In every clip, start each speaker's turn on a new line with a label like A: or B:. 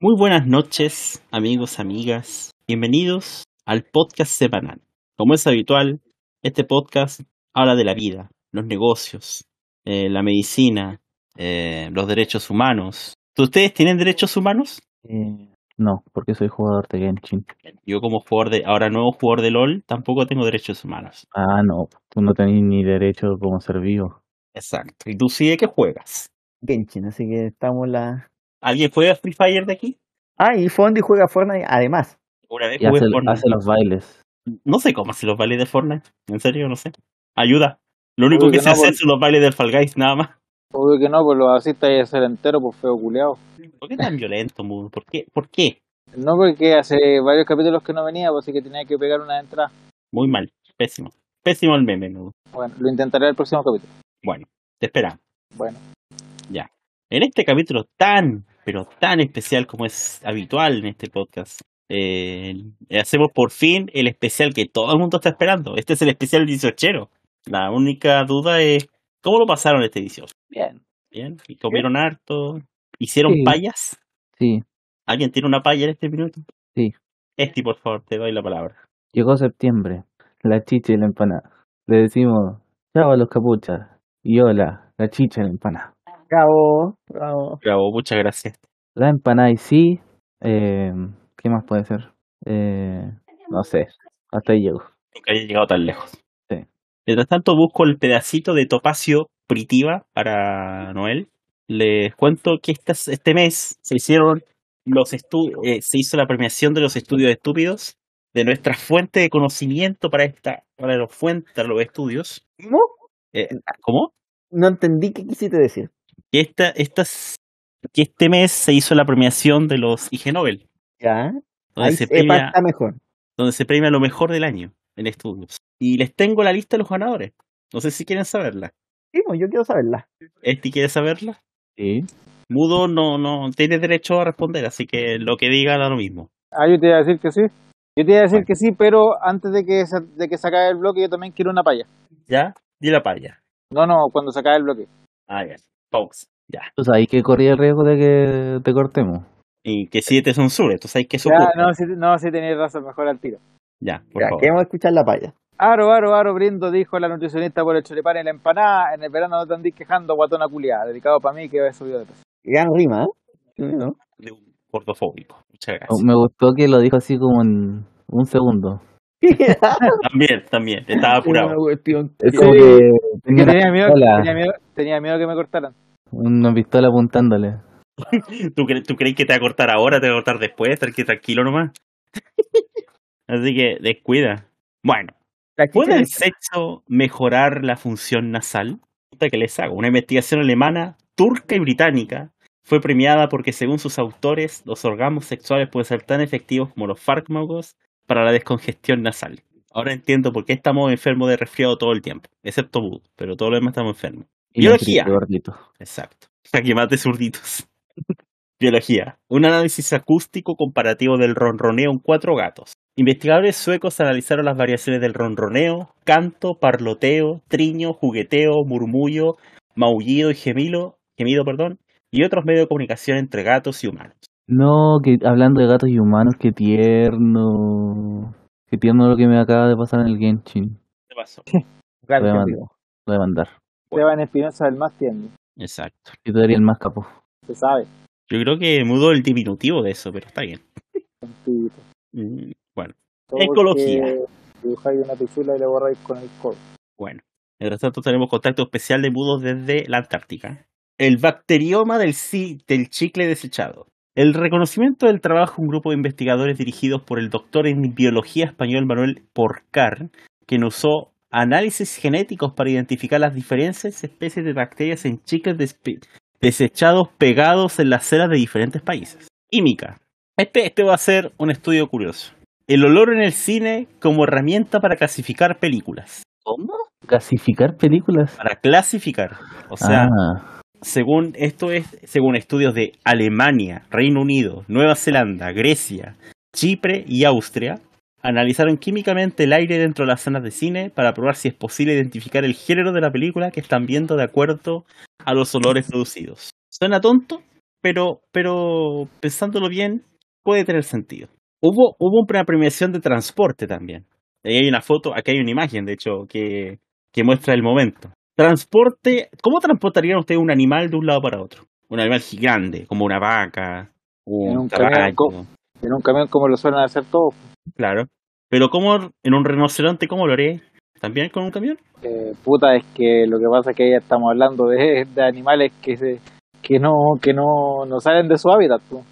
A: Muy buenas noches, amigos, amigas. Bienvenidos al podcast semanal. Como es habitual, este podcast habla de la vida, los negocios, eh, la medicina, eh, los derechos humanos. ¿Ustedes tienen derechos humanos?
B: Eh, no, porque soy jugador de Genshin.
A: Yo como jugador de, ahora nuevo jugador de LOL, tampoco tengo derechos humanos.
B: Ah, no, tú no tenés ni derecho como ser vivo.
A: Exacto. ¿Y tú sí de qué juegas?
C: Genshin, así que estamos la.
A: ¿Alguien juega Free Fire de aquí?
C: Ah, y Fondi juega Fortnite además.
A: Una vez
B: Y
A: jugué
B: hace,
A: Fortnite.
B: hace los bailes.
A: No sé cómo se los bailes de Fortnite. En serio, no sé. Ayuda. Lo único
D: Uy,
A: que
D: que
A: se
D: no,
A: hace
D: por-
A: son los bailes del Fall Guys, nada más.
D: Obvio que no, pues lo así está ahí a ser entero, pues feo culeado.
A: ¿Por qué tan violento, Moon? ¿Por qué? ¿Por qué?
D: No, porque hace varios capítulos que no venía, pues así que tenía que pegar una entrada.
A: Muy mal. Pésimo. Pésimo el meme, Moon.
D: Bueno, lo intentaré el próximo capítulo.
A: Bueno, te esperamos.
D: Bueno.
A: Ya. En este capítulo tan, pero tan especial como es habitual en este podcast, eh, hacemos por fin el especial que todo el mundo está esperando. Este es el especial 18. La única duda es, ¿cómo lo pasaron este 18?
D: Bien.
A: ¿Bien? ¿Y ¿Comieron harto? ¿Hicieron
B: Sí.
A: payas?
B: Sí,
A: ¿Alguien tiene una paya en este minuto?
B: Sí.
A: Esti, por favor, te doy la palabra.
B: llegó septiembre. La chicha y la empanada. Le decimos, chao a los capuchas. Y hola, la chicha y la empanada.
C: Bravo, bravo.
A: Bravo, muchas gracias.
B: La empanada y sí. eh, ¿Qué más puede ser? Eh, no sé. Hasta ahí llego.
A: Nunca haya llegado tan lejos.
B: Sí.
A: Mientras tanto, busco el pedacito de topacio pritiva para Noel. Les cuento que estas- este mes se hicieron los estu- eh, se hizo la premiación de los estudios estúpidos de nuestra fuente de conocimiento para esta para los fuentes para los estudios.
C: ¿Cómo?
A: Eh, ¿Cómo?
C: No entendí qué quisiste decir.
A: Que esta, estas, que este mes se hizo la premiación de los IG Nobel,
C: Ya.
A: donde
C: Ahí
A: Ah, se
C: se
A: premia
C: pasa mejor.
A: donde se premia lo mejor del año en estudios. Y les tengo la lista de los ganadores. No sé si quieren saberla.
C: Sí, pues, yo quiero saberla.
A: ¿Esti quiere saberla?
B: Sí.
A: Mudo no, no tiene derecho a responder, así que lo que diga da lo mismo.
D: Ah, yo te iba a decir que sí. Yo te iba a decir
A: Bueno.
D: que sí, pero antes de que, se- de que se acabe el bloque, yo también quiero una palla.
A: ¿Ya? Di la palla.
D: No, no, cuando se acabe el bloque.
A: Ah, ya. Pausa. Ya.
B: Pues ahí que corría el riesgo de que te cortemos.
A: Y que si te censure, tú sabes que eso
D: Ya,
A: ocurre.
D: no, si, no, si tenéis razón, mejor al tiro.
A: Ya, por
C: Ya,
A: favor.
C: queremos escuchar la paya.
D: Aro, aro, aro, brindo, dijo la nutricionista por el choripán y la empanada. En el verano no te andís quejando, guatona culiada. Dedicado para mí que he subido de peso.
C: Gran rima, ¿eh? Sí, ¿no?
A: De un gordofóbico. Muchas
B: Oh,
A: gracias.
B: Me gustó que lo dijo así como en un segundo.
A: También, también. Estaba
C: Una
A: apurado.
C: cuestión
B: Es
C: que-
B: como
D: Sí.
B: que
D: Yo
B: tenía una
D: tenía miedo,
B: pistola,
D: tenía miedo, tenía miedo que me cortaran.
B: una pistola apuntándole.
A: ¿Tú, cre- ¿Tú crees que te va a cortar ahora? ¿Te va a cortar después? Tranqui- Tranquilo nomás. Así que descuida. Bueno.
C: la chicha
A: ¿Puede
C: de-
A: el sexo mejorar la función nasal? Pregunta que les hago. Una investigación alemana, turca y británica fue premiada porque, según sus autores, los orgasmos sexuales pueden ser tan efectivos como los fármacos para la descongestión nasal. Ahora entiendo por qué estamos enfermos de resfriado todo el tiempo, excepto Bud, pero todo lo demás estamos enfermos.
B: Y la
A: Biología.
B: gripe, gordito.
A: Exacto. Jaque mate zurditos. Biología. Un análisis acústico comparativo del ronroneo en cuatro gatos. Investigadores suecos analizaron las variaciones del ronroneo, canto, parloteo, triño, jugueteo, murmullo, maullido y gemido, gemido perdón, y otros medios de comunicación entre gatos y humanos.
B: No, que hablando de gatos y humanos, qué tierno. Qué tierno lo que me acaba de pasar en el Genshin.
A: ¿Qué pasó?
C: Claro,
B: Voy a,
C: que
B: mandar,
C: digo.
B: lo voy a mandar.
D: Esteban Espinosa, el más tierno.
A: Exacto.
B: Yo te daría el más capo.
D: Se sabe.
A: Yo creo que mudó el diminutivo de eso, pero está bien.
D: Sí.
A: Mm, Bueno.
D: Todo
A: Ecología.
D: porque Dibujáis una pichula y la borráis con el codo.
A: Bueno, mientras tanto tenemos contacto especial de mudos desde la Antártica. El bacterioma del, ci- del chicle desechado. El reconocimiento del trabajo de un grupo de investigadores dirigidos por el doctor en biología español Manuel Porcar, quien usó análisis genéticos para identificar las diferentes especies de bacterias en chicles despe- desechados pegados en las ceras de diferentes países. Química. Este, este va a ser un estudio curioso. El olor en el cine como herramienta para clasificar películas
B: ¿Cómo? ¿Gasificar películas?
A: para clasificar. O sea,
B: ah,
A: según esto es según estudios de Alemania, Reino Unido, Nueva Zelanda, Grecia, Chipre y Austria, analizaron químicamente el aire dentro de las zonas de cine para probar si es posible identificar el género de la película que están viendo de acuerdo a los olores producidos. ¿Suena tonto? pero, pero pensándolo bien, puede tener sentido. Hubo, hubo una premiación de transporte también. Ahí hay una foto, aquí hay una imagen, de hecho, que, que muestra el momento. Transporte, ¿cómo transportarían ustedes un animal de un lado para otro? Un animal gigante, como una vaca,
D: En
A: un,
D: un camión,
A: caballo.
D: co- En un camión como lo suelen hacer todos.
A: Claro. Pero ¿cómo en un rinoceronte, cómo lo haré? ¿También con un camión?
D: Eh, puta, es que lo que pasa es que ya estamos hablando de, de animales que se, que no que no, no salen de su hábitat. po.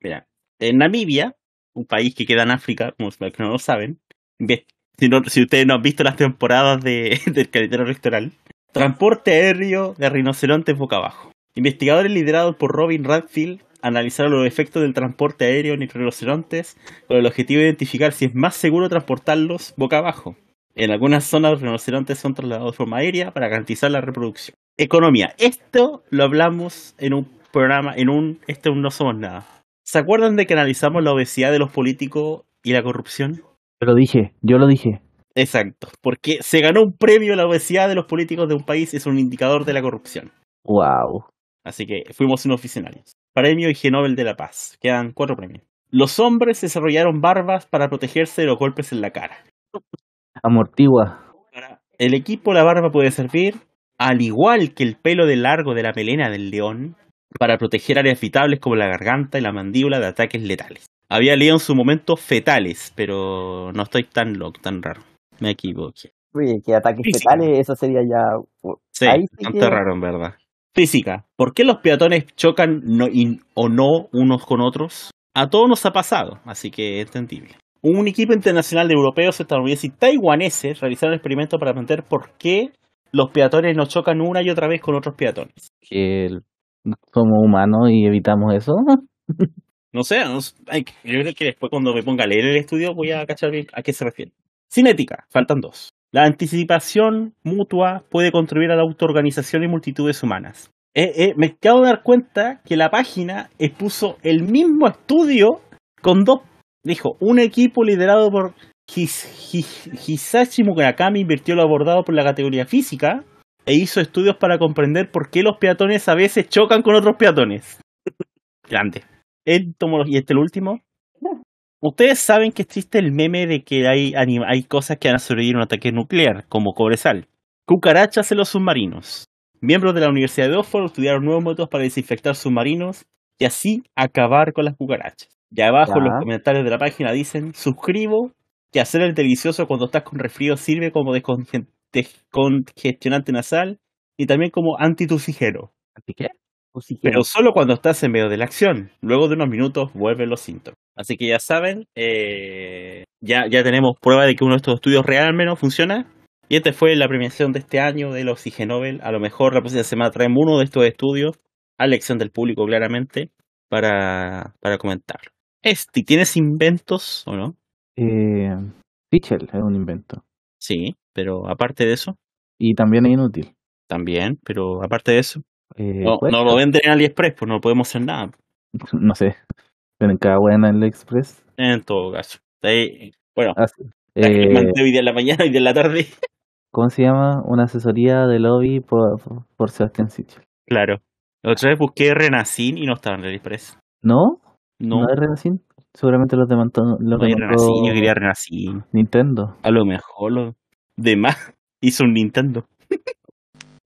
A: Mira, en Namibia, un país que queda en África, como los que no lo saben, ve- si, no- si ustedes no han visto las temporadas de, del Caletero Rectoral, transporte aéreo de rinocerontes boca abajo. Investigadores liderados por Robin Radfield analizaron los efectos del transporte aéreo en rinocerontes con el objetivo de identificar si es más seguro transportarlos boca abajo. En algunas zonas los rinocerontes son trasladados de forma aérea para garantizar la reproducción. Economía. Esto lo hablamos en un programa, en un... Este es un No Somos Nada. ¿Se acuerdan de que analizamos la obesidad de los políticos y la corrupción?
B: Yo lo dije, yo lo dije.
A: Exacto, porque se ganó un premio la obesidad de los políticos de un país es un indicador de la corrupción.
B: Wow.
A: Así que fuimos unos visionarios. Premio Ig Nobel de la Paz. Quedan cuatro premios. Los hombres desarrollaron barbas para protegerse de los golpes en la cara.
B: Amortigua.
A: Ahora, El equipo La Barba puede servir, al igual que el pelo de largo de la melena del león, para proteger áreas vitables como la garganta y la mandíbula de ataques letales. Había leído en su momento fetales, pero no estoy tan loco, tan raro. Me equivoqué.
C: Oye, que ataques
A: Sí, sí.
C: fetales, eso sería ya.
A: Sí,
C: Ahí sí
A: bastante
C: que-
A: raro en verdad. Física. ¿Por qué los peatones chocan no- in- o no unos con otros? A todos nos ha pasado, así que es entendible. Un equipo internacional de europeos, estadounidenses y taiwaneses realizaron experimentos para aprender por qué los peatones no chocan una y otra vez con otros peatones.
B: Que el- somos humanos y evitamos eso.
A: No sé, no s- ay, yo creo que después cuando me ponga a leer el estudio voy a cachar bien a qué se refiere. Cinética, faltan dos. La anticipación mutua puede contribuir a la autoorganización de multitudes humanas. Eh, eh, me acabo de dar cuenta que la página expuso el mismo estudio con dos... Dijo, un equipo liderado por His- His- Hisashi Murakami invirtió lo abordado por la categoría física e hizo estudios para comprender por qué los peatones a veces chocan con otros peatones. Grande entomología. Y este el último. Ustedes saben que existe el meme de que hay, anim- hay cosas que van a sobrevivir a un ataque nuclear, como cobresal. Cucarachas en los submarinos. Miembros de la Universidad de Oxford estudiaron nuevos métodos para desinfectar submarinos y así acabar con las cucarachas. Y abajo en los
B: Ya.
A: comentarios de la página dicen, suscribo que hacer el delicioso cuando estás con resfrío sirve como descongen- descongestionante nasal y también como antitufijero.
B: ¿Así que?
A: Pero solo cuando estás en medio de la acción. Luego de unos minutos vuelven los síntomas. Así que ya saben, eh, ya, ya tenemos prueba de que uno de estos estudios realmente no funciona. Y esta fue la premiación de este año del Oxygen Nobel. A lo mejor la próxima semana traemos uno de estos estudios a elección del público, claramente, para, para comentarlo. Este, ¿tienes inventos o no?
B: Eh, Tichel es un invento.
A: Sí, pero aparte de eso,
B: Y también es inútil.
A: también, pero aparte de eso,
B: Eh,
A: no,
B: pues,
A: no lo venden en AliExpress, pues no podemos hacer nada.
B: No sé. Pero en cada buena en el Express.
A: En todo caso. Eh, bueno,
B: Así.
A: La que les
B: Eh,
A: mandé hoy de la mañana y de la tarde.
B: ¿Cómo se llama? Una asesoría de lobby por, por Sebastián Sichel.
A: Claro. La otra vez busqué Renacin y no estaba en AliExpress.
B: ¿No?
A: No,
B: ¿No, es Renacin? Seguramente los demandó, los
A: no hay
B: demandó
A: Renacin, yo quería Renacin.
B: Nintendo.
A: A lo mejor lo demás hizo un Nintendo.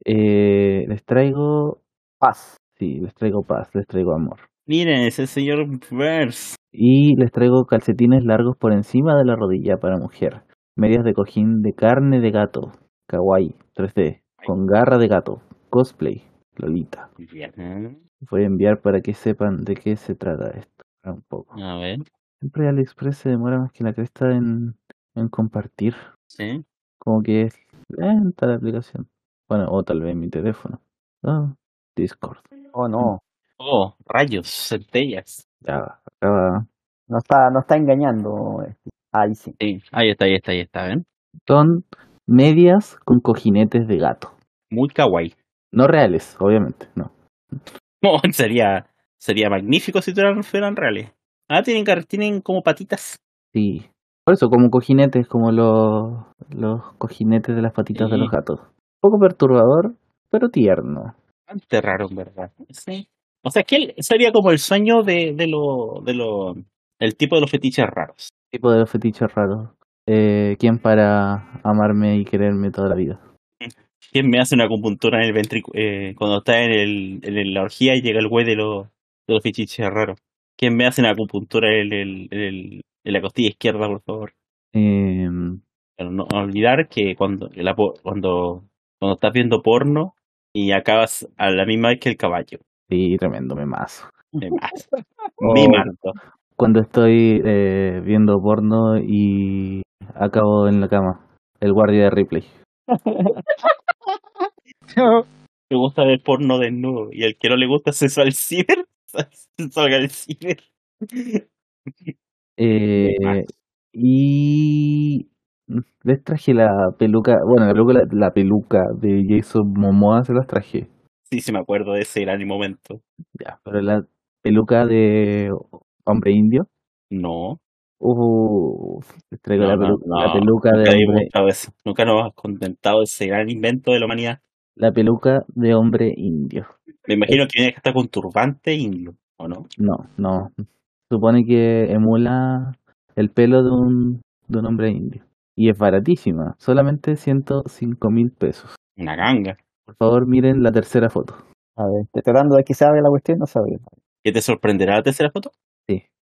B: Eh, les traigo paz. Sí, les traigo paz, les traigo amor.
A: Miren, ese señor Burns.
B: Y les traigo calcetines largos por encima de la rodilla para mujer. Medias de cojín de carne de gato. Kawaii 3D. Con garra de gato. Cosplay. Lolita.
A: Bien. ¿eh?
B: Voy a enviar para que sepan de qué se trata esto. Espera Un poco.
A: A ver,
B: Siempre AliExpress se demora más que la cresta en, en compartir.
A: sí.
B: Como que es lenta la aplicación. Bueno, o tal vez mi teléfono. Ah, Discord.
C: Oh, no.
A: Oh, rayos, centellas.
B: Ya va, ya va.
C: No está, no está engañando. este. Ahí sí.
A: Sí, ahí está, ahí está, ahí está, ¿ven?
B: Son medias con cojinetes de gato.
A: Muy kawaii.
B: No reales, obviamente, no.
A: Oh, sería, sería magnífico si fueran, fueran reales. Ah, tienen, car- tienen como patitas.
B: Sí. Por eso, como cojinetes, como los, los cojinetes de las patitas de los
A: Sí.
B: gatos. Un poco perturbador, pero tierno.
A: Bastante raro, en verdad. Sí. O sea, es que él sería como el sueño de, de lo, de lo, el tipo de los fetiches raros.
B: Tipo de los fetiches raros. Eh, ¿Quién para amarme y quererme toda la vida?
A: ¿Quién me hace una acupuntura en el ventrículo? eh, cuando está en, el, en la orgía y llega el güey de, los de los fetiches raros. ¿Quién me hace una acupuntura en, el, en, el- en la costilla izquierda, por favor?
B: Eh,
A: Pero no olvidar que cuando, la po- cuando, cuando estás viendo porno y acabas a la misma vez que el caballo.
B: sí, tremendo, me mazo.
A: Me mato.
B: Oh.
A: Me mato.
B: Cuando estoy eh, viendo porno y acabo en la cama. El guardia de Ripley.
A: Me gusta ver porno desnudo y al que no le gusta se sale al ciber. se Salga al ciber. Ah,
B: Eh,
A: Me mato.
B: y les traje la peluca, bueno, la peluca, la, la peluca de Jason Momoa se las traje.
A: Sí, sí, me acuerdo de ese gran momento.
B: Ya, pero la peluca de hombre indio.
A: No,
B: Uh, les traigo
A: no,
B: la,
A: no,
B: pelu- la
A: no.
B: peluca de
A: nunca había
B: hombre,
A: buscado eso. Nunca nos has contentado ese gran invento de la humanidad.
B: la peluca de hombre indio.
A: Me imagino que viene que está con turbante indio, ¿o no?
B: No, no. Supone que emula el pelo de un, de un hombre indio. Y es baratísima, solamente 105 mil pesos.
A: Una ganga.
B: Por favor, miren la tercera foto.
C: A ver, estoy tratando de que se abra la cuestión, no se abre.
A: ¿Qué te sorprenderá la tercera foto?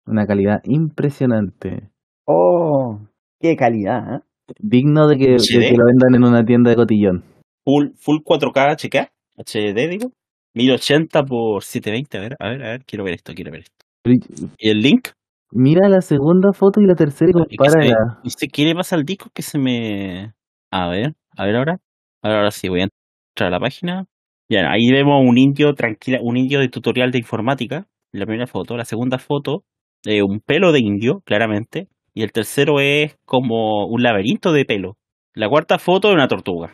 B: Una calidad impresionante.
C: ¡Oh! ¡Qué calidad! ¿eh?
B: Digno de que, de
A: ¿HD?
B: que lo vendan en una tienda de cotillón.
A: Full, full 4K HK, HD digo. 1080 por 720, a ver, a ver, a ver, quiero ver esto, quiero ver esto.
B: Pero
A: ¿Y el link?
B: Mira la segunda foto y la
A: Es
B: tercera y
A: que se ve-
B: compárala.
A: No sé qué le pasa al disco que se me... A ver, a ver ahora. Ahora, ahora sí, voy a entrar a la página. Ya, ahí vemos un indio tranquila, un indio de tutorial de informática. La primera foto, la segunda foto, eh, un pelo de indio, claramente. Y el tercero es como un laberinto de pelo. La cuarta foto es una tortuga.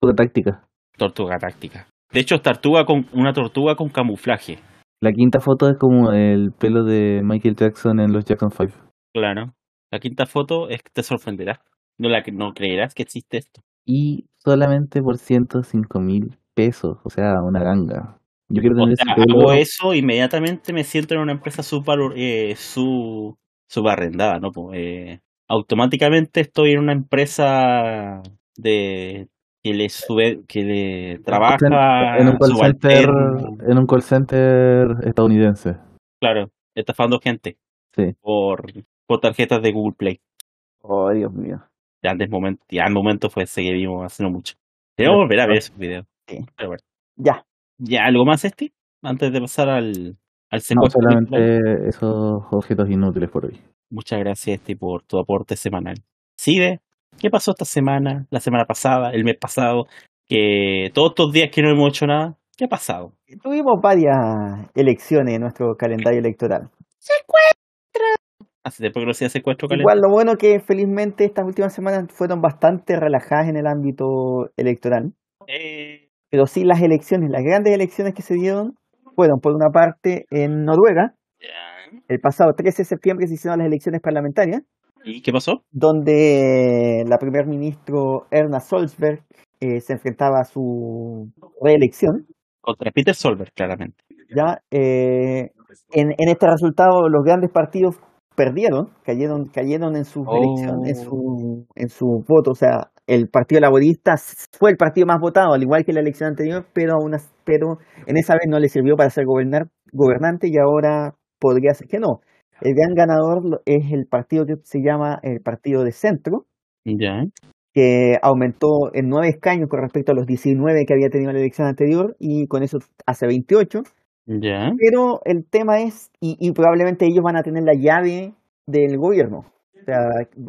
B: Foto táctica.
A: Tortuga táctica. De hecho, es tortuga con, una tortuga con camuflaje.
B: La quinta foto es como el pelo de Michael Jackson en los Jackson 5.
A: Claro. La quinta foto es que te sorprenderá. No, la, no creerás que existe esto.
B: Y solamente por 105 mil pesos. O sea, una ganga. Yo quiero
A: O
B: tener
A: sea,
B: ese pelo.
A: hago eso, inmediatamente me siento en una empresa subvalor, eh, su, subarrendada, ¿no? Po, eh, automáticamente estoy en una empresa de que le sube, que le trabaja
B: en un call center,
A: subalterno,
B: en un call center estadounidense.
A: claro, estafando gente
B: Sí.
A: por, por tarjetas de Google Play.
C: ¡Oh, Dios mío!
A: Ya antes momento, ya el momento fue ese que vimos hace no mucho. Debemos volver a ver esos videos.
C: Sí.
A: Pero bueno.
C: Ya.
A: ¿Ya algo más, este? Antes de pasar al, al
B: No,
A: secuestro. virtual.
B: solamente esos objetos inútiles por hoy.
A: Muchas gracias, este, por tu aporte semanal. Side, ¿qué pasó esta semana, la semana pasada, el mes pasado? Que todos estos días que no hemos hecho nada, ¿qué ha pasado?
C: Tuvimos varias elecciones en nuestro calendario electoral.
A: Hace tiempo Ah, que no hacía secuestro calentado.
C: Igual lo bueno que felizmente estas últimas semanas fueron bastante relajadas en el ámbito electoral.
A: Eh,
C: Pero sí las elecciones, las grandes elecciones que se dieron fueron por una parte en Noruega.
A: ya.
C: El pasado 13 de septiembre se hicieron las elecciones parlamentarias.
A: ¿Y qué pasó?
C: donde la primer ministro Erna Solberg eh, se enfrentaba a su reelección.
A: Contra Peter Solberg, claramente.
C: ¿ya? Eh, en, en este resultado los grandes partidos perdieron, cayeron, cayeron en su
A: Oh.
C: elección, en su, en su voto. O sea, el Partido Laborista fue el partido más votado, al igual que la elección anterior, pero, aún as- pero en esa vez no le sirvió para ser gobernar, gobernante y ahora podría ser que no. El gran ganador lo- es el partido que se llama el Partido de Centro,
A: Ya.
C: que aumentó en nueve escaños con respecto a los 19 que había tenido la elección anterior y con eso hace 28.
A: Ya.
C: Pero el tema es, y, y probablemente ellos van a tener la llave del gobierno. O sea,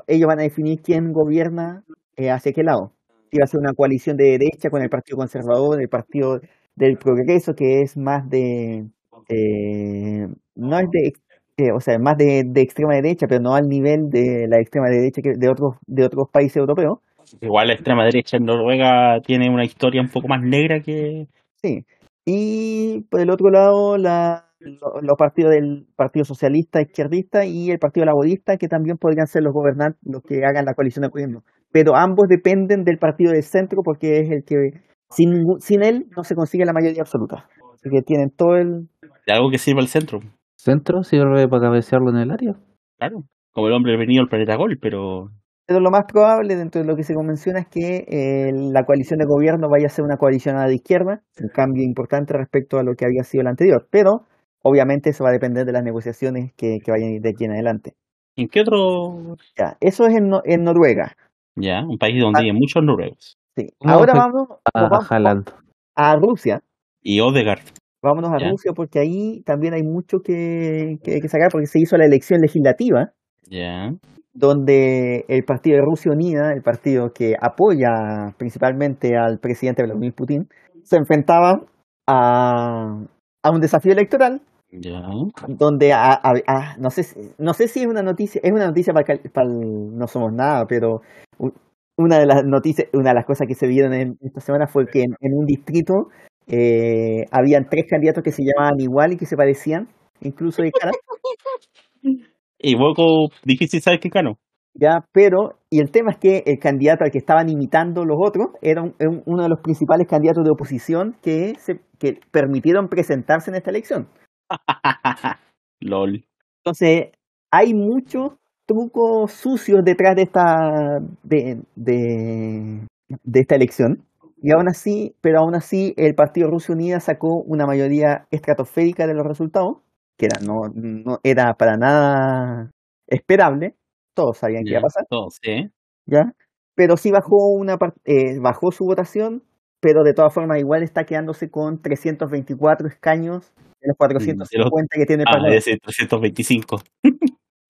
C: ellos van a definir quién gobierna eh, hacia qué lado. Si va a ser una coalición de derecha con el Partido Conservador, el Partido del Progreso, que es más de... eh, no es de... eh, o sea, más de, de extrema derecha, pero no al nivel de la extrema derecha que de otros, de otros países europeos.
A: Igual la extrema derecha en Noruega tiene una historia un poco más negra que.
C: Sí. Y por el otro lado, la, lo- los partidos del Partido Socialista Izquierdista y el Partido Laborista, que también podrían ser los gobernantes, los que hagan la coalición de gobierno. Pero ambos dependen del Partido del Centro porque es el que, sin, ningún- sin él, no se consigue la mayoría absoluta. Así que tienen todo el,
A: De algo que sirva al centro.
B: Centro sirve para cabecearlo en el área.
A: Claro. Como el hombre venido al planeta Gol, pero.
C: Pero lo más probable dentro de lo que se convenciona es que eh, la coalición de gobierno vaya a ser una coalición a la izquierda, un cambio importante respecto a lo que había sido la anterior. Pero obviamente eso va a depender de las negociaciones que, que vayan de aquí en adelante.
A: ¿En qué otro.?
C: Ya, eso es en, No- en Noruega.
A: Ya, un país donde
C: Ah.
A: hay muchos noruegos.
C: Sí.
B: ¿Cómo
C: Ahora
B: afecta
C: vamos,
B: A
C: vamos
B: Haaland.
C: a Rusia.
A: Y Odegaard.
C: Vámonos a
A: Ya.
C: Rusia porque ahí también hay mucho que, que, que sacar porque se hizo la elección legislativa
A: Ya.
C: donde el partido de Rusia Unida, el partido que apoya principalmente al presidente Vladimir Putin, se enfrentaba a, a un desafío electoral
A: Ya.
C: donde a- a- a- no sé si- no sé si es una noticia es una noticia para, cal- para el no somos nada pero u- una de las noticias una de las cosas que se vieron en esta semana fue que en, en un distrito eh, habían tres candidatos que se llamaban igual y que se parecían incluso de cara
A: Y poco difícil saber qué ganó.
C: ya pero y el tema es que el candidato al que estaban imitando los otros era un- era un- uno de los principales candidatos de oposición que se que permitieron presentarse en esta elección
A: LOL.
C: Entonces, hay muchos trucos sucios detrás de esta de, de, de esta elección. Y aún así, pero aún así el Partido Rusia Unida sacó una mayoría estratosférica de los resultados, que era, no, no era para nada esperable, todos sabían que iba
A: Ya.
C: a pasar,
A: Entonces,
C: ¿ya? Pero sí bajó una par- eh, bajó su votación, pero de todas formas igual está quedándose con 324 escaños de los 450 que tiene el
A: ah,
C: Parlamento.
A: ese 325.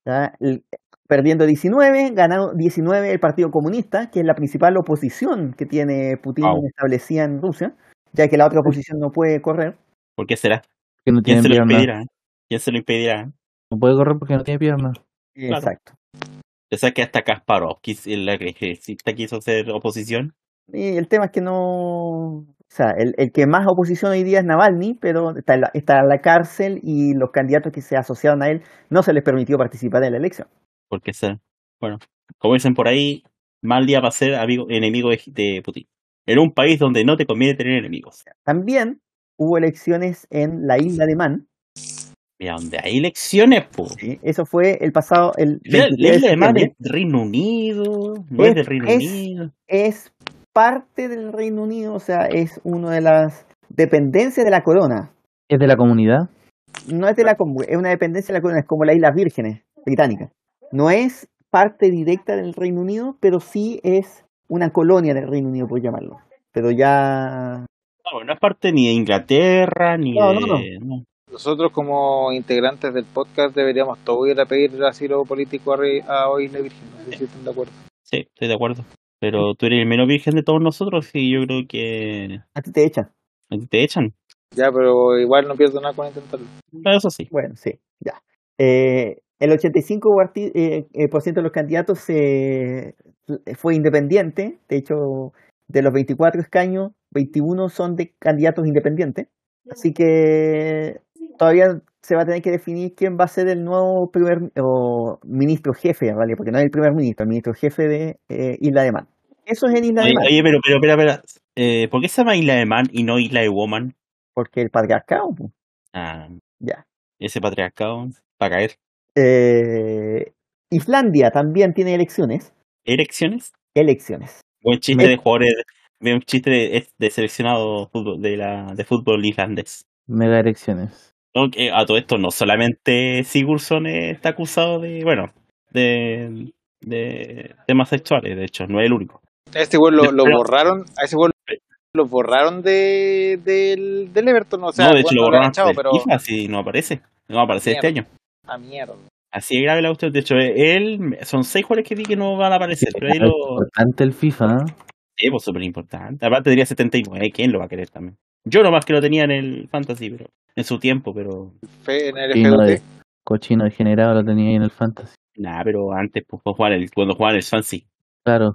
C: ¿ya? El- perdiendo 19, ganado 19 el Partido Comunista, que es la principal oposición que tiene Putin
A: Wow.
C: establecida en Rusia, ya que la otra oposición no puede correr.
A: ¿Por qué será?
B: Que no
A: ¿Quién
B: tiene
A: se lo
B: pierna.
A: impedirá? ¿Quién se lo impedirá?
B: No puede correr porque no tiene pierna.
A: Claro.
C: Exacto.
A: O sea que hasta Kasparov, quis- la que ejércita quiso hacer oposición.
C: Y el tema es que no... O sea, el, el que más oposición hoy día es Navalny, pero está en, la, está en la cárcel y los candidatos que se asociaron a él no se les permitió participar en la elección.
A: Porque se, bueno, como dicen por ahí, mal día va a ser amigo, enemigo de, de Putin. En un país donde no te conviene tener enemigos.
C: También hubo elecciones en la isla de Man.
A: Mira, donde hay elecciones, po.
C: ¿sí? Eso fue el pasado... El
A: Mira,
C: 23
A: La
C: de
A: isla de Man
C: septiembre.
A: es Reino Unido, no es de Reino
C: Es-
A: Unido.
C: es parte del Reino Unido, o sea, es una de las dependencias de la corona.
B: Es de la comunidad.
C: No es de la comu- es una dependencia de la corona, es como las Islas Vírgenes británicas. No es parte directa del Reino Unido, pero sí es una colonia del Reino Unido, por llamarlo. Pero ya
A: No, no es parte ni de Inglaterra, ni
C: No,
A: de.
C: no,
A: no.
D: Nosotros como integrantes del podcast deberíamos todos ir a pedir asilo político a, Re- a Isla Virgen, no sé si están de acuerdo.
A: Sí, estoy de acuerdo. Pero tú eres el menos virgen de todos nosotros y yo creo que
C: a ti te echan.
A: a ti te echan.
D: Ya, pero igual no pierdo nada con intentarlo.
A: Pero eso sí.
C: Bueno, sí, ya. Eh, el 85% parti- eh, eh, por ciento de los candidatos se- eh, fue independiente. De hecho, de los 24 escaños, 21 son de candidatos independientes. Así que todavía se va a tener que definir quién va a ser el nuevo primer o ministro jefe, ¿vale? Porque no es el primer ministro, el ministro jefe de eh, Isla de Man. Eso es en Isla de
A: Oye,
C: Man,
A: oye, pero, pero, espera, espera. Eh, ¿Por qué se llama Isla de Man y no Isla de Woman?
C: porque el patriarcado, pues,
A: Ah,
C: ya.
A: ese patriarcado para caer.
C: Eh, Islandia también tiene elecciones.
A: ¿Elecciones?
C: Elecciones.
A: Buen chiste
C: Me-
A: de jugadores. Buen chiste de, es- de seleccionado fútbol, de, la, de fútbol islandés.
B: Mega erecciones.
A: No, que a todo esto, no solamente Sigurdsson está acusado de. Bueno, de. de temas sexuales, de hecho, no es el único.
D: A este güey lo, lo
A: Pero-
D: borraron, a ese güey lo borraron de, del, del Everton, o sea,
A: no,
D: el
A: de
D: güey
A: hecho lo
D: no lo han
A: borraron
D: echado,
A: del
D: pero
A: FIFA, si no aparece. No aparece este año.
D: a mierda.
A: Así es grave la cuestión. De hecho, eh, él. Son seis jugadores que vi que no van a aparecer. Pero ahí
B: Es
A: lo.
B: importante el FIFA. ¿eh?
A: Sí, pues súper importante. Aparte diría 79, ¿quién lo va a querer también? Yo nomás que lo tenía en el Fantasy, pero en su tiempo, pero
D: Fe en el
B: Cochino,
D: FDT.
B: de, cochino degenerado lo tenía ahí en el fantasy.
A: nada, pero antes pues, cuando jugaban el, cuando jugaban el Swansea,
B: Claro.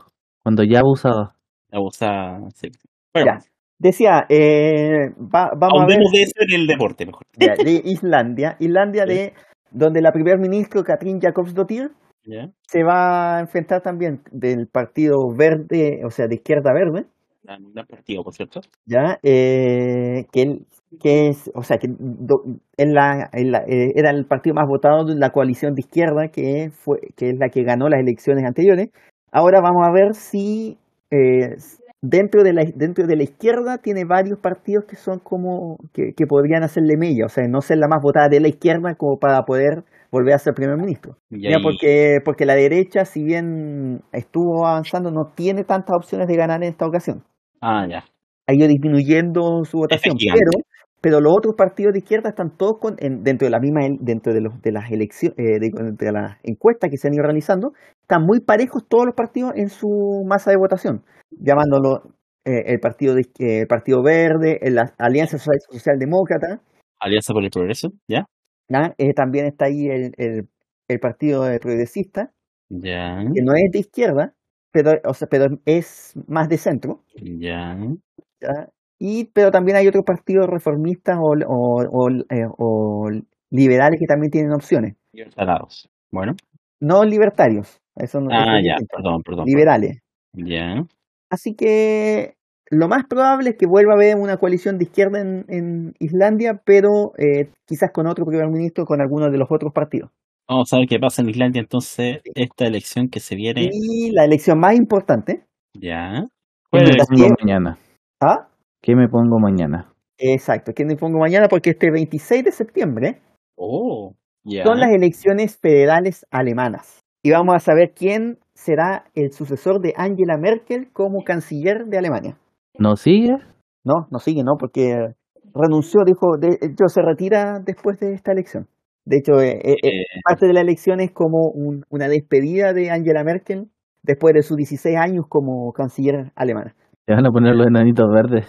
B: Cuando ya abusaba.
A: abusaba. sí. Bueno,
C: Ya, Decía, eh, va- vamos a ver
A: ahondemos de eso en el deporte mejor.
C: ya, de Islandia, Islandia de donde la primer ministro Katrin Jacobsdottir
A: ¿Ya?
C: se va a enfrentar también del partido verde, o sea, de izquierda verde,
A: una, una partida, por cierto.
C: ¿Ya? Eh, que, él- que es, o sea, que do- en la, en la- eh, era el partido más votado de la coalición de izquierda, que, fue, que es la que ganó las elecciones anteriores. Ahora vamos a ver si eh, s- dentro, de la, dentro de la izquierda tiene varios partidos que son como que, que podrían hacerle mella, o sea, no ser la más votada de la izquierda como para poder volver a ser primer ministro.
A: Y
C: Ya,
A: ahí-
C: porque, porque la derecha, si bien estuvo avanzando, no tiene tantas opciones de ganar en esta ocasión.
A: Ah, ya.
C: Ha ido disminuyendo su votación,
A: gigante.
C: pero, pero los otros partidos de izquierda están todos con, en- dentro de la misma, el- dentro de, los, de las elecciones, de, de las encuestas que se han ido realizando, están muy parejos todos los partidos en su masa de votación, llamándolo eh, el partido de, izqui- eh, el Partido Verde, el- la Alianza Social- Socialdemócrata,
A: Alianza por el Progreso, ¿ya?
C: ¿ya? Eh, también está ahí el, el, el Partido eh, Progresista.
A: Ya,
C: que no es de izquierda, pero, o sea, pero es más de centro.
A: ya.
C: ¿ya? Y, pero también hay otros partidos reformistas o, o, o, eh, o liberales que también tienen opciones.
A: Salados. Bueno.
C: No libertarios, eso no eso
A: Ah,
C: es
A: ya,
C: distinto,
A: perdón, perdón.
C: liberales.
A: perdón. Ya.
C: Así que lo más probable es que vuelva a haber una coalición de izquierda en, en Islandia, pero eh, quizás con otro primer ministro, con alguno de los otros partidos.
A: Vamos a ver qué pasa en Islandia entonces, esta elección que se viene.
C: Y la elección más importante,
A: Ya.
B: ¿Qué
A: ¿Cuál
B: me
A: es?
C: mientras
B: pongo
C: que-
B: mañana?
C: ¿ah?
B: ¿Qué me pongo mañana?
C: Exacto, que me pongo mañana porque este 26 de septiembre
A: Oh, ya.
C: son las elecciones federales alemanas. Y vamos a saber quién será el sucesor de Angela Merkel como canciller de Alemania.
B: ¿No sigue?
C: No, no sigue, ¿no? Porque renunció, dijo, de hecho se retira después de esta elección. De hecho, eh, eh, eh,
A: Eh,
C: parte de la elección es como un- una despedida de Angela Merkel después de sus 16 años como canciller alemana.
B: Te van a poner los enanitos verdes.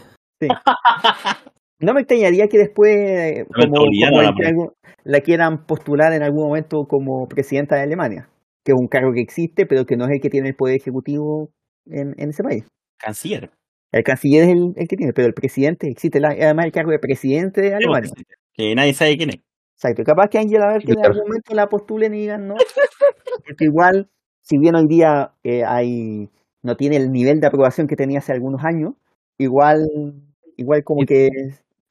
C: No me extrañaría que después, eh, como,
A: Obligaron
C: como
A: a la
C: el cargo- la quieran postular en algún momento como presidenta de Alemania, que es un cargo que existe, pero que no es el que tiene el poder ejecutivo en, en ese país.
A: canciller.
C: El canciller es el, el que tiene, pero el presidente existe, la- además el cargo de presidente de Alemania.
A: pues. Que nadie sabe quién es.
C: Exacto, capaz que Angela Merkel en
B: Claro.
C: algún momento la postulen y digan no, porque igual, si bien hoy día eh, hay no tiene el nivel de aprobación que tenía hace algunos años, igual, igual como
B: Y-
C: que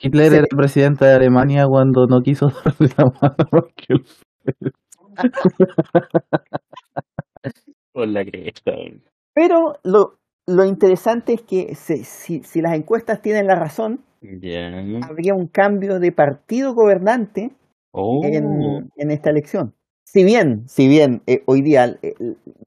B: Hitler
C: Sí.
B: era presidente de Alemania cuando no quiso darle la mano a Merkel.
A: Por la cresta. weón.
C: Pero lo, lo interesante es que se- si, si las encuestas tienen la razón,
A: Ya.
C: habría un cambio de partido gobernante
A: Oh,
C: en, en esta elección. Si bien, si bien eh, hoy día eh,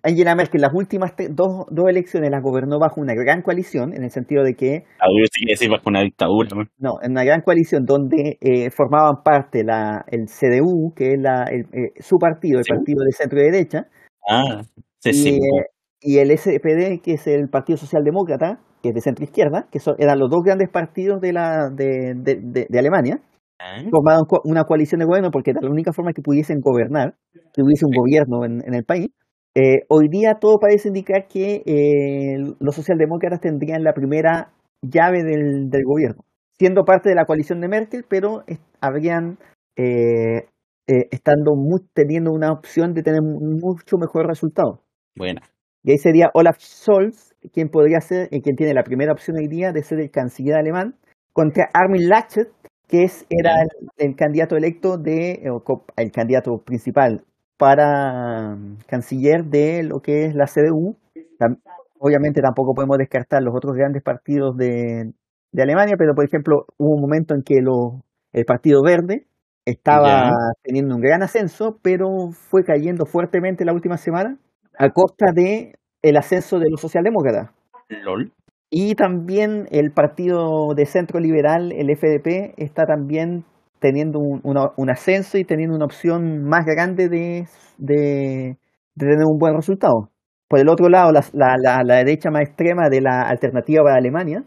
C: Angela Merkel las últimas te- dos, dos elecciones las gobernó bajo una gran coalición, en el sentido de que,
A: la dura sí que decir bajo una dictadura. weón.
C: no, en una gran coalición donde eh, formaban parte la, el CDU, que es la, el, eh, su partido, el
A: ¿CDU?
C: partido de centro y derecha,
A: Ah, sí,
C: y,
A: sí.
C: eh, y el SPD, que es el Partido Socialdemócrata, que es de centro izquierda, que son, eran los dos grandes partidos de, la, de, de, de- de Alemania,
A: Ah,
C: formaron co- una coalición de gobierno porque era la única forma que pudiesen gobernar, que hubiese un gobierno en, en el país. Eh, hoy día todo parece indicar que eh, los socialdemócratas tendrían la primera llave del, del gobierno, siendo parte de la coalición de Merkel, pero es- habrían eh, eh, estando mu- teniendo una opción de tener mucho mejor resultado.
A: Buena.
C: Y ahí sería Olaf Scholz, quien podría ser, eh, quien tiene la primera opción hoy día de ser el canciller alemán, contra Armin Laschet, que es, era
A: Ya.
C: el, el candidato electo de, eh, o co- el candidato principal para mm, canciller de lo que es la CDU. Tam- obviamente tampoco podemos descartar los otros grandes partidos de, de Alemania, pero por ejemplo hubo un momento en que lo- el Partido Verde estaba
A: Ya.
C: teniendo un gran ascenso, pero fue cayendo fuertemente la última semana a costa de el ascenso de los socialdemócratas.
A: LOL.
C: Y también el partido de centro liberal, el FDP, está también teniendo un, una- un ascenso y teniendo una opción más grande de, de- de tener un buen resultado. Por el otro lado, la, la- la- la derecha más extrema de la alternativa para Alemania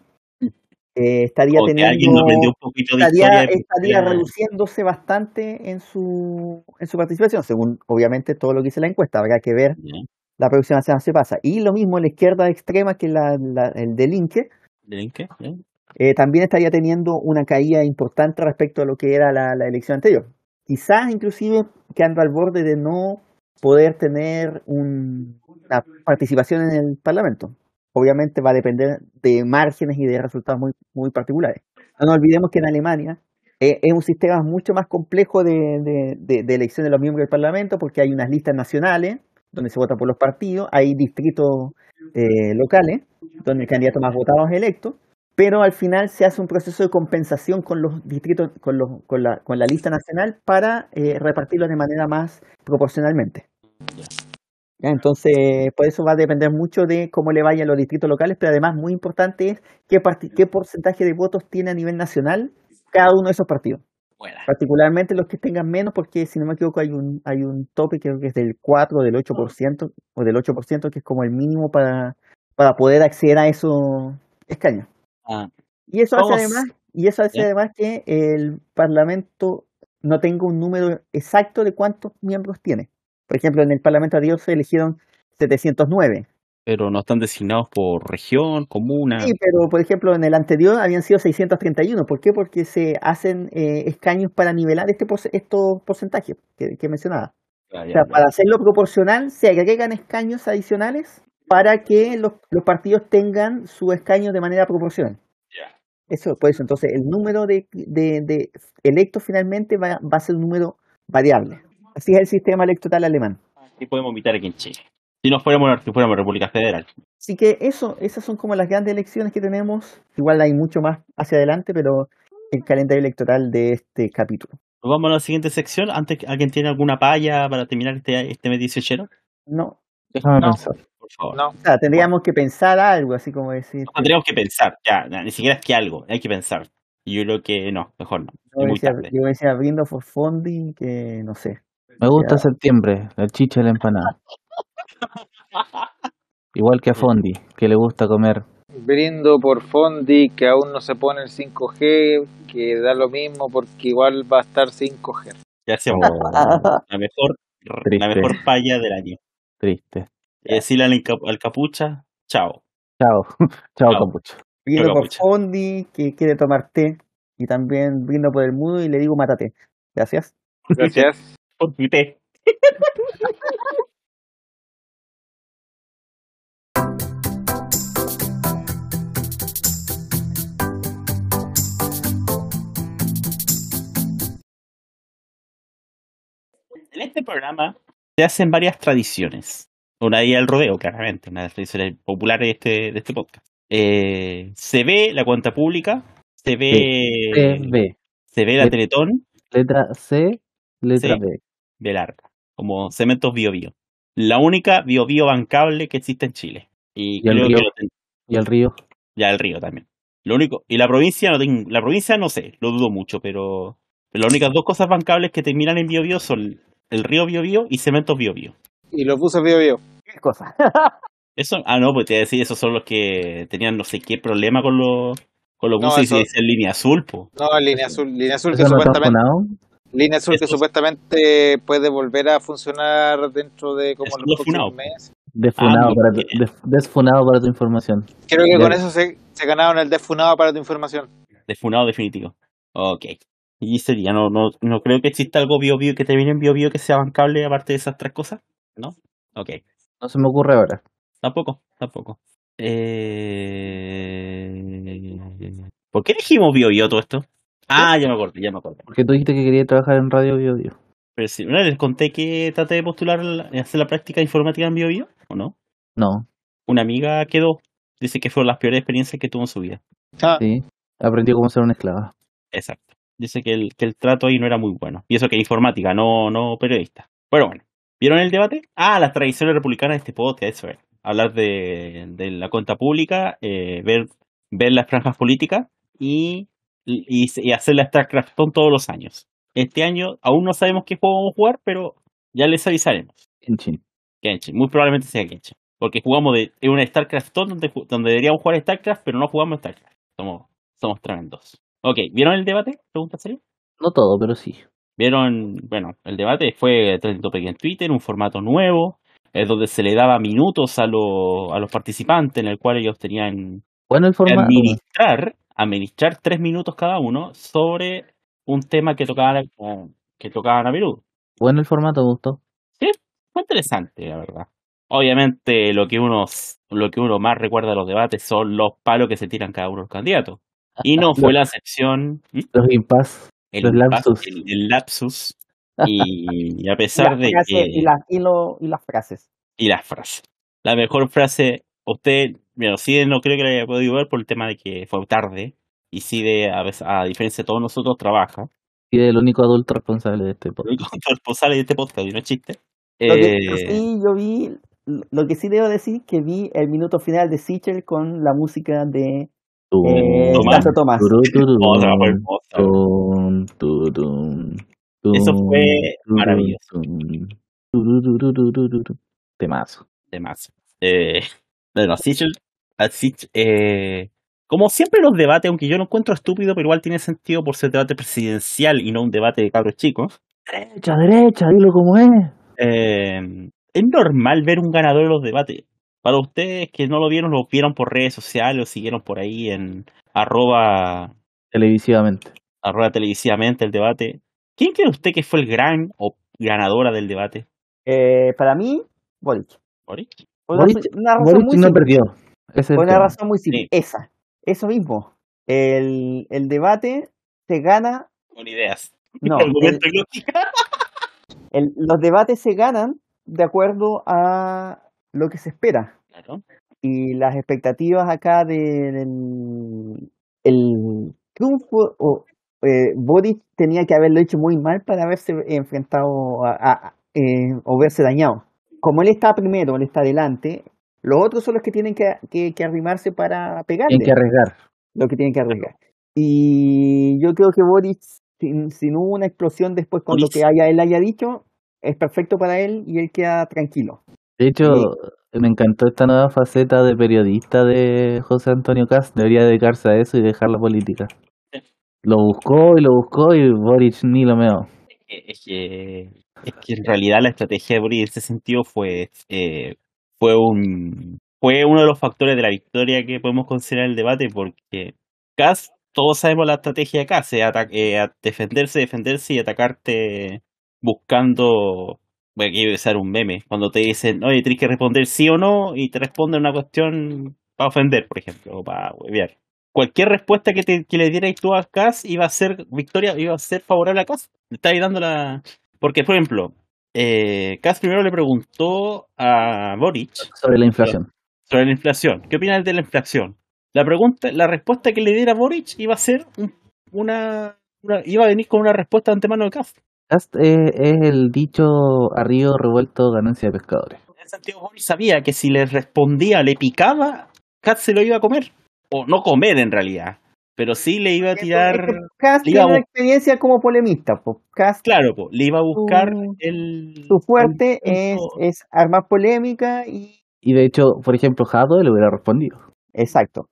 C: eh, estaría
A: O que alguien nos vendió
C: teniendo
A: un poquito de
C: estaría,
A: historia. de-
C: estaría
A: Ah,
C: reduciéndose bastante en su, en su participación, según obviamente todo lo que dice la encuesta. Habrá que ver
A: ya.
C: la próxima semana se pasa. Y lo mismo en la izquierda extrema que la, la- el delinque,
A: Delinque, ya.
C: eh, también estaría teniendo una caída importante respecto a lo que era la, la elección anterior. Quizás inclusive quedando al borde de no poder tener un- una participación en el Parlamento. obviamente va a depender de márgenes y de resultados muy, muy particulares. No nos olvidemos que en Alemania eh, es un sistema mucho más complejo de, de, de- de elección de los miembros del Parlamento porque hay unas listas nacionales donde se vota por los partidos, hay distritos eh, locales donde el candidato más votado es electo, pero al final se hace un proceso de compensación con los distritos, con, los, con, la, con la lista nacional para eh, repartirlos de manera más proporcionalmente. Ya, Entonces, por eso va a depender mucho de cómo le vayan los distritos locales, pero además muy importante es qué, parti- qué porcentaje de votos tiene a nivel nacional cada uno de esos partidos.
A: Buena.
C: Particularmente los que tengan menos, porque si no me equivoco hay un, hay un tope, creo que es del 4 o del 8%, o del 8%, que es como el mínimo para, para poder acceder a esos escaños.
A: Ah,
C: Y eso hace
A: Vamos.
C: además, y eso hace
A: Ya.
C: además que el Parlamento no tenga un número exacto de cuántos miembros tiene. Por ejemplo, en el Parlamento de Dios se eligieron 709.
A: pero no están designados por región, comuna.
C: Sí, pero por ejemplo, en el anterior habían sido 631. ¿Por qué? Porque se hacen eh, escaños para nivelar este porce- estos porcentajes que, que mencionaba.
A: Ah,
C: O
A: ya,
C: sea,
A: ya.
C: para hacerlo proporcional, se agregan escaños adicionales para que los, los partidos tengan sus escaños de manera proporcional.
A: Ya.
C: Eso, por eso, entonces el número de, de- de electos finalmente va, va a ser un número variable. Así es el sistema electoral alemán.
A: ¿Qué podemos evitar aquí en Chile? Si nos fuéramos, si fuéramos República Federal.
C: Así que eso, esas son como las grandes elecciones que tenemos. Igual hay mucho más hacia adelante, pero el calendario electoral de este capítulo.
A: Nos Vamos a la siguiente sección. Antes, ¿alguien tiene alguna palla para terminar este, este mes 18?
C: No,
B: Déjame
D: No.
B: pensar.
A: Por favor.
D: No.
C: o sea, tendríamos que pensar algo, así como decir.
A: No, Tendríamos que pensar, ya, ya, ni siquiera es que algo, hay que pensar. Y yo creo que no, mejor no,
C: Yo
A: es muy
C: decía,
A: tarde.
C: yo decía abriendo for funding, que no sé.
B: Me gusta
C: Ya.
B: septiembre, la chicha y la empanada. Igual que a Fondi, que le gusta comer.
D: Brindo por Fondi, que aún no se pone el 5G, que da lo mismo porque igual va a estar 5G.
A: Ya hacemos
B: Oh,
A: la mejor, la
B: Triste.
A: mejor palla del año.
B: triste.
A: Y decirle al, enca- al capucha, chao.
B: Chao, chao,
A: Chao.
B: capucho.
C: Brindo por
A: Capucha.
C: Fondi, que quiere tomar té. Y también brindo por el mudo y le digo mátate. Gracias.
D: Gracias.
A: Por tu té. En este programa se hacen varias tradiciones. Una de ellas el rodeo, claramente, una de las tradiciones populares de este, de este podcast. Eh, se ve la cuenta pública, se ve, Eh,
B: C, B.
A: se ve la
B: Ve-
A: Teletón,
B: Letra C, letra
A: Sí.
B: B.
A: de larga, como cementos bio bio. La única bio bio bancable que existe en Chile. Y,
B: Y el
A: creo
B: río.
A: que lo ten-
B: Y el río.
A: ya el río también. Lo único, y la provincia no tengo, la provincia no sé, lo dudo mucho, pero, pero las únicas dos cosas bancables que terminan en bio bio son el río bio bio y cementos bio bio.
D: Y lo puso Bio Bio.
C: Qué cosa.
A: Eso, ah, no, pues te iba a decir, esos son los que tenían no sé qué problema con los con los
D: No,
A: buses
D: eso-
A: y se en línea azul, po.
D: No, línea azul. Línea azul que
B: ¿Eso no está
D: supuestamente.
B: funado?
D: Línea azul que
A: Eso-
D: supuestamente puede volver a funcionar dentro de como
A: Eso
D: los
A: lo
D: próximos
A: funado.
D: meses.
B: Defunado,
A: Ah,
B: para
A: muy
B: tu, def- desfunado para tu información.
D: Creo
B: Ya.
D: que con eso se, se ganaron el defunado para tu información.
A: Defunado definitivo. Ok. Y sería, no, no, no creo que exista algo bio bio que termine en bio bio que sea bancable aparte de esas tres cosas. ¿No? Ok.
B: No se me ocurre ahora.
A: Tampoco, tampoco. Eh... ¿Por qué dijimos bio bio todo esto? Ah, ya me acordé, ya me acordé.
B: Porque tú dijiste que querías trabajar en Radio Bio Bio.
A: Pero si no les conté que traté de postular la- hacer la práctica informática en bio bio, ¿o no?
B: No,
A: Una amiga quedó. Dice que fueron las peores experiencias que tuvo en su vida.
D: Ah,
B: sí. Aprendió cómo ser una esclava.
A: Exacto. Dice que el, que el trato ahí no era muy bueno. Y eso que era informática, no, no periodista. Pero bueno, ¿vieron el debate? Ah, las tradiciones republicanas de este podcast, eso es. Hablar de, de la cuenta pública, eh, ver, ver las franjas políticas y, y, y hacer la StarCraftón todos los años. Este año aún no sabemos qué juego vamos a jugar, pero ya les avisaremos.
B: Kenshin.
A: Genshin, muy probablemente sea Genshin. Porque jugamos de, en una StarCraftón donde, ju- donde deberíamos jugar StarCraft, pero no jugamos StarCraft. Somos, somos tremendos. Ok, ¿vieron el debate? Pregunta seria.
B: No todo, pero sí.
A: Vieron, bueno, el debate fue trending topic en Twitter, un formato nuevo, es donde se le daba minutos a, lo- a los participantes, en el cual ellos tenían
B: Bueno, el
A: que
B: formato.
A: administrar, administrar tres minutos cada uno sobre un tema que tocaban, que tocaban a menudo.
B: Bueno, el formato me gustó.
A: Fue interesante, la verdad. Obviamente, lo que uno, lo que uno más recuerda de los debates son los palos que se tiran cada uno de los candidatos. Y no fue la excepción. ¿Mm?
B: Los impas.
A: El,
B: Los
A: impasse,
B: lapsus.
A: el- el lapsus. Y, y a pesar de
C: Y las frases-
A: que.
C: y, las- y lo- y las frases.
A: y las frases. La mejor frase, usted, bueno, sí no creo que la haya podido ver por el tema de que fue tarde. Y sí, de, a, veces- a diferencia de todos nosotros, trabaja.
B: Y el único adulto responsable de este podcast.
A: Responsable de este podcast, y no es chiste.
C: Lo que
A: Eh,
C: sí yo vi, lo que sí debo decir que vi el minuto final de Sichel con la música de eh,
A: Uh, Tomás.
C: Santo Tomás.
B: Turu, turu,
A: otra
B: tum,
A: hermosa.
B: tum, turum, tum,
A: Eso fue
B: turum,
A: maravilloso.
B: tum, turu, turu, turu, turu. Temazo.
A: demás. Eh, bueno, Sichel- a Sich- eh, como siempre los debates, aunque yo lo encuentro estúpido, pero igual tiene sentido por ser debate presidencial y no un debate de cabros chicos.
B: Derecha, derecha, dilo como es.
A: Eh, es normal ver un ganador en los debates. Para ustedes que no lo vieron, lo vieron por redes sociales, lo siguieron por ahí en arroba,
B: Televisivamente.
A: arroba televisivamente el debate. ¿Quién cree usted que fue el gran o ganadora del debate?
C: Eh, para mí, Boric.
A: ¿Boric?
C: Por una-
B: Boric-
C: una razón
B: Boric
C: Ah, muy
B: no
C: simple.
B: perdió. Ese es
C: Por
B: el
C: una
B: tema.
C: razón muy simple.
A: Sí.
C: Esa. Eso mismo. El, el debate se gana.
A: Con ideas.
C: No, el-
A: Argumento y lógica.
C: el- los debates se ganan de acuerdo a lo que se espera.
A: Claro.
C: Y las expectativas acá de- del el triunfo. O, eh, Boric tenía que haberlo hecho muy mal para haberse enfrentado a, a- a- eh, o verse dañado. Como él está primero, él está adelante, los otros son los que tienen que, que- que arrimarse para pegarle.
B: Tienen que arriesgar.
C: lo que tienen que arriesgar. Y yo creo que Boric, si, si no hubo una explosión después con
A: Boric.
C: lo que haya, él haya dicho, es perfecto para él y él queda tranquilo.
B: De hecho, me encantó esta nueva faceta de periodista de José Antonio Cast. Debería dedicarse a eso y dejar la política. Lo buscó y lo buscó y Boric ni lo meó.
A: que- es que, es que en realidad la estrategia de Boric en ese sentido fue, eh, fue, un, fue uno de los factores de la victoria que podemos considerar el debate, porque Kass, todos sabemos la estrategia de Kass, es ata- eh, a- defenderse, defenderse y atacarte buscando, bueno, aquí voy a usar un meme, cuando te dicen, oye, tienes que responder sí o no, y te responden una cuestión para ofender, por ejemplo, o para huevear. Cualquier respuesta que, te, que le dierais tú a Kass iba a ser victoria, iba a ser favorable a Kass le está ahí dando la. Porque, por ejemplo, eh, Kass primero le preguntó a Boric
B: Sobre la inflación.
A: sobre la inflación. ¿Qué opinas de la inflación? La pregunta, la respuesta que le diera Boric iba a ser un- una, una- iba a venir con una respuesta de antemano de Kass.
B: Cast es, es el dicho a río revuelto ganancia de pescadores.
A: En ese sentido, Boric sabía que si le respondía, le picaba, Kass se lo iba a comer. O no comer en realidad. Pero sí le iba a tirar.
C: Es que Kast
A: le iba a
C: tiene una
A: bus-
C: experiencia como polemista. po. Kast,
A: Claro, po, le iba a buscar
C: su,
A: el.
C: su fuerte
A: el
C: es,
A: punto-
C: es armar polémica y...
B: Y de hecho, por ejemplo, Jado le hubiera respondido.
C: Exacto.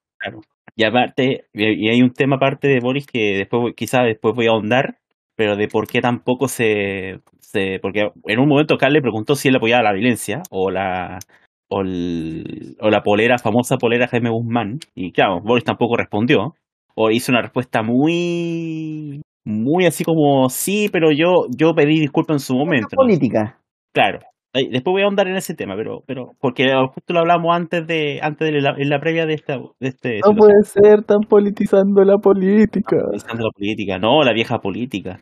A: Y aparte, y y hay un tema aparte de Boris que después voy- quizás después voy a ahondar, pero de por qué tampoco se, se porque en un momento Carl le preguntó si él apoyaba la violencia o la o, el- o la polera famosa polera Jaime Guzmán y claro, Boris tampoco respondió o hizo una respuesta muy muy así como sí, pero yo yo pedí disculpas en su
C: Esta
A: momento. ¿no?
C: política.
A: Claro. Ahí- Después voy a ahondar en ese tema, pero pero porque justo lo hablamos antes de antes de la, en la previa de esta de este
B: No pues, puede ser tan politizando la política.
A: Utilizando la política, no, la vieja política.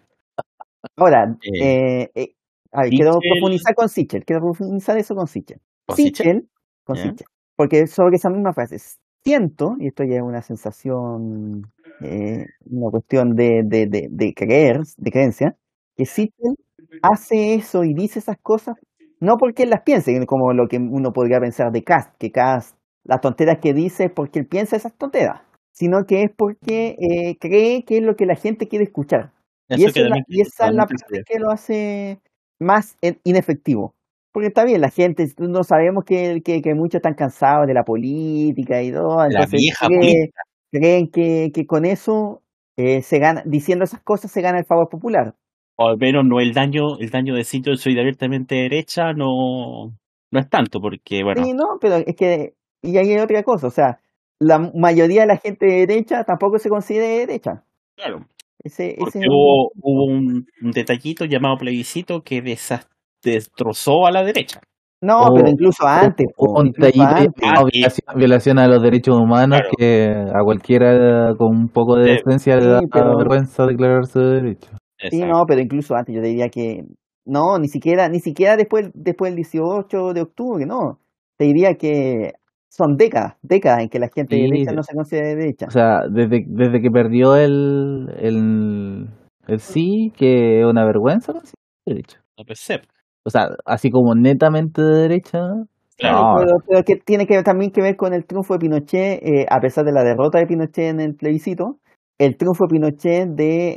C: Ahora,
A: Eh,
C: eh, eh, a ver, quiero
A: Sichel-
C: profundizar con Sichel. Quiero profundizar eso con Sichel.
A: ¿Con Sichel?
C: Sichel, con
A: Ya.
C: Sichel. Porque sobre esa misma frase, siento, y esto ya es una sensación, eh, una cuestión de, de, de, de creer, de creencia, que Sichel hace eso y dice esas cosas, no porque él las piense, como lo que uno podría pensar de Cast, que Cast, las tonteras que dice es porque él piensa esas tonteras, sino que es porque eh, cree que es lo que la gente quiere escuchar. Y,
A: Eso
C: esa
A: que
C: es la-
A: también-
C: y esa es la
A: también
C: parte
A: pensé.
C: que lo hace más en- inefectivo. Porque está bien, la gente, no sabemos que, que, que muchos están cansados de la política y todo, entonces
A: vieja
C: cree-
A: política.
C: creen que, que con eso eh, se gana, diciendo esas cosas se gana el favor popular.
A: O al menos no el daño, el daño de sitio soy de abiertamente derecha no, no es tanto, porque bueno,
C: Sí, no, pero es que, y ahí hay otra cosa, o sea, la mayoría de la gente de derecha tampoco se considera de derecha.
A: claro,
C: Ese,
A: porque
C: ese,
A: hubo, hubo un, un detallito llamado plebiscito que desas- destrozó a la derecha.
C: No,
B: O-
C: pero incluso antes. po,
B: Un
C: incluso
B: tallito
C: antes.
B: llamado violación, violación a los derechos humanos
A: Claro.
B: que a cualquiera con un poco de
A: Sí.
B: decencia le da
C: Sí, pero-
B: vergüenza declarar su derecho.
C: Sí, no, pero incluso antes yo diría que no, ni siquiera, ni siquiera después, después del 18 de octubre, no. Te diría que son décadas, décadas en que la gente de
B: Sí.
C: derecha no se considera de derecha.
B: O sea, desde, desde que perdió el, el, el sí, que es una vergüenza con derecho.
A: No, pues, sí,
B: O sea, así como netamente de derecha,
C: Sí,
A: claro.
B: No.
C: pero, pero que tiene que también que ver con el triunfo de Pinochet, eh, a pesar de la derrota de Pinochet en el plebiscito, el triunfo de Pinochet de,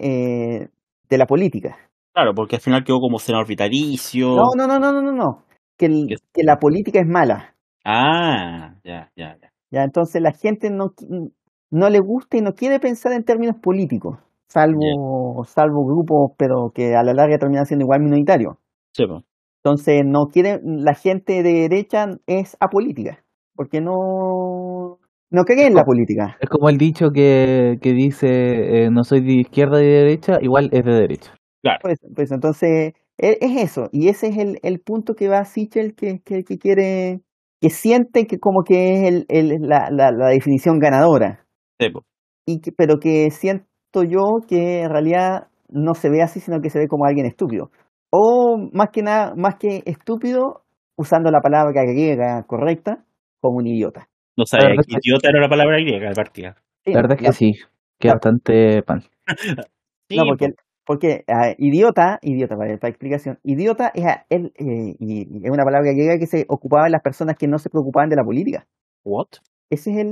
C: eh, de la política.
A: Claro, porque al final quedó como senador vitalicio.
C: No, no, no, no, no, no, no. Que, el-
A: Oh. Yes.
C: que la política es mala.
A: Ah, ya, ya, ya.
C: Ya, entonces la gente no, qui- no le gusta y no quiere pensar en términos políticos, salvo, salvo grupos, pero que a la larga terminan siendo igual minoritarios.
A: Sí, po.
C: Entonces no quiere, la gente de derecha es apolítica, porque no, no cree en la política.
B: es como el dicho que, que dice, eh, no soy de izquierda ni de derecha, igual es de derecha.
C: Por eso, por eso, entonces, e- es eso, y ese es el, el punto que va Sichel, que, que, que quiere, que siente que como que es el, el- la, la, la definición ganadora,
A: Sí, po.
C: y que- pero que siento yo que en realidad no se ve así, sino que se ve como alguien estúpido. O más que nada, más que estúpido, usando la palabra griega correcta, como un idiota.
A: No sabía
B: verdad
A: que
B: es que-
A: idiota era la palabra griega de partida.
C: Sí,
B: La verdad es que
C: no,
B: sí, que
C: la-
B: bastante pan.
A: Sí,
C: No, porque,
A: po.
C: porque ah, idiota, idiota, para, para explicación, idiota es, a- el, eh, y- y es una palabra griega que se ocupaba de las personas que no se preocupaban de la política.
A: What?
C: Ese es el...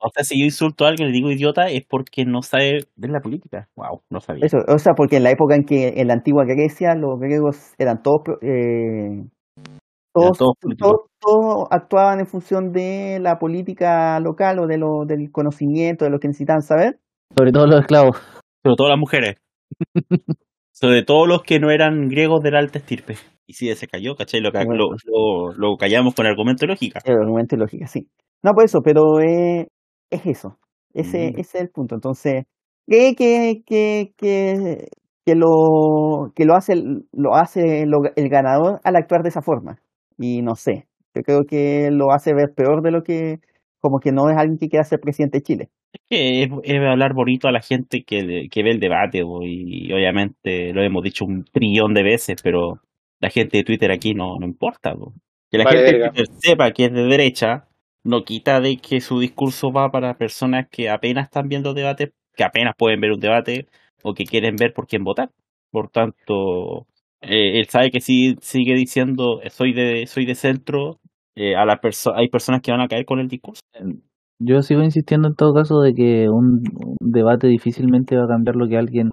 A: O sea, si yo insulto a alguien y le digo idiota es porque no sabe de la política. Wow, no sabía.
C: Eso, o sea, porque en la época en que en la antigua Grecia los griegos eran todos... pro- eh, todos,
A: todos políticos.
C: todos- todos actuaban en función de la política local o de lo, del conocimiento, de lo que necesitaban saber.
B: Sobre todo los esclavos.
A: Sobre todo las mujeres. Sobre todo los que no eran griegos de la alta estirpe. Y sí, se cayó, ¿cachai? Lo, ca-
C: Bueno.
A: lo, lo- lo callamos con argumento de lógica.
C: El argumento y lógica, sí. No, por eso, pero eh, es eso. Ese,
A: Mm.
C: ese es el punto. Entonces, ¿qué que, que, que, que lo, que lo hace, el- lo hace lo- el ganador al actuar de esa forma? Y no sé, yo creo que lo hace ver peor de lo que, como que no es alguien que quiera ser presidente de Chile.
A: Es que es, es hablar bonito a la gente que, le- que ve el debate, bo, y obviamente lo hemos dicho un trillón de veces, pero la gente de Twitter aquí no, no importa. bo. Que la
D: Vale,
A: gente de
D: verga.
A: Twitter sepa que es de derecha, no quita de que su discurso va para personas que apenas están viendo debates, que apenas pueden ver un debate o que quieren ver por quién votar. Por tanto, eh, él sabe que si sigue diciendo eh, soy de soy de centro, eh, a la perso- hay personas que van a caer con el discurso.
B: Yo sigo insistiendo en todo caso de que un, un debate difícilmente va a cambiar lo que alguien...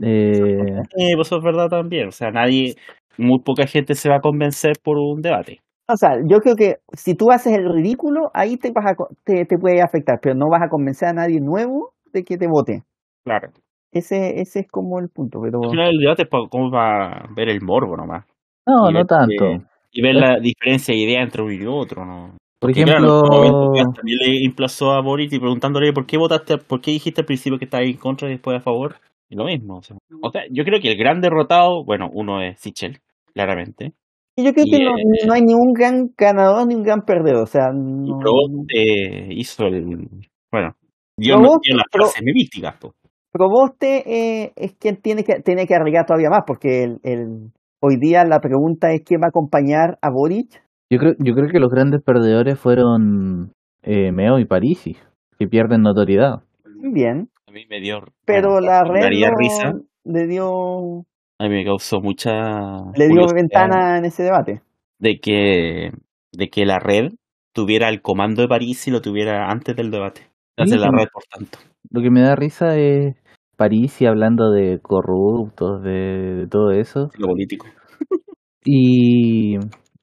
B: eh,
A: Eh, pues eso es verdad también. O sea, nadie, muy poca gente se va a convencer por un debate.
C: O sea, yo creo que si tú haces el ridículo, ahí te, vas a co- te, te puede afectar, pero no vas a convencer a nadie nuevo de que te vote.
A: Claro.
C: Ese, ese es como el punto, pero...
A: Al final el debate es pa- cómo va a ver el morbo nomás.
B: no,
A: Y
B: no
A: ver
B: tanto.
A: que- Y ver la diferencia de idea entre uno y otro, ¿no?
B: Por
A: Porque, claro, en
B: ejemplo,
A: algún momento Kast también le emplazó a Boric y preguntándole por qué votaste, por qué dijiste al principio que estabas en contra y después a favor. Y lo mismo. O sea, o sea, yo creo que el gran derrotado, bueno, uno es Sichel, claramente.
C: Y Yo creo
A: Y,
C: que no, no hay ni un gran ganador ni un gran perdedor. O sea,
A: Y
C: no-
A: Proboste hizo el. Bueno, dio,
C: Proboste,
A: dio las
C: Pro-
A: frases míticas, po.
C: Proboste eh, es quien tiene que, tiene que arriesgar todavía más, porque el, el- hoy día la pregunta es quién va a acompañar a Boric.
B: yo creo, yo creo que los grandes perdedores fueron eh, Meo y Parisi, que pierden notoriedad.
C: Bien,
A: A mí me dio.
C: pero
A: bueno,
C: la
A: me
C: red
A: daría
C: no
A: risa.
C: le dio,
A: A mí me causó mucha.
C: le dio
A: curiosidad
C: ventana en ese debate.
A: De que, de que la red tuviera el comando de París y lo tuviera antes del debate. Entonces
B: Sí,
A: la
B: sí.
A: red, por tanto.
B: Lo que me da risa es Parisi hablando de corruptos, de, de todo eso,
A: Lo político.
B: y,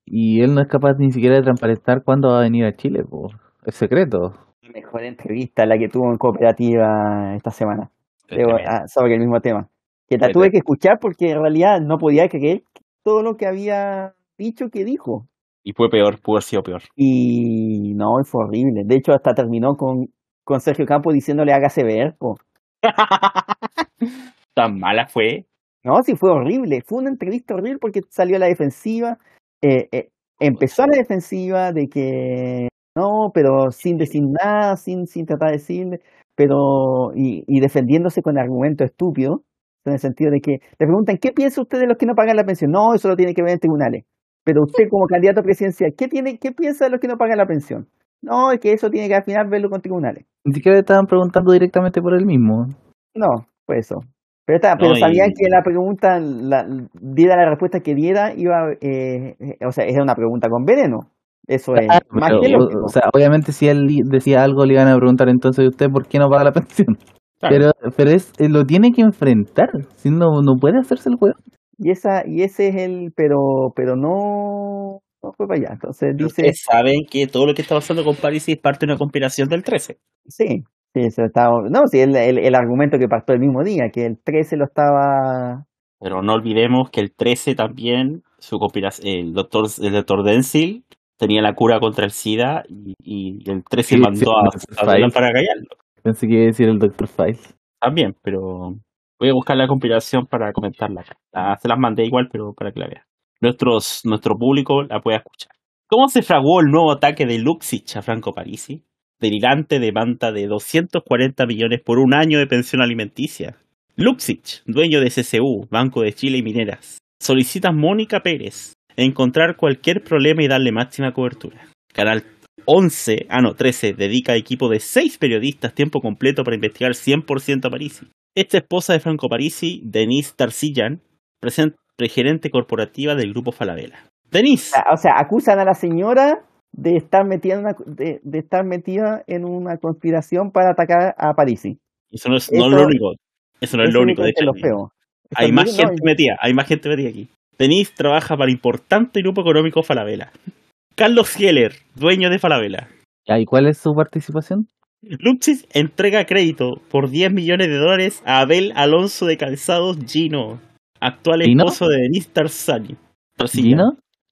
B: y él no es capaz ni siquiera de transparentar cuándo va a venir a Chile, po. es secreto.
C: La Mejor entrevista la que tuvo en cooperativa esta semana
A: Es
C: debo-
A: tremendo.
C: ah, sobre el mismo tema. Que la
A: Fue
C: tuve
A: tremendo.
C: que escuchar porque en realidad no podía creer todo lo que había dicho que dijo.
A: Y fue peor, pudo haber sido peor.
C: Y no, fue horrible. De hecho, hasta terminó con, con Sergio Campos diciéndole hágase ver. po.
A: Tan mala fue.
C: No, sí, fue horrible. Fue una entrevista horrible porque salió a la defensiva. Eh, eh, empezó a la defensiva de que no, pero sin decir nada, sin, sin tratar de decirle, pero y, y defendiéndose con argumentos estúpidos, en el sentido de que le preguntan, ¿qué piensa usted de los que no pagan la pensión? No, eso lo tiene que ver en tribunales. Pero usted como candidato presidencial, ¿qué, tiene, ¿qué piensa de los que no pagan la pensión? No, es que eso tiene que al final verlo con tribunales.
B: Ni siquiera le estaban preguntando directamente por él mismo.
C: No, pues eso. Pero, está, pero
A: y-
C: sabían que la pregunta, la, diera la respuesta que diera, iba, eh, eh, o sea, era una pregunta con veneno. Eso es
B: Ah,
C: más
B: pero,
C: que
B: o-
C: lógico.
B: o sea, obviamente si él li- decía algo le iban a preguntar entonces "¿Y usted por qué no paga la pensión.
A: Claro.
B: Pero, pero es, eh, lo tiene que enfrentar, si no, no puede hacerse el juego.
C: y esa, y ese es el, pero, pero no, no fue para allá. Entonces
A: Pero
C: dice,
A: Ustedes saben que todo lo que está pasando con París es parte de una conspiración del 13.
C: sí, sí, eso estaba, no, sí, el, el, el argumento que partió el mismo día, que el 13 lo estaba,
A: Pero no olvidemos que el 13 también, su conspiración, el doctor, el doctor Denzil tenía la cura contra el SIDA y, y el 13
B: Sí,
A: mandó
B: sí,
A: a
B: no,
A: a Dolan
B: Files.
A: para callarlo.
B: Pensé que iba a decir el Dr. Files.
A: También, pero voy a buscar la compilación para comentarla. acá. Ah, se las mandé igual, pero para que la vean. Nuestros, nuestro público la pueda escuchar. ¿Cómo se fraguó el nuevo ataque de Luxich a Franco Parisi? Delirante demanda de 240 millones por un año de pensión alimenticia. Luxich, dueño de CCU, Banco de Chile y Mineras, solicita a Mónica Pérez encontrar cualquier problema y darle máxima cobertura. Canal 11, ah no, 13, dedica equipo de 6 periodistas tiempo completo para investigar 100% a Parisi. Esta esposa de Franco Parisi, Denise Tarcillan, presen- pregerente corporativa del grupo Falabella. Denise,
C: Ah, o sea, acusan a la señora de estar metida en una, de, de estar metida en una conspiración para atacar a Parisi.
A: eso no es,
C: eso-
A: no es lo único. Eso no es lo
C: Eso yo
A: único.
C: creo
A: de
C: que es lo
A: hecho,
C: feo. Eso
A: hay
C: es
A: más
C: muy- no,
A: gente metida, hay más gente metida aquí. Denise trabaja para importante grupo económico Falabella. Carlos Heller, dueño de Falabella.
B: Ya, Ah, ¿Y cuál es su participación?
A: Luxis entrega crédito por 10 millones de dólares a Abel Alonso de Calzados Gino, actual
B: ¿Gino?
A: esposo de Denise Tarzani. Tarzilla.
B: ¿Gino?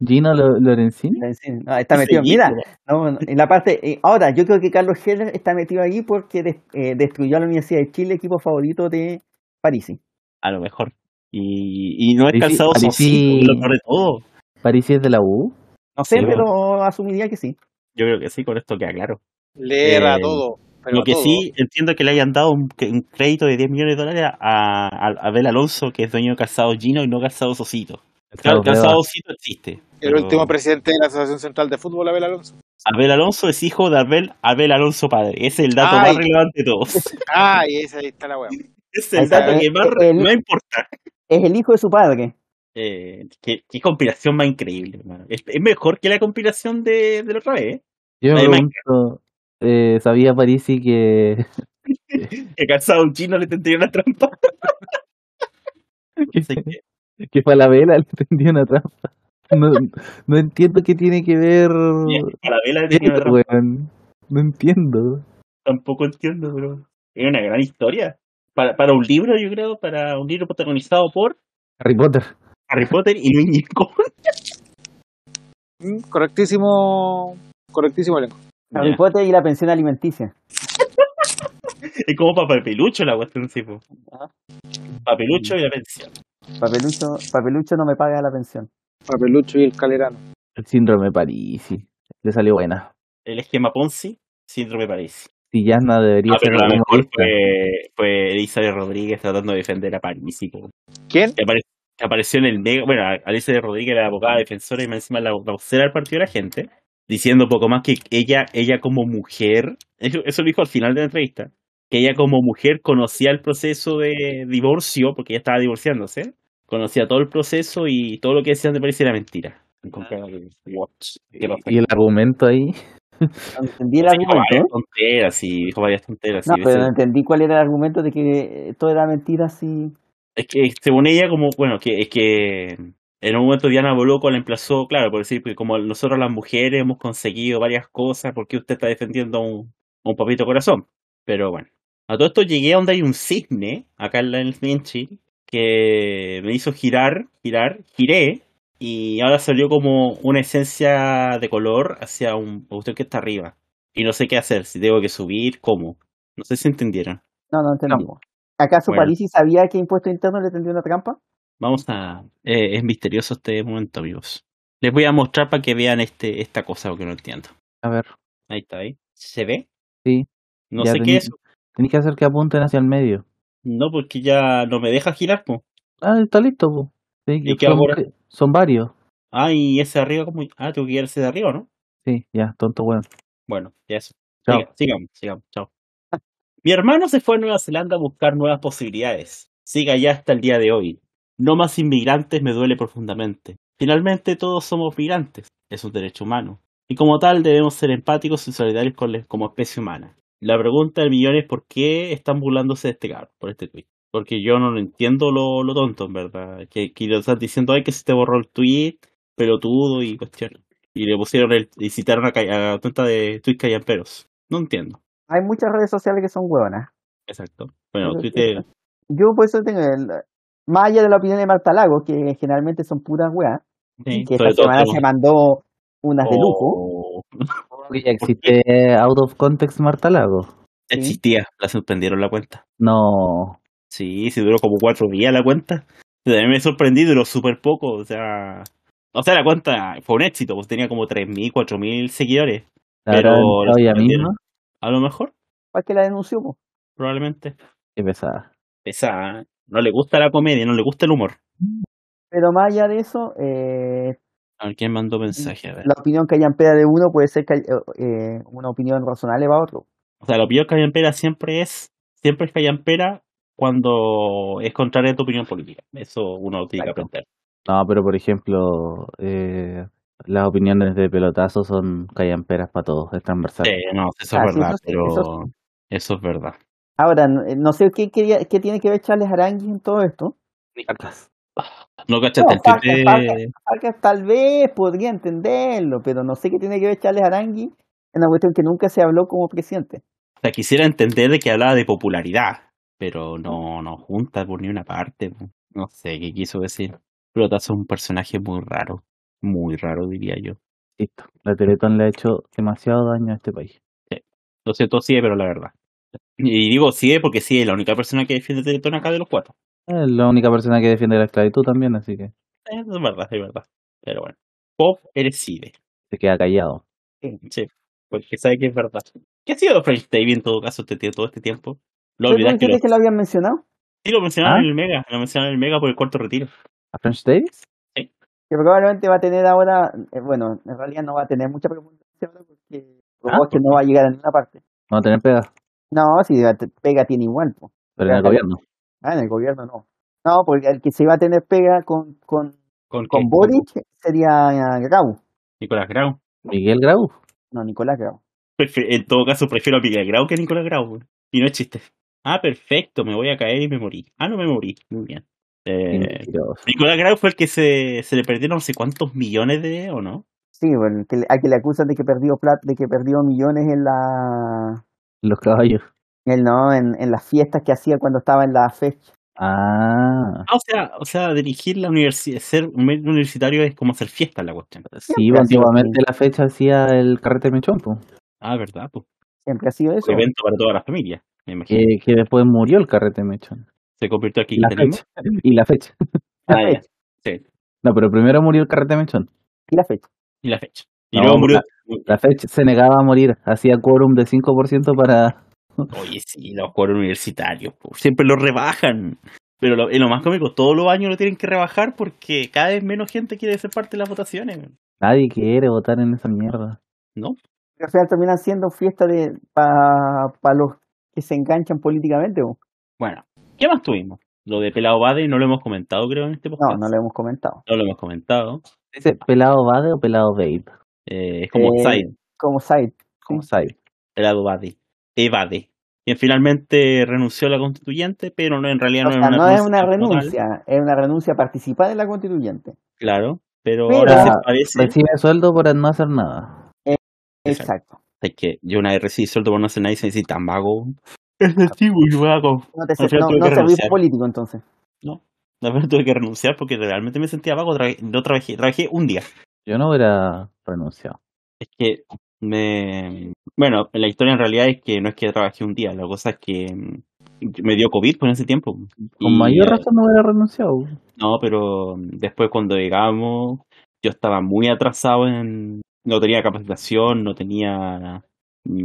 B: ¿Gino Lo- Lorenzini?
C: en fin, no, está
A: Ese
C: metido. Mira,
A: Gino.
C: no, no, en la parte. eh, ahora, yo creo que Carlos Heller está metido ahí porque des- eh, destruyó a la Universidad de Chile, equipo favorito de Parisi.
A: A lo mejor. Y, y no es
B: Parisi-
A: Calzados
B: Parisi-
A: sí, lo peor de todo.
B: Parisi es de la U.
C: No sé,
A: Sí,
C: pero asumiría que sí.
A: Yo creo que sí, con esto queda claro.
D: Le
A: Eh,
D: era todo. Pero
A: lo que
D: todo.
A: sí entiendo es que le hayan dado un, que- un crédito de 10 millones de dólares a, a- a Abel Alonso, que es dueño de Calzados Gino y no Calzados Osito. Claro, Calzados Osito existe.
D: El
A: pero
D: último presidente de la Asociación Central de Fútbol, Abel Alonso.
A: Abel Alonso es hijo de Abel, Abel Alonso padre. Ese es el dato
D: Ay.
A: más relevante de todos.
D: Ay, esa ahí está la weá.
A: Es
C: Ahí
A: el
C: está,
A: dato
C: eh,
A: que más,
C: eh, el-
A: más importa.
C: Es el hijo de su padre.
A: Eh, qué, qué compilación más increíble, hermano. Es, es mejor que la compilación de, de la otra vez. ¿eh?
B: Yo me
A: Nadie más
B: pregunto, eh, ¿sabía Parisi que,
A: Que calzado un chino le tendría una trampa.
B: que,
A: Así que,
B: que Falabella le tendió una trampa? No, no entiendo qué tiene que ver
A: mira, a la vela le tenía una
B: eso,
A: trampa.
B: weón. No entiendo.
A: Tampoco entiendo, pero es una gran historia. Para, para un libro, yo creo, para un libro protagonizado por
B: Harry Potter.
A: Harry Potter y Luis Ñigo.
D: Mm, Correctísimo. Correctísimo elenco.
C: Harry Potter y la pensión alimenticia.
A: Es como papelucho la cuestión, sí, po.
C: Ajá.
A: Papelucho y la pensión.
C: Papelucho, papelucho no me paga la pensión.
D: Papelucho y el Calerano.
B: El síndrome Parisi. Le salió buena.
A: El esquema Ponzi, síndrome París.
B: Si Yasna debería
A: Ah,
B: ser
A: pero la
B: algo
A: mejor
B: humorista.
A: fue, fue Elizabeth Rodríguez tratando de defender a París. y como-
D: ¿Quién?
A: Que, apare- que apareció en el mega. Bueno, a- Elizabeth Rodríguez era la abogada defensora y más encima la, la vocera del partido de la gente, diciendo poco más que ella, ella como mujer, eso, eso lo dijo al final de la entrevista, que ella como mujer conocía el proceso de divorcio, porque ella estaba divorciándose, conocía todo el proceso y todo lo que decían de París era mentira. Encontré el- what? ¿Qué pasa?
B: Y el argumento ahí.
C: No entendí el
A: Sí, pues, eh. dijo
C: argumento.
A: varias tonteras y dijo varias tonteras.
C: No,
A: y
C: pero
A: eso-
C: no entendí cuál era el argumento de que eh, todo era mentira si
A: Es que según ella, como, bueno, que es que en un momento Diana Boloco la emplazó, claro, por decir, porque como nosotros las mujeres hemos conseguido varias cosas, ¿por qué usted está defendiendo a un, a un papito corazón? Pero bueno, a todo esto llegué a donde hay un cisne, acá en la- en en Chile, que me hizo girar, girar, giré, y ahora salió como una esencia de color hacia un usted que está arriba. Y no sé qué hacer, si tengo que subir, cómo. No sé si entendieron.
C: No, no entendimos. ¿Acaso
A: Bueno.
C: Parisi sabía que impuesto interno le tendió una trampa?
A: Vamos a... eh, es misterioso este momento, amigos. Les voy a mostrar para que vean este, esta cosa porque no entiendo.
B: A ver,
A: Ahí está, ¿ahí? ¿Se ve?
B: Sí.
A: No
B: Ya
A: sé
B: tení-
A: qué es.
B: tenéis que hacer que apunten hacia el medio.
A: No, porque ya no me deja girar, po.
B: Ah, está listo, po. Sí,
A: ¿Y qué
B: son,
A: ahora?
B: vari- son varios.
A: Ah, y ese de arriba, ¿cómo? Ah, tengo que ir a ese de arriba, ¿no?
B: Sí, ya, tonto weón.
A: Bueno, ya eso.
B: Chao.
A: Siga- sigamos, sigamos, chao. Mi hermano se fue a Nueva Zelanda a buscar nuevas posibilidades. Sigue allá hasta el día de hoy. No más inmigrantes me duele profundamente. Finalmente todos somos migrantes. Es un derecho humano. Y como tal debemos ser empáticos y solidarios con la- como especie humana. La pregunta del millón es por qué están burlándose de este cabrón, por este tweet. Porque yo no lo entiendo lo, lo tonto, en verdad. Que, que lo están diciendo, ay, que se te borró el tweet, pelotudo y cuestiones. Y le pusieron el, y citaron a, Ca- a tonta de tweet callamperos. No entiendo.
C: Hay muchas redes sociales que son hueonas.
A: Exacto. Bueno,
C: Pero
A: Twitter,
C: Yo por eso tengo el, más allá de la opinión de Marta Lago, que generalmente son puras weas,
A: sí,
C: que
A: sobre
C: esta
A: todo
C: semana se
A: tenemos-
C: mandó unas de lujo.
A: Oh,
B: Que ya existe Out of Context Marta Lago.
C: Sí.
A: Existía, la suspendieron la cuenta.
B: No.
A: Sí, sí duró como cuatro días la cuenta. También me sorprendí, duró súper poco. O sea, o sea, la cuenta fue un éxito, pues tenía como 3.000, 4.000 seguidores.
B: ¿La
A: Pero
B: habrá
A: la
B: denunciado ella
A: suspendieron.
B: misma?
A: A lo mejor,
C: ¿Para que la denunció? po?
A: probablemente.
B: Qué pesada.
A: Esa no le gusta la comedia, no le gusta el humor.
C: Pero más allá de eso, eh,
A: A ver quién mandó mensaje. A ver.
C: la opinión que hayan peda de uno puede ser que hay- eh, una opinión razonable para otro.
A: O sea, la opinión callampera siempre es, siempre es callampera cuando es contraria a tu opinión política. Eso uno tiene que
C: Exacto.
A: aprender.
B: No, pero por ejemplo, eh, las opiniones de pelotazo son callamperas para todos, es transversal.
A: Sí, no, eso es
C: Ah, sí,
A: verdad,
C: eso sí,
A: pero
C: eso
A: eso, es verdad.
C: Ahora, no, eh, no sé qué, quería- qué tiene que ver Charles Aranguis en todo esto.
A: No cachaste
C: No,
A: el tuit
C: parte-
A: de-
C: parte. Farkas tal vez podría entenderlo, pero no sé qué tiene que ver Charles Aranguis en una cuestión que nunca se habló como presidente.
A: O sea, quisiera entender de que hablaba de popularidad, pero no, no junta por ni una parte. po. No sé qué quiso decir. Pelotazo es un personaje muy raro. Muy raro, diría yo.
B: Listo. La Teletón le ha hecho demasiado daño a este país.
A: Lo cierto sí, pero la verdad. Y digo sí porque sí, es la única persona que defiende Teletón acá de los cuatro.
B: Es la única persona que defiende la esclavitud también, así que
A: Eh, Es verdad, es verdad. Pero bueno. Pop decide.
B: se queda callado.
A: Sí. Porque sabe que es verdad. ¿Qué ha sido de French Davy en todo caso este tie- todo este tiempo? Lo
C: ¿Pero tú
A: olvidás que lo,
C: dijiste que lo habían mencionado?
A: sí, lo mencionaron
B: ¿Ah?
A: en el Mega. Lo mencionaron en el Mega por el cuarto retiro.
B: ¿A French Davis?
C: Que probablemente va a tener ahora, eh, bueno, en realidad no va a tener mucha preocupación porque
B: Ah,
C: es que no va a llegar a ninguna parte.
B: Vamos a tener pega,
C: No, si va a te- pega tiene igual, po.
B: pero en el
C: Pega.
B: gobierno.
C: Ah, en el gobierno no. No, porque el que se iba a tener pega con, con,
A: ¿Con,
C: con
A: qué?
C: Boric sería eh, Grau,
A: Nicolás Grau.
B: Miguel Grau.
C: no Nicolás Grau.
A: Prefi- en todo caso, prefiero a Miguel Grau que a Nicolás Grau. güey. Y no es chiste. Ah, perfecto, me voy a caer y me morí. Ah, no me morí. Muy bien.
B: Qué
A: Eh,
B: mentiroso.
A: Nicolás Grau fue el que se, se le perdieron no sé cuántos millones de, ¿o no?
C: Sí, bueno, el que, le- al que le acusan de que perdió plata, de que perdió millones en la
B: Los caballos.
C: él no, en, en las fiestas que hacía cuando estaba en la fecha.
B: Ah,
A: Ah, o sea, o sea, dirigir la universidad, ser un medio universitario es como hacer fiesta la cuestión.
B: sí,
C: ha sido
B: antiguamente la fecha hacía el carrete mechón, po,
A: Ah, ¿verdad? Pues,
C: Siempre ha sido eso. Eh,
A: un evento para toda la familia, me imagino.
B: que, que después murió el carrete mechón.
A: Se convirtió aquí
B: La fecha. Y la fecha.
C: La
A: Ah, ya.
C: fecha,
B: No, pero primero murió el carrete mechón.
C: y la fecha.
A: Y la fecha. Y
B: No,
A: luego murió.
B: La fecha se negaba a morir, hacía quórum de 5% para...
A: Oye, sí, los cuadros universitarios, po, siempre los rebajan. Pero lo, es lo más cómico, todos los años lo tienen que rebajar porque cada vez menos gente quiere ser parte de las votaciones. man.
B: Nadie quiere votar en esa mierda.
C: Pero al final terminan siendo fiestas de para los que se enganchan políticamente. po.
A: Bueno, ¿qué más tuvimos? Lo de Pelado Bade no lo hemos comentado, creo, en este podcast.
C: No, no lo hemos comentado.
A: No lo hemos comentado.
B: ¿Ese pelado Bade o pelado Bade?
A: Eh, es como
C: Eh,
A: Side,
C: Como site.
B: ¿Cómo sabe?
A: Pelado Bade. Evade. Quien finalmente renunció a la constituyente, pero no en realidad
C: O
A: no,
C: sea,
A: es una
C: no es
A: como
C: una
A: tal,
C: renuncia, es una renuncia a participar en la constituyente.
A: claro, pero,
C: Pero-
A: ahora se
B: Ah,
A: parece.
C: pues,
B: Recibe sueldo por no hacer nada.
A: Exacto.
C: Exacto.
A: Es que yo una vez recibí sueldo por no hacer nada y se dice tan vago. Es testigo y vago.
C: No, te
A: Al
C: ser-
A: final
C: no,
A: tuve
C: no
A: que
C: servís
A: renunciar.
C: político entonces.
A: La verdad tuve que renunciar porque realmente me sentía vago. Tra- no trabajé, trabajé un día.
B: Yo no hubiera renunciado.
A: Es que me. Bueno, la historia en realidad es que no es que trabajé un día. La cosa es que mm, me dio COVID por ese tiempo.
B: Con
A: Y,
B: mayor
A: eh,
B: razón no hubiera renunciado.
A: No, pero mm, después cuando llegamos, Yo estaba muy atrasado en... No tenía capacitación, no tenía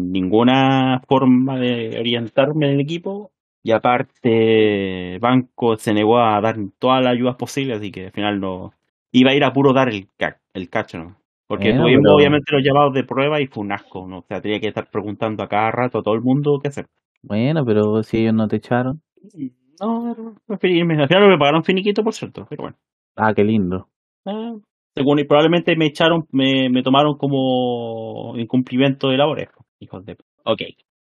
A: ninguna forma de orientarme en el equipo. Y aparte, Banco se negó a dar todas las ayudas posibles, así que al final no... Iba a ir a puro dar el, ca- el cacho, ¿no? Porque
B: Bueno,
A: tuvimos
B: pero-
A: obviamente los llamados de prueba y fue un asco, ¿no? O sea, tenía que estar preguntando a cada rato a todo el mundo qué hacer.
B: Bueno, pero si ellos no te echaron.
A: No, preferí irme. Al final me pagaron finiquito, por cierto, pero bueno.
B: Ah, qué lindo.
A: Ah, según y probablemente me echaron, me, me tomaron como incumplimiento de labores. Hijos de. Ok.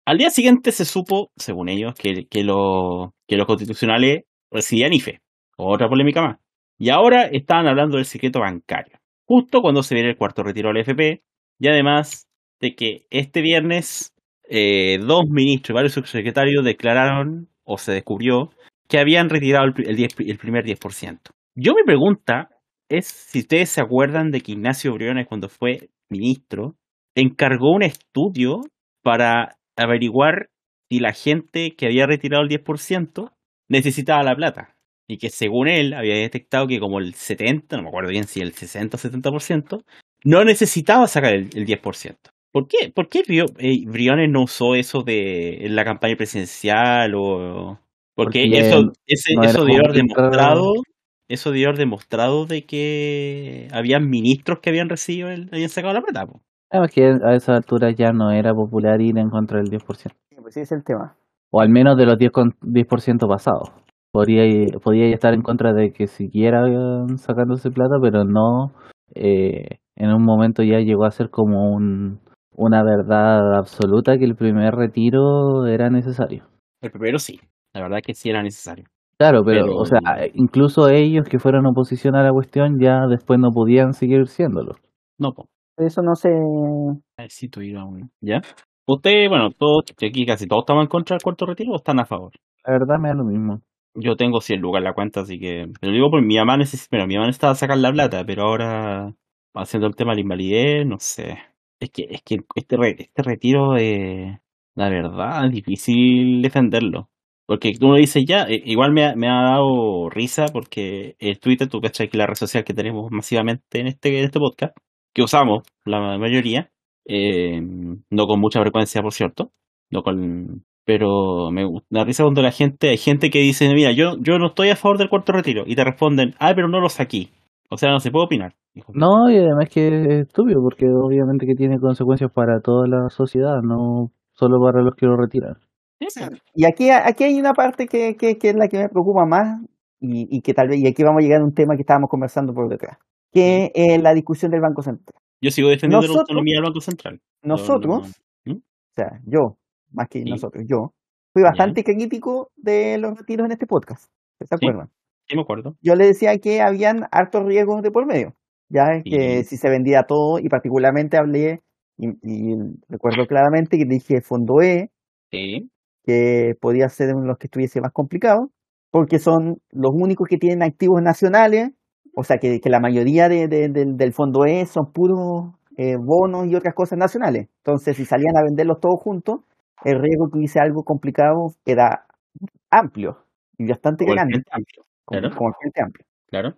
A: Al día siguiente se supo, según ellos, que, que, lo- que los constitucionales recibían IFE. Otra polémica más. Y ahora estaban hablando del secreto bancario. Justo cuando se viene el cuarto retiro del FP. Y además de que este viernes eh, dos ministros y varios subsecretarios declararon, o se descubrió, que habían retirado el, pri- el 10 pri- el primer 10%. Yo mi pregunta es si ustedes se acuerdan de que Ignacio Briones, cuando fue ministro, encargó un estudio para averiguar si la gente que había retirado el 10% necesitaba la plata. Y que según él había detectado que como el 70, no me acuerdo bien si el 60 o 70%, no necesitaba sacar el, el 10%. ¿Por qué, ¿Por qué Brio- eh, Briones no usó eso de en la campaña presidencial o...? Porque,
B: Porque
A: eso, ese-
B: no
A: eso
B: era
A: debió haber
B: ministro.
A: demostrado eso dio haber demostrado de que habían ministros que habían recibido el, habían sacado la plata. po.
B: Además que a esa altura ya no era popular ir en contra del 10%.
C: Pues ese es el tema.
B: O al menos de los 10%, con- 10% pasados. Podría, ir- podía estar en contra de que siguiera eh, sacándose plata, pero no. eh, en un momento ya llegó a ser como un, una verdad absoluta que el primer retiro era necesario.
A: El primero sí, la verdad que sí era necesario.
B: Claro, pero,
A: Pero-
B: o sea, incluso ellos que fueron oposición a la cuestión ya después no podían seguir siéndolo.
A: No, po.
C: Eso no se.
A: A ver si tuviera uno. ¿Ya? Usted, bueno, todos, aquí casi todos estaban en contra del cuarto retiro o están a favor.
B: La verdad me da lo mismo.
A: Yo tengo 100 lucas en la cuenta, así que. Pero digo, por mi mamá necesita. Bueno, mi mamá necesitaba sacar la plata, pero ahora. Haciendo el tema de la invalidez, no sé. Es que, es que este, re- este retiro, eh, la verdad, es difícil defenderlo. Porque tú lo dices ya, eh, igual me ha, me ha dado risa porque el Twitter, tú cachai que es la red social que tenemos masivamente en este, en este podcast, que usamos la mayoría, eh, no con mucha frecuencia, por cierto, no con, pero me gu- da risa cuando la gente, hay gente que dice, mira, yo, yo no estoy a favor del cuarto retiro. Y te responden, ah, pero no lo saqué. O sea, no se puede opinar. Hijo de-
B: No, y además que es estúpido, porque obviamente que tiene consecuencias para toda la sociedad, no solo para los que lo retiran.
C: Y aquí, aquí hay una parte que, que, que es la que me preocupa más y, y que tal vez. Y aquí vamos a llegar a un tema que estábamos conversando por detrás, que es la discusión del Banco Central.
A: Yo sigo defendiendo la
C: Nosotros-
A: autonomía del Banco Central. no,
C: Nosotros,
A: no. ¿Mm?
C: o sea, yo, más que
A: Oh, Sí.
C: nosotros, yo, fui
A: Ya.
C: bastante crítico de los retiros en este podcast. ¿Se acuerdan?
A: Sí, me acuerdo.
C: yo le decía que habían hartos riesgos de por medio, ya que
A: Sí.
C: si se vendía todo y particularmente hablé y, y recuerdo claramente que dije fondo E,
A: Sí.
C: que podía ser uno de los que estuviese más complicado, porque son los únicos que tienen activos nacionales, o sea que, que la mayoría de- de- del- del fondo E son puros eh, bonos y otras cosas nacionales. Entonces, si salían a venderlos todos juntos, el riesgo que hubiese algo complicado era amplio y bastante
A: Como el
C: grande,
A: Frente Amplio.
C: como,
A: claro.
C: como el Frente Amplio.
A: Claro.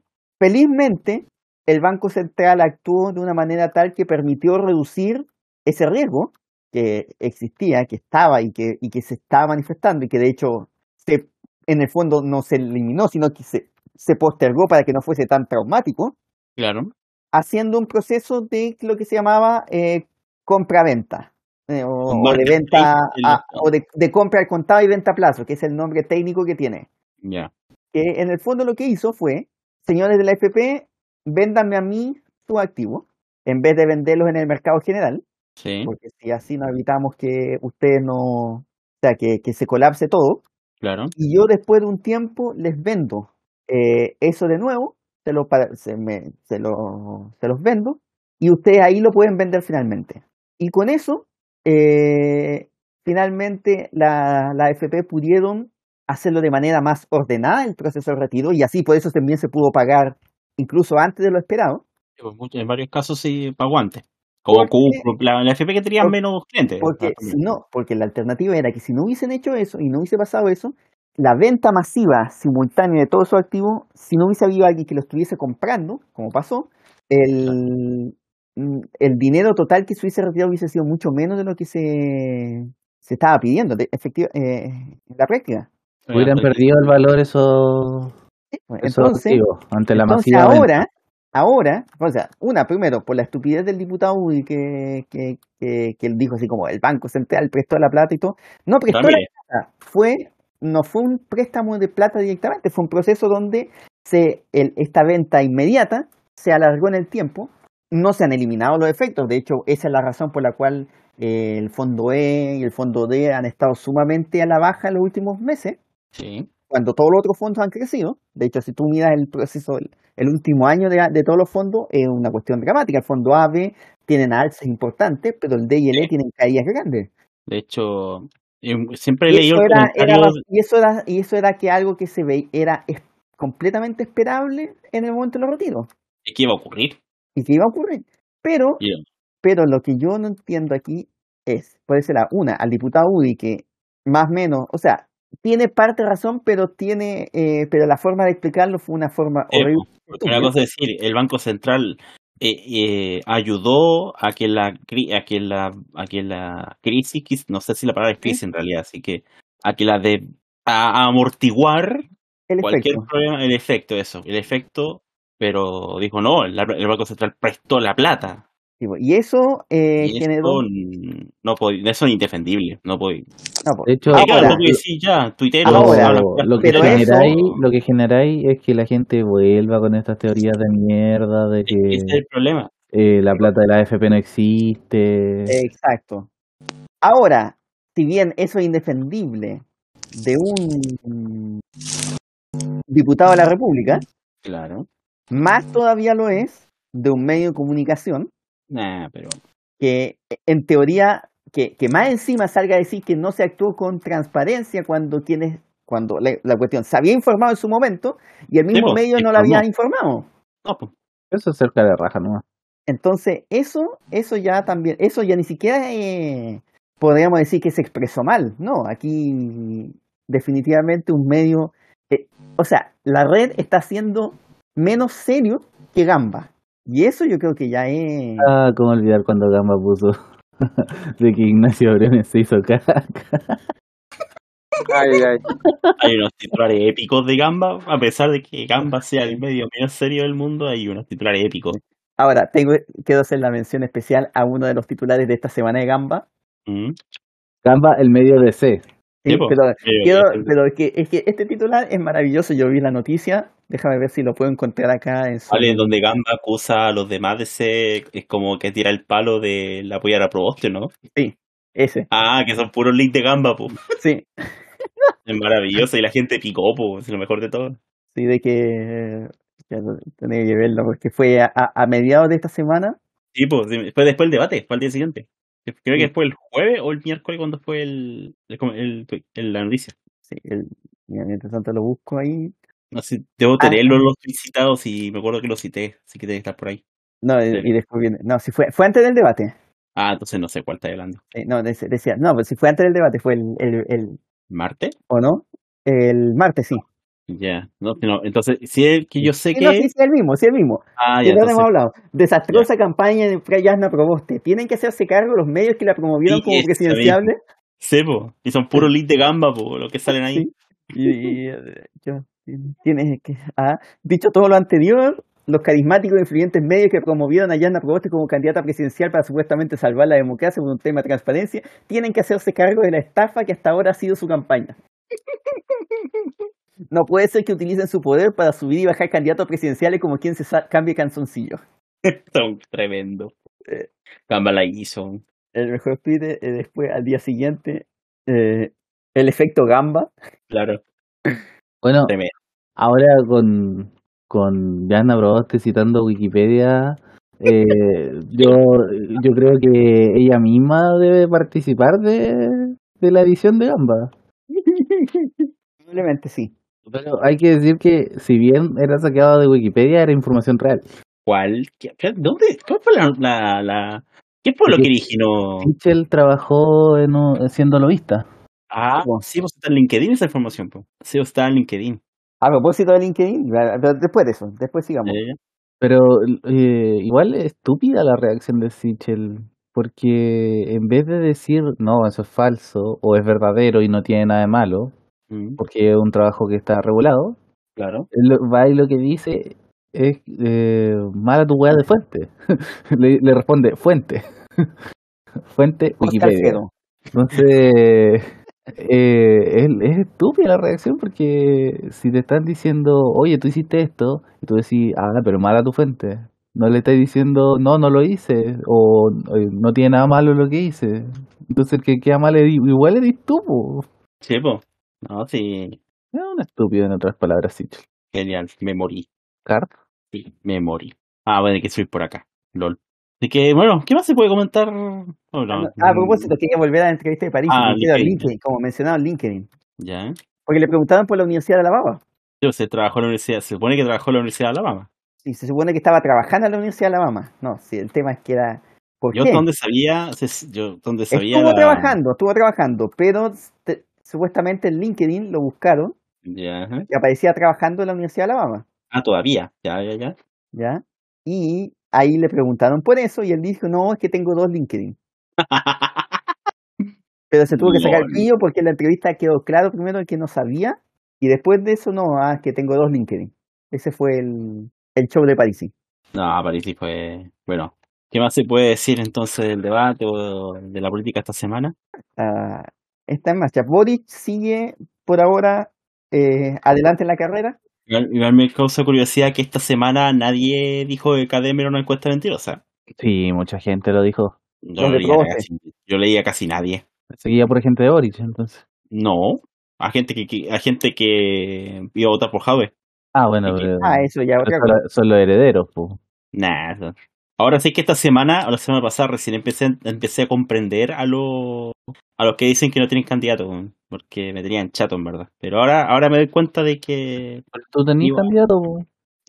C: Felizmente, el Banco Central actuó de una manera tal que permitió reducir ese riesgo que existía, que estaba y que, y que se estaba manifestando y que de hecho se, en el fondo no se eliminó, sino que se, se postergó para que no fuese tan traumático,
A: Claro.
C: haciendo un proceso de lo que se llamaba eh, compra-venta. eh, o,
A: Un
C: o de
A: marketplace
C: venta
A: en
C: a-
A: los-
C: o de, de compra al contado y venta a plazo, que es el nombre técnico que tiene
A: Ya.
C: que en el fondo lo que hizo fue, señores de la FP, véndanme a mí su activo, en vez de venderlos en el mercado general,
A: Sí.
C: porque si así no evitamos que ustedes no, o sea, que, que se colapse todo,
A: Claro.
C: y yo después de un tiempo les vendo eh, eso de nuevo, se, lo, para- se, me- se, lo- se los vendo, y ustedes ahí lo pueden vender finalmente. Y con eso, eh, finalmente la, la FP pudieron hacerlo de manera más ordenada el proceso de retiro, y así por eso también se pudo pagar incluso antes de lo esperado,
A: Sí, pues, mucho- En varios casos sí pagó antes. Como
C: Porque-
A: Cupro, la, la FP que tenía
C: porque-
A: menos clientes.
C: porque
A: Ah,
C: si no, porque la alternativa era que si no hubiesen hecho eso y no hubiese pasado eso, la venta masiva simultánea de todos esos activos, si no hubiese habido alguien que lo estuviese comprando, como pasó, el, el dinero total que se hubiese retirado hubiese sido mucho menos de lo que se, se estaba pidiendo de- efectiva- eh, en la práctica.
A: Ah,
B: Hubieran perdido el valor esos,
C: Bueno,
B: esos
C: Entonces,
B: activos ante la
C: entonces
B: masiva venta.
C: ahora, ahora, o sea, una, primero, por la estupidez del diputado Udi que, que, que, que él dijo así como el Banco Central prestó la plata y todo. No prestó la
A: Ramírez.
C: plata, fue, no fue un préstamo de plata directamente, fue un proceso donde se, el- esta venta inmediata se alargó en el tiempo, no se han eliminado los efectos, de hecho esa es la razón por la cual eh, el fondo E y el fondo D han estado sumamente a la baja en los últimos meses
A: Sí.
C: cuando todos los otros fondos han crecido, de hecho, si tú miras el proceso, el, el último año de, de todos los fondos, es una cuestión dramática. El fondo A, B tienen alzas importantes, pero el D y el E tienen caídas grandes.
A: De hecho, em, siempre he
C: Y
A: leído
C: eso
A: el
C: era, era,
A: comentario.
C: bas- y eso era, y eso era que algo que se veía era es- completamente esperable en el momento de los retiros
A: de qué iba a ocurrir.
C: y que iba a ocurrir. Pero,
A: Yeah.
C: pero lo que yo no entiendo aquí es, puede ser la una, al diputado Udi que más o menos, o sea, tiene parte de razón, pero tiene, eh, pero la forma de explicarlo fue una forma
A: Eh,
C: horrible.
A: Porque una cosa es decir, el Banco Central eh, eh, ayudó a que la cri- a que la a que la crisis, quis- no sé si la palabra es crisis en realidad, así que a que la de a, a amortiguar
C: El
A: cualquier
C: efecto.
A: problema, el efecto eso, el efecto, pero dijo no, el, el Banco Central prestó la plata.
C: Sí, po. Y eso eh,
A: Y
C: generó.
A: eso mm, no pod- eso es indefendible, no podía.
C: no, pues, po.
B: De hecho,
A: Te queda
C: Ahora.
A: poco y sí, ya, tuiteros,
C: Ahora.
A: hablan
B: lo,
A: puras
B: lo que
C: Pero
A: tonteras.
C: eso-
B: generáis, lo que generáis es que la gente vuelva con estas teorías de mierda de
A: Ese es
B: que
A: el problema.
B: eh, la plata de la AFP no existe.
C: Exacto. Ahora, si bien eso es indefendible de un diputado de la República,
A: Claro.
C: más todavía lo es de un medio de comunicación
A: Nah, pero
C: que en teoría, que, que más encima salga a decir que no se actuó con transparencia cuando quienes, cuando la, la cuestión se había informado en su momento y el mismo
A: pues,
C: medio
A: se
C: no la había
A: informó.
C: informado.
A: no, pues,
B: Eso es cerca de la raja nomás.
C: Entonces, eso, eso ya también, eso ya ni siquiera eh, podríamos decir que se expresó mal. No, aquí definitivamente un medio, eh, o sea, la red está siendo menos serio que Gamba. Y eso yo creo que ya es...
B: Ah, cómo olvidar cuando Gamba puso de que Ignacio Brenes se hizo caca.
D: Ay, ay.
A: hay unos titulares épicos de Gamba, a pesar de que Gamba sea el medio menos serio del mundo, hay unos titulares épicos.
C: Ahora, tengo, quiero hacer la mención especial a uno de los titulares de esta semana de Gamba.
A: Mm.
B: Gamba, el medio de C.
C: Sí,
A: Sí, po.
C: Eh, pero,
A: Sí,
C: quiero-
A: sí, sí.
C: pero que, es que este titular es maravilloso. Yo vi la noticia. Déjame ver si lo puedo encontrar acá en su.
A: Vale, en donde Gamba acusa a los demás de ser, es como que tira el palo de la apoyar a Proboste, ¿no?
C: Ese,
A: Ah, que son puros links de Gamba, pues.
C: sí.
A: Es maravilloso y la gente picó, pues, es lo mejor de todo.
C: Sí, de que. Ya lo- tenía que verlo, porque fue a, a- a mediados de esta semana.
A: Sí, pues, sí, fue después del debate, fue al día siguiente. Creo
C: Sí.
A: que fue el jueves o el miércoles cuando fue el, el- el- el- la noticia.
C: Sí, el- mira, mientras tanto lo busco ahí.
A: No sé, debo
C: Ah.
A: tenerlo los citados y me acuerdo que lo cité, así que debe estar por ahí.
C: No, y, y después viene- No, si fue, fue antes del debate.
A: Ah, entonces no sé cuál está hablando.
C: Eh, no, dec- decía. No, pero si fue antes del debate, fue el. el, el-
A: ¿Marte?
C: ¿O no? El martes, sí.
A: Ya, no, no, entonces, si es que yo sé
C: Sí,
A: que.
C: no, sí, sí, el mismo, sí, el mismo.
A: Ah,
C: Sí,
A: ya,
C: lo hemos
A: entonces.
C: hablado. Desastrosa campaña de Frayasna Proboste. Tienen que hacerse cargo los medios que la promovieron
A: Sí,
C: como
A: esa
C: presidenciable.
A: Sí, po, y son puros leads de gamba, po, los que salen ahí.
C: Sí. Y, y, eh, yo, tienes que. ah, dicho todo lo anterior, los carismáticos e influyentes medios que promovieron a Yasna Proboste como candidata presidencial para supuestamente salvar la democracia por un tema de transparencia, tienen que hacerse cargo de la estafa que hasta ahora ha sido su campaña. No puede ser que utilicen su poder para subir y bajar candidatos presidenciales como quien se sa- cambie canzoncillo.
A: Son tremendo. Gamba la hizo.
C: el mejor tweet eh, después al día siguiente eh, el efecto gamba
A: Claro,
B: Bueno,
A: tremendo.
B: ahora con, con Diana Brodoste citando Wikipedia, eh, yo, yo creo que ella misma debe participar de, de la edición de Gamba.
C: probablemente sí
B: Pero hay que decir que si bien era sacado de Wikipedia, era información real.
A: ¿Cuál? ¿Qué- qué- ¿Dónde? ¿Cuál fue la, la, la- ¿Qué fue lo que originó?
B: Mitchell trabajó en un- siendo lobista.
A: Ah,
C: po.
A: sí, pues está en LinkedIn esa información, po. Sí, pues, está en LinkedIn.
C: a propósito de LinkedIn va- va- después de eso después sigamos
A: Eh,
B: Pero eh, igual es estúpida la reacción de Sichel, porque en vez de decir, no, eso es falso, o es verdadero y no tiene nada de malo,
A: Mm,
B: porque es un trabajo que está regulado,
A: Claro.
B: él lo- va y lo que dice es, eh, mala tu weá de fuente. le, le responde, fuente. fuente
C: Oscar
B: Wikipedia.
C: Cero.
B: Entonces, eh, es, es estúpida la reacción porque si te están diciendo, oye, tú hiciste esto, y tú decís, ah, pero mala tu fuente. No le estás diciendo, no, no lo hice, o "Oye, no tiene nada malo lo que hice. Entonces el que queda mal es- igual eres tú. po.
A: Sí, po. No, sí.
B: Es un estúpido en otras palabras, Sichel.
A: Genial. Me morí.
B: Card.
A: Sí, me morí. Ah, bueno, que soy por acá. LOL. Así que, bueno, ¿qué más se puede comentar? Oh, no,
C: Ah, a
A: mm,
C: propósito, quería volver a la entrevista de París,
A: Ah,
C: me quiero a
A: LinkedIn.
C: LinkedIn, como mencionaba LinkedIn.
A: Ya.
C: Porque le preguntaban por la Universidad de Alabama.
A: Yo se trabajó en la universidad, se supone que trabajó en la Universidad de Alabama.
C: Y se supone que estaba trabajando en la Universidad de Alabama. No, sí, el tema es que era. ¿Por
A: Yo
C: qué?
A: donde sabía, se- yo donde sabía.
C: Estuvo
A: la-
C: trabajando, estuvo trabajando, pero te- supuestamente en LinkedIn lo buscaron
A: Ya, ajá.
C: y aparecía trabajando en la Universidad de Alabama,
A: Ah, todavía. Ya, ya, ya.
C: ¿ya? Y ahí le preguntaron por eso y él dijo, no, es que tengo dos LinkedIn. Pero se tuvo que sacar
A: Lol.
C: pillo porque en la entrevista quedó claro primero que no sabía y después de eso, no, ah, que tengo dos LinkedIn. Ese fue el, el show de Parisi.
A: No, París fue. Bueno, ¿qué más se puede decir entonces del debate o de la política esta semana?
C: Ah, está en marcha. Boric sigue por ahora eh, adelante en la carrera.
A: Igual igual me causa curiosidad que esta semana nadie dijo que Cadem era una encuesta mentirosa.
B: Sí, mucha gente lo dijo.
A: Yo
C: Los
A: no leía a
C: reprobaste.
A: casi, yo leía a casi nadie.
B: Seguía por gente de Orich, entonces.
A: No, a gente que, que- a gente que iba a votar por Jave.
B: Ah, bueno,
A: Sí,
B: pero,
C: Ah, eso ya
B: pero
C: otra
B: son,
C: cosa.
B: los- son los herederos, po.
A: Nah. eso- Ahora sí que esta semana, o la semana pasada, recién empecé, empecé a comprender a los a los que dicen que no tienen candidato, weón, porque me tenían chato en verdad. Pero ahora, ahora me doy cuenta de que
B: ¿Tú tenés
A: Iba.
B: candidato, po?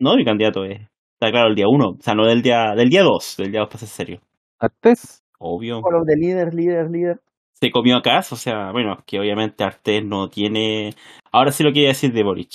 A: no, mi candidato es, está claro, el día uno, o sea, no del día, del día dos, del día dos para ser serio.
B: Artés.
A: Obvio.
C: Follow de líder, líder, líder.
A: se comió a Kass, o sea, bueno, que obviamente Artés no tiene... Ahora sí lo quería decir de Boric,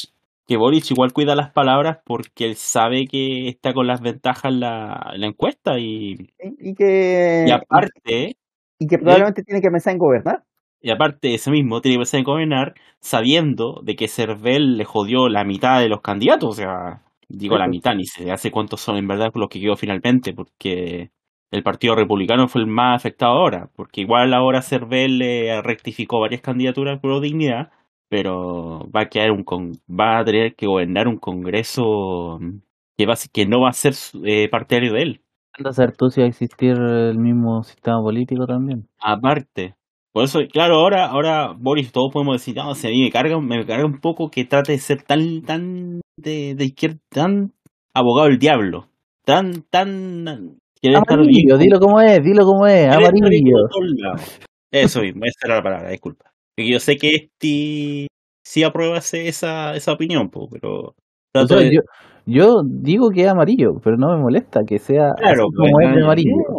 A: que Boric igual cuida las palabras porque él sabe que está con las ventajas en la, en la encuesta y,
C: Y y que,
A: y aparte,
C: y que probablemente tiene que pensar en gobernar.
A: y aparte eso mismo tiene que pensar en gobernar sabiendo de que Cervel le jodió la mitad de los candidatos, o sea, digo la
C: Ujú.
A: mitad, ni se hace cuántos son en verdad los que quedó finalmente, porque el Partido Republicano fue el más afectado ahora, porque igual ahora Cervel le rectificó varias candidaturas por dignidad, pero va a quedar un con- va a tener que gobernar un Congreso mm, que va a- que no va a ser eh, partidario de él.
B: Anda a ser tú si va a existir el mismo sistema político también.
A: Aparte. Por eso, claro, ahora, ahora Boris, todos podemos decir, no, si a mí me carga, me carga un poco que trate de ser tan, tan de, de izquierda, tan abogado del diablo, tan, tan querer estar bien
B: Amarillo,
A: con-
B: dilo como es, dilo como es, Ah,
A: querer estar bien con
B: amarillo.
A: todos lados. Eso mismo, esa era la palabra, disculpa. Porque yo sé que este sí aprueba ese- esa, esa opinión, po, pero
B: O
A: trato
B: sea,
A: de
B: yo, yo digo que es amarillo, pero no me molesta que sea así
A: Claro, pues,
B: como
C: pues,
B: es de
A: ¿verdad?
B: amarillo.
A: No.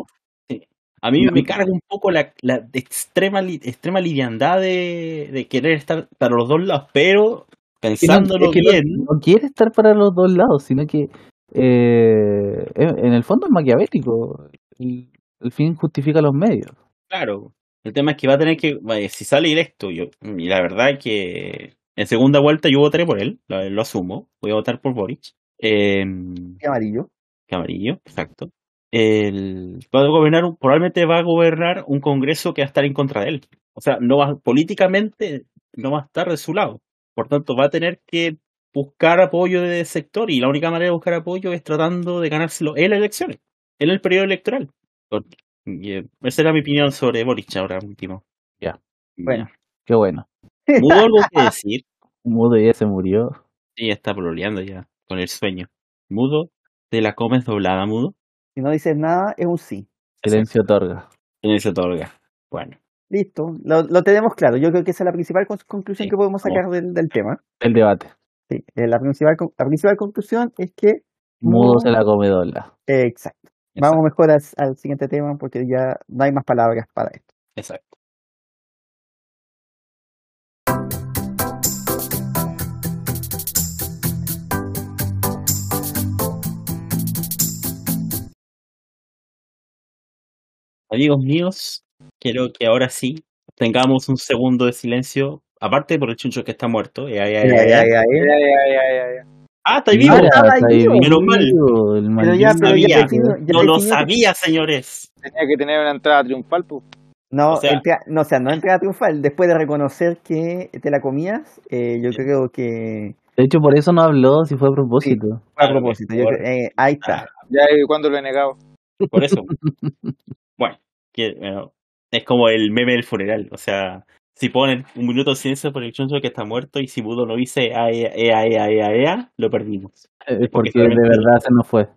A: Sí. A mí me carga un poco la, la de extrema, li- extrema liviandad de, de querer estar para los dos lados, pero
B: Que no- es
A: pensándolo
B: que no,
A: bien,
B: no quiere estar para los dos lados, sino que eh, en en el fondo es maquiavélico. El, el fin justifica los medios.
A: claro. El tema es que va a tener que, vaya, si sale electo, yo, y la verdad es que en segunda vuelta yo votaré por él, lo, lo asumo, voy a votar por Boric, eh,
C: Y amarillo.
A: Camarillo, exacto. El, va a gobernar, un- probablemente va a gobernar un Congreso que va a estar en contra de él. O sea, no va, políticamente no va a estar de su lado. Por tanto, va a tener que buscar apoyo del sector y la única manera de buscar apoyo es tratando de ganárselo en las elecciones, en el periodo electoral. Por- y, eh, esa era mi opinión sobre Boric ahora último.
B: Ya.
C: Bueno.
B: Qué bueno.
A: ¿Hubo algo que decir?
B: Mudo ya se murió.
A: Sí, ya está pololeando ya con el sueño. Mudo, te la comes doblada, mudo.
C: Si no dices nada, es un sí.
B: Silencio otorga.
A: En eso otorga. Bueno.
C: Listo, lo, lo tenemos claro. Yo creo que esa es la principal cons- conclusión
A: Sí,
C: que podemos
A: vamos.
C: sacar del, del tema.
B: El debate.
C: Sí, eh, la, principal, con- la principal conclusión es que.
B: Mudo
C: Mudo-
B: se la come dobla.
C: eh, exacto. Vamos mejor al, al siguiente tema porque ya no hay más palabras para esto.
A: Exacto. Amigos míos, quiero que ahora sí tengamos un segundo de silencio. Aparte por el chuncho que está muerto. Eh, eh, eh,
C: Ya, ya,
A: eh.
D: Ya,
C: ya, ya.
D: ya, ya, ya, ya.
A: Ah, está vivo.
C: Ahora,
B: Mira,
C: está
B: está
C: vivo.
A: Menos mal.
B: vivo, el
C: Pero ya,
A: Yo
C: pero ya
A: sabía.
C: te sigo- ya
A: No
C: te
A: lo
C: sigo-
A: sabía, señores.
D: Tenía que tener una entrada triunfal, pues.
C: No,
A: O sea-
C: entra- no, o sea, no entrada triunfal. Después de reconocer que te la comías, eh, yo creo que
B: De hecho, por eso no habló, si fue a propósito.
C: fue a
A: A lo
C: propósito. yo
A: mejor.
C: creo- eh, ahí está.
D: Ya, ¿y cuándo lo he negado?
A: Por eso. Bueno, que, bueno, es como el meme del funeral. O sea, si ponen un minuto de silencio por el chuncho que está muerto y si Budo no dice "Ah, ea, ea, ea, ea, ea", lo perdimos.
B: Eh,
A: porque
B: Porque,
A: realmente-
B: de verdad se nos fue.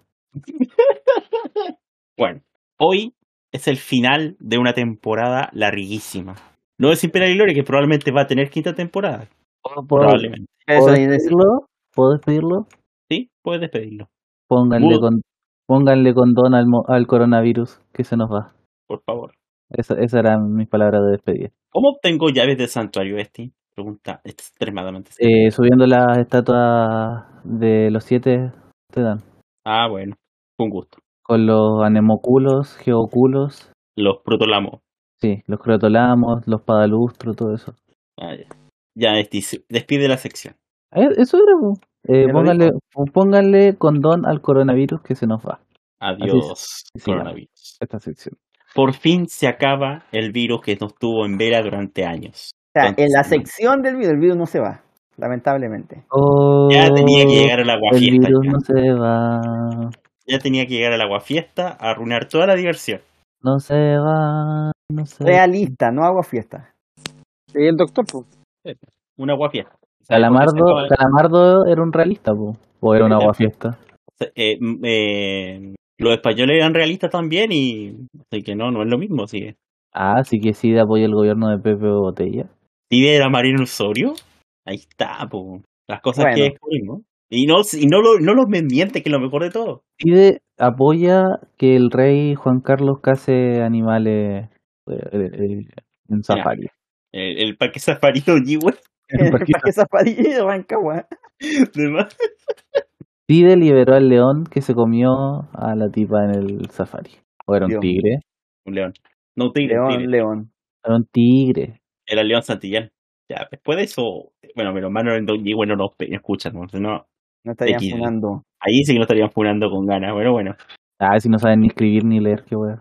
A: Bueno, hoy es el final de una temporada larguísima. No es Imperial Gloria, que probablemente va a tener quinta temporada.
B: ¿Puedo, puedo-
A: Probablemente.
C: Pero
B: puedo
C: eso viene-
B: despedirlo? ¿Puedo despedirlo?
A: Sí, puedes despedirlo,
B: Pónganle,
A: Mudo.
B: con, pónganle condón al, mo- al coronavirus que se nos va.
A: por favor.
B: Esa, esa era mis palabras de despedida.
A: ¿Cómo obtengo llaves de santuario este? Pregunta extremadamente.
B: Eh, subiendo las estatuas de los siete, te dan.
A: Ah, bueno, con gusto.
B: Con los anemoculos, geoculos,
A: Los protolamos.
B: sí, los crotolamos, los padalustros, todo eso.
A: Ah, ya, Ya, este, despide la sección.
B: Eh, Eso era. po. Eh,
C: Ya lo
B: pónganle, pónganle condón al coronavirus que se nos va.
A: Adiós,
B: así se llama.
A: coronavirus.
B: Esta sección.
A: Por fin se acaba el virus que nos tuvo en vela durante años.
C: O sea, en la
A: Entonces,
C: sección del virus, el virus no se va, lamentablemente.
A: Ya tenía que
B: Oh,
A: llegar el agua
B: El
A: fiesta.
B: virus
A: Ya.
B: no se va.
A: Ya tenía que llegar el agua fiesta a arruinar toda la diversión.
B: No se va. No se va.
C: Realista, no hago fiesta.
D: Y el doctor, pues.
A: Una agua fiesta.
B: Calamardo, Calamardo era un realista, po. O era una
A: Sí,
B: agua fiesta.
A: Eh, los españoles eran realistas también y así que no, no es lo mismo. Así que
B: Ah, sí que sí apoya el gobierno de Pepe Botella.
A: si era Marino Osorio, ahí está, po. las cosas que
C: Bueno.
A: descubrimos. Y no, y no, lo- no los mendientes, que es lo mejor de todo.
B: Pide, apoya que el rey Juan Carlos case animales eh, eh, eh, en safari.
A: El, Eh, el parque safari de Oñigüe,
C: Para que esa padilla de Rancagua.
A: de más.
B: Pide liberó al león que se comió a la tipa en el safari. O era un
C: Dios.
B: tigre.
A: Un león. No, un tigre, un
C: León,
A: tigre.
C: León.
B: Era un tigre.
A: Era el león Santillán. Ya, después de eso, bueno, menos mal no era el Don Diego, no nos pe- no escuchan, no, Si no,
C: No estarían
A: XD.
C: funando.
A: ahí sí que nos estarían funando con ganas, bueno, bueno.
B: Ah, si no saben ni escribir ni leer, qué wea.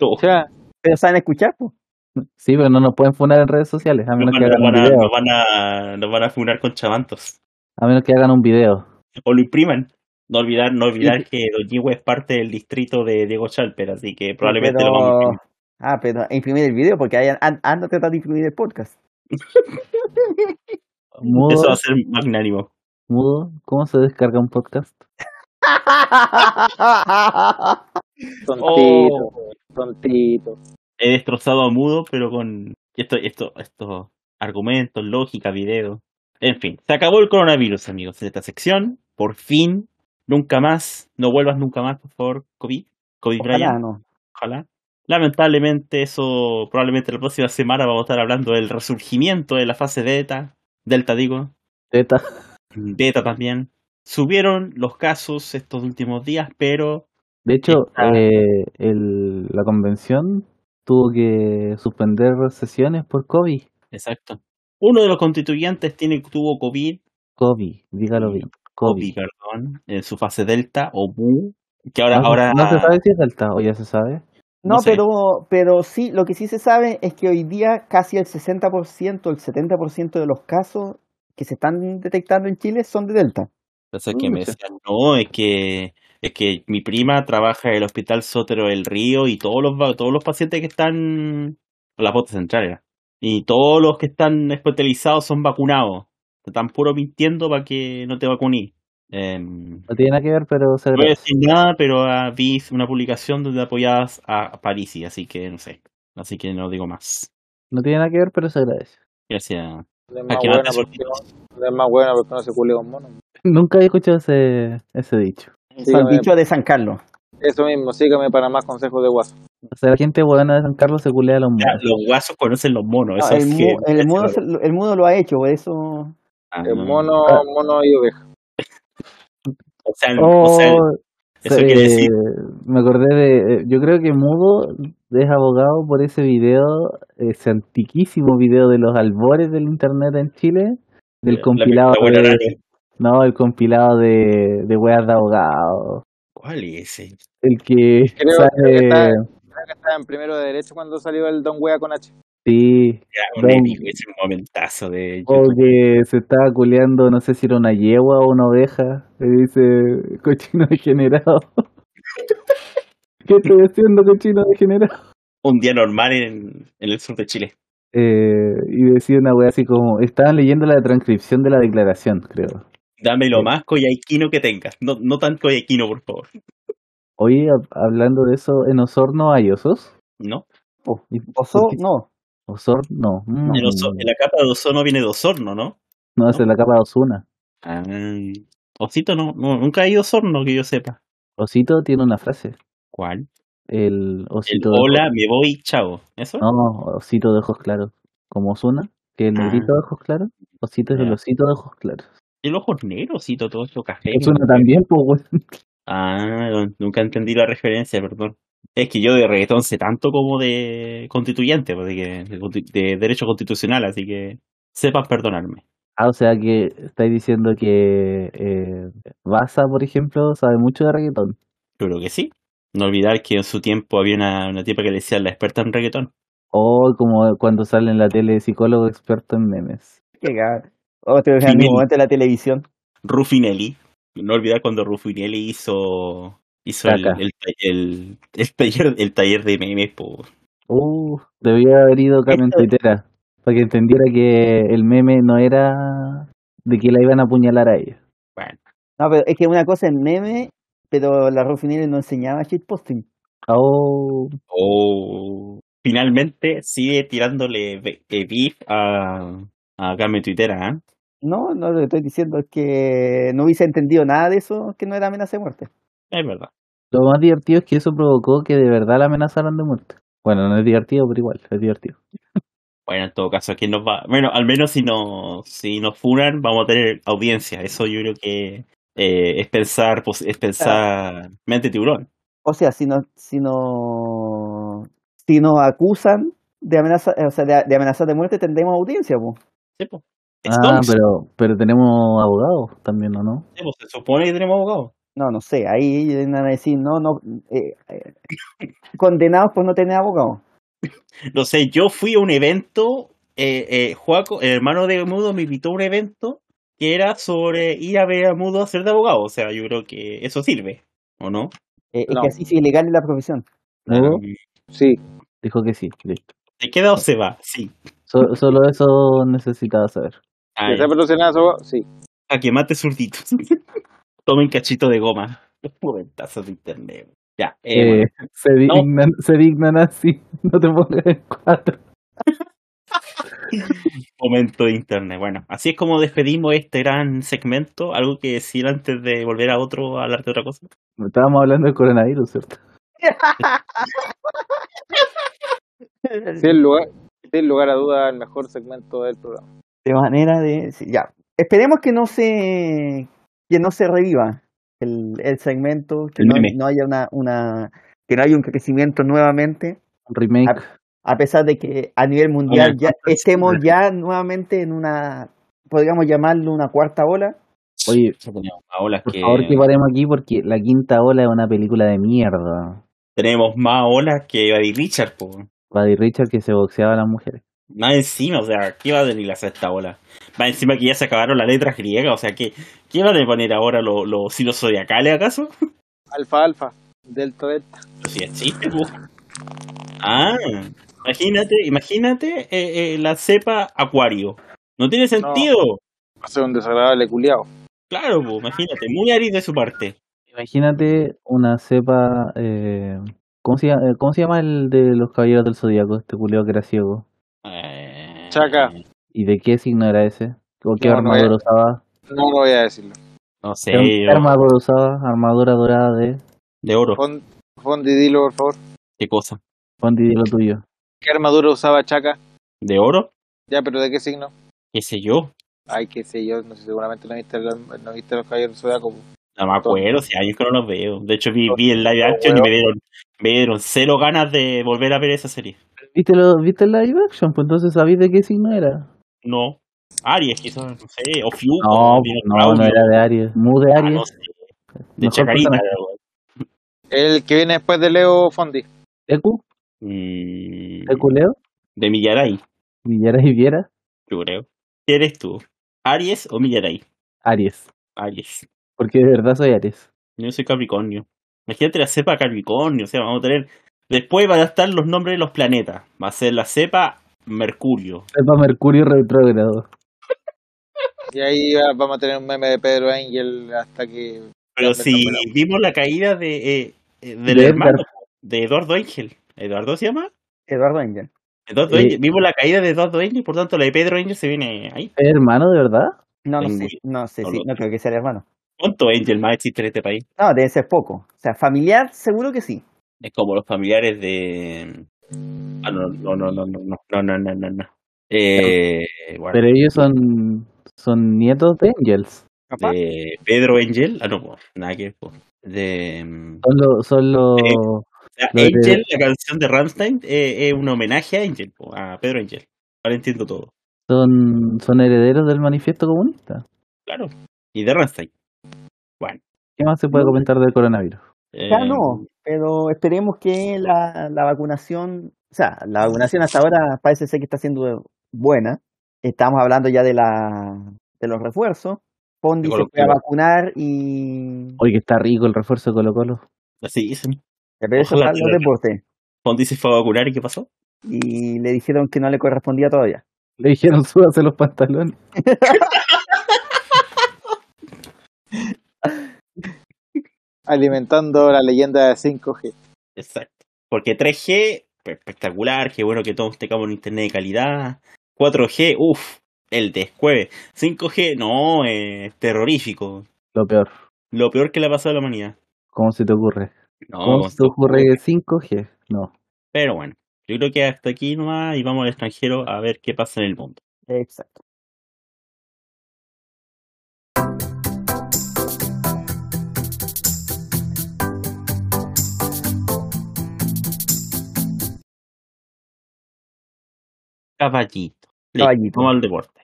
A: No,
D: O sea,
C: Pero saben escuchar, pues.
B: Sí, pero no nos pueden funar en redes sociales, a
A: nos
B: menos
A: van,
B: que
A: nos
B: hagan un
A: van a,
B: video.
A: nos van a, nos van a funar con chavantos.
B: A menos que hagan un video.
A: O lo impriman. No olvidar, no olvidar que Don Diego es parte del distrito de Diego Chalper, así que probablemente lo vamos a
C: Pero...
A: imprimir.
C: Ah, pero imprimir el video, porque hayan, han, han tratado de imprimir el podcast.
B: Mudo,
A: Eso va a ser magnánimo.
B: mudo, ¿cómo se descarga un podcast?
A: Oh.
D: tontito, tontito.
A: He destrozado a Mudo, pero con esto, esto, estos argumentos, lógica, video. En fin, se acabó el coronavirus, amigos, en esta sección. Por fin, nunca más, no vuelvas nunca más, por favor, COVID. COVID
C: Ojalá
A: Brian,
C: no.
A: ojalá. Lamentablemente, eso probablemente la próxima semana vamos a estar hablando del resurgimiento de la fase Delta, Delta digo,
B: Teta.
A: Beta también. Subieron los casos estos últimos días, pero
B: De hecho,
A: Está-
B: eh, el- la convención tuvo que suspender sesiones por COVID.
A: exacto. Uno de los constituyentes tiene, tuvo COVID,
B: COVID, dígalo bien.
A: COVID,
B: COVID.
A: perdón, en su fase delta o mu, que ahora,
B: Ah, No, se-
A: ahora
B: no se sabe si es alta o ya se sabe.
A: No
C: No,
A: sé.
C: pero, pero sí, lo que sí se sabe es que hoy día casi el 60%, el 70% de los casos que se están detectando en Chile son de Delta.
A: pensé que me
B: Pucha.
A: decían, no, es que, es que mi prima trabaja en el Hospital Sotero del Río y todos los, va- todos los pacientes que están, la bota central era, y todos los que están hospitalizados son vacunados. Te están puro mintiendo para que no te vacuní. Em,
B: No tiene nada que ver, pero se
A: No voy a
B: agradece.
A: decir nada, pero ah, vi una publicación donde apoyabas a Parisi, así que no sé. Así que no digo más.
B: No tiene nada que ver, pero se agradece.
A: Gracias.
D: No es
A: Ah,
D: más
A: que
D: buena
A: mate
D: porque no, no es más buena porque no se culea un mono.
B: Nunca he escuchado ese, ese dicho.
C: Son
D: Sígame,
C: dichos de San Carlos.
D: eso mismo, sígame para más consejos de WhatsApp.
B: O sea, la gente buena de San Carlos se culea a los
A: Ya,
B: monos.
A: los guasos conocen los monos. eso
C: No, el,
A: es
C: mu-
A: que-
C: el, mudo,
A: eso-
C: se- el mudo lo ha hecho, por eso.
A: Ah,
D: El mono,
B: Ah.
D: mono y oveja.
A: O sea, el- o sea, el-
B: Oh,
A: Eso
B: Eh,
A: quiere decir.
B: Me acordé de. eh, Yo creo que Mudo es abogado por ese video, ese antiquísimo video de los albores del internet en Chile, del
A: la-
B: compilado.
A: la buena
B: de-
A: Arani.
B: no, el compilado de, de weas de abogado.
A: ¿Cuál es ese?
B: El que
D: Creo-
B: sale.
D: creo que está- Creo que estaba en primero de derecho cuando salió el Don Wea con H.
B: Sí,
A: Era un
B: Don- Oh,
A: épico, ese momentazo de
B: o
A: YouTube.
B: que se estaba culeando, no sé si era una yegua o una oveja. Le dice, cochino degenerado. ¿Qué estoy haciendo, cochino degenerado?
A: Un día normal en, en el sur de Chile.
B: Eh, y decía una wea así como, estaban leyendo la transcripción de la declaración, creo.
A: Dame
B: Sí.
A: lo más coyaquino que tengas. No, no tan coyaquino, por favor.
B: Hoy hablando de eso, en Osorno hay osos.
A: ¿No?
B: ¿Y-
C: Oso,
B: y qué-
C: no.
B: Osorno, mm,
A: En, Oso- en la capa de ozono viene de osorno, ¿no?
B: no, esa es la capa de Osuna.
A: Ah, Osito no, no, nunca ha ido a osorno que yo sepa.
B: Osito tiene una frase,
A: ¿Cuál?
B: el
A: El
B: osito de ojos-
A: hola, me voy, chao. ¿Eso?
B: no, osito de ojos claros, como Osuna, que el
A: Ah.
B: negrito de ojos claros, osito es el
A: Ya.
B: osito de ojos claros.
A: El ojo negro, Osito, todo eso café.
B: Osuna también, pues weón.
A: Ah, no, nunca entendí la referencia, perdón. Es que yo de reggaetón sé tanto como de constituyente, pues, de, que- de consti- de derecho constitucional, así que sepan perdonarme.
B: Ah, o sea que estáis diciendo que eh, Baza, por ejemplo, sabe mucho de reggaetón.
A: Yo creo que sí. No olvidar que en su tiempo había una, una tipa que le decían la experta en reggaetón.
B: O Oh, como cuando sale en la tele psicólogo experto en memes.
C: Qué cagada. Otro gran
A: Finelli.
C: momento de la televisión.
A: Ruffinelli. No olvidar cuando Ruffinelli hizo, hizo el,
B: Caca.
A: el, el- el taller, el taller de memes. po.
B: Uh, debía haber ido Carmen
A: Esto-
B: Tuitera para que entendiera que el meme no era de que la iban a apuñalar a ella.
A: Bueno,
C: No, pero es que una cosa es meme, pero la Ruffinelli no enseñaba shitposting.
A: o
B: Oh,
A: Oh. finalmente sigue tirándole be- eh, beef a, a Carmen Tuitera, ¿eh?
C: No, no, lo que estoy diciendo es que no hubiese entendido nada de eso, que no era amenaza de muerte.
A: Es verdad.
B: lo más divertido es que eso provocó que de verdad la amenazaran de muerte. Bueno, no es divertido, pero igual, es divertido.
A: Bueno, en todo caso, ¿quién nos va? Bueno, al menos si nos, si nos funan, vamos a tener audiencia. Eso yo creo que eh, es pensar, pues, es pensar mente tiburón.
C: O sea, si no, si no, si nos acusan de amenaza, eh, o sea, de, de amenaza de muerte, tendremos audiencia, po.
A: Sí, po. Es
B: Ah,
A: Doms,
B: pero, pero tenemos abogados también, ¿o no?
A: sí, po. eh, pues, se supone que tenemos abogados.
C: No, no sé, ahí van a decir, no, no, eh, eh, condenados por no tener abogado.
A: No sé, yo fui a un evento, eh, eh, Joaco, el hermano de Mudo me invitó a un evento que era sobre ir a ver a Mudo a ser de abogado. O sea, yo creo que eso sirve, ¿o no?
C: Eh, es
D: No.
C: que así es ilegal en la profesión.
B: Luego
A: Ah,
D: Sí,
B: dijo que sí, listo.
A: ¿Se queda o se va? Sí.
B: So- solo eso necesitaba saber.
A: Ah,
D: que sea pelucionazo, sí.
A: a que mate zurditos. Tomen cachito de goma. Los momentazos de internet. Ya, eh, bueno.
B: Eh, se,
A: No.
B: dignan, se dignan así, no te pongas en cuatro.
A: momento de internet. Bueno, así es como despedimos este gran segmento. Algo que decir antes de volver a otro, a hablar de otra cosa.
B: Estábamos hablando del coronavirus, ¿cierto?
D: Sin lugar, sin lugar a duda, el mejor segmento del programa.
C: De manera de, sí, ya. Esperemos que no se, que no se reviva el, el segmento, que
A: El
C: no,
A: meme.
C: no haya una, una, que no haya un crecimiento nuevamente.
B: Un Remake.
C: a pesar de que a nivel mundial
A: Una
C: ya
A: cuarta
C: estemos
A: ola.
C: ya nuevamente en una, podríamos llamarlo una cuarta ola.
B: Oye,
A: Ya tenemos más olas
B: por
A: que...
B: favor que paremos aquí porque la quinta ola es una película de mierda.
A: Tenemos más olas que Buddy Richard, po.
B: Buddy Richard que se boxeaba a las mujeres.
A: Más encima, o sea, ¿qué va a venir la sexta ola? Más encima que ya se acabaron las letras griegas, o sea, ¿qué, qué van a poner ahora los los signos zodiacales acaso?
D: Alfa, alfa, delta, delta.
A: Pero si es chiste, po. Ah, imagínate, imagínate eh, eh, la cepa acuario. No tiene sentido.
D: Va a ser un desagradable culiao.
A: Claro, po, imagínate, muy aris de su parte.
B: Imagínate una cepa... eh, ¿cómo, se llama, eh, cómo se llama el de los caballeros del zodiaco? Este culeo que era ciego.
A: Eh,
D: Chaca.
B: ¿Y de qué signo era ese? ¿O qué
D: No, no
B: armadura
D: era.
B: usaba?
D: No lo voy a decirlo.
A: No sé,
B: ¿Qué armadura usaba? Armadura dorada de...
A: de oro,
D: Fon- Fondi, dilo, por favor.
A: qué cosa.
B: Fondi, di lo tuyo.
D: ¿Qué armadura usaba Chaca?
A: ¿De oro?
D: Ya, pero ¿de qué signo?
A: ¿Qué sé yo?
D: Ay, qué sé yo, no sé, seguramente no viste, la- no viste los caballeros del zodiaco.
A: No me acuerdo, si años que no los veo. De hecho, vi, vi el live
D: No,
A: action y
D: weón.
A: me dieron, me dieron cero ganas de volver a ver esa serie.
B: ¿Viste, lo, ¿Viste el live action? Pues entonces sabéis de qué signo era.
A: No. Aries, quizás, no sé, o Fiu,
B: No, no, no era de Aries. Mu de Aries.
A: pues, Ah, no sé, de
B: Mejor
A: Chacarita.
B: personaje.
D: El que viene después de Leo Fondi.
B: Ecu,
A: Mm,
B: Eculeo,
A: de Millaray,
B: Villera y Viera,
A: yo creo. ¿Qué eres tú? ¿Aries o Millaray?
B: Aries.
A: Aries.
B: Porque de verdad soy Aries.
A: Yo soy Capricornio. Imagínate la cepa Capricornio, o sea, vamos a tener... Después van a estar los nombres de los planetas. Va a ser la cepa Mercurio.
B: Sepa Mercurio retrógrado.
D: Y ahí ah, vamos a tener un meme de Pedro Ángel hasta que.
A: Pero
D: Ya,
A: si
D: pero-
A: vimos la caída de, eh, eh, del
B: De
A: hermano, de Eduardo Ángel. ¿Eduardo se llama?
C: Eduardo Angel.
A: Eduardo
B: Eh.
A: Ángel. Vimos la caída de Eduardo Ángel, por tanto la de Pedro Ángel se viene ahí.
B: ¿Es hermano de verdad?
C: No, no
A: Tengo-
C: sé, no sé,
A: no
C: sí,
A: lo-
C: no creo que sea el hermano.
A: ¿Cuánto Ángel más existe en este país?
C: No, debe ser poco. O sea, familiar seguro que sí.
A: Es como los familiares de... Ah, no, no, no, no, no, no, no, no, no, no. Eh, bueno,
B: Pero ellos son, son nietos de Angels.
C: Capaz.
A: de Pedro Ángel. Ah, no, po, nada que ver, po. De... mm,
B: Son los... Son los
A: La
B: Lo de-
A: Angel, la canción de Rammstein, eh, es un homenaje a Angel, po, a Pedro Angel. Ahora entiendo todo.
B: son, son herederos del manifiesto comunista.
A: Claro. Y de Rammstein.
B: ¿Qué más se puede
A: Mm.
B: comentar del coronavirus?
C: Ya
A: Eh,
C: no, pero esperemos que la, la vacunación, o sea, la vacunación hasta ahora parece ser que está siendo buena. Estamos hablando ya de la de los refuerzos. Pondi
A: De
C: se
A: Colo
C: fue a
A: Colo.
C: vacunar y
B: Hoy que está rico el refuerzo de Colo Colo.
A: Así dicen.
C: ya, pero eso
A: Ojalá
C: para
A: que
C: los
A: la-
C: deportes.
A: Fondi se fue a vacunar y ¿qué pasó?
C: Y le dijeron que no le correspondía todavía.
B: Le dijeron súbase los pantalones.
D: Alimentando la leyenda de 5G.
A: Exacto. Porque 3G, espectacular, qué bueno que todos tengamos un internet de calidad. 4G, uff, el descueve. 5G, no, eh, terrorífico.
B: Lo peor.
A: Lo peor que le ha pasado a la humanidad.
B: ¿Cómo se te ocurre?
A: No,
B: ¿Cómo se te ocurre que 5G? No.
A: Pero bueno, yo creo que hasta aquí nomás y vamos al extranjero a ver qué pasa en el mundo.
C: Exacto.
A: Caballito. Ah, Listo,
C: Caballito.
A: Vamos al deporte.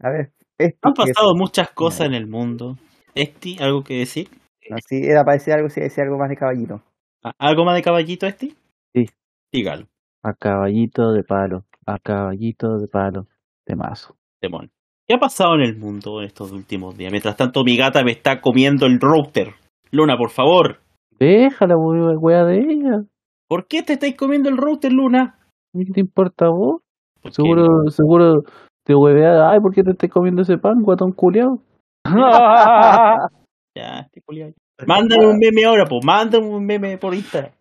C: A ver, esto
A: Han
C: que-
A: pasado muchas cosas en el mundo. Esti, ¿algo que decir?
C: no, sí, era para decir algo, si decía algo más de caballito.
A: ¿A- Ah, ¿Algo más de caballito, Esti?
B: Sí.
A: Dígalo,
B: A caballito de palo. A caballito de palo. De mazo.
A: demonio. ¿Qué ha pasado en el mundo en estos últimos días? Mientras tanto, mi gata me está comiendo el router. Luna, por favor.
B: Déjala, we- wea de ella.
A: ¿Por qué te estáis comiendo el router, Luna?
B: ¿Qué te importa a vos?
A: Porque
B: Seguro, seguro te huevea. Ay, ¿por qué te estás comiendo ese pan, guatón culiao?
A: Ah, Ya, estoy culiao. Mándame un meme ahora, pues. Mándame un meme por Instagram.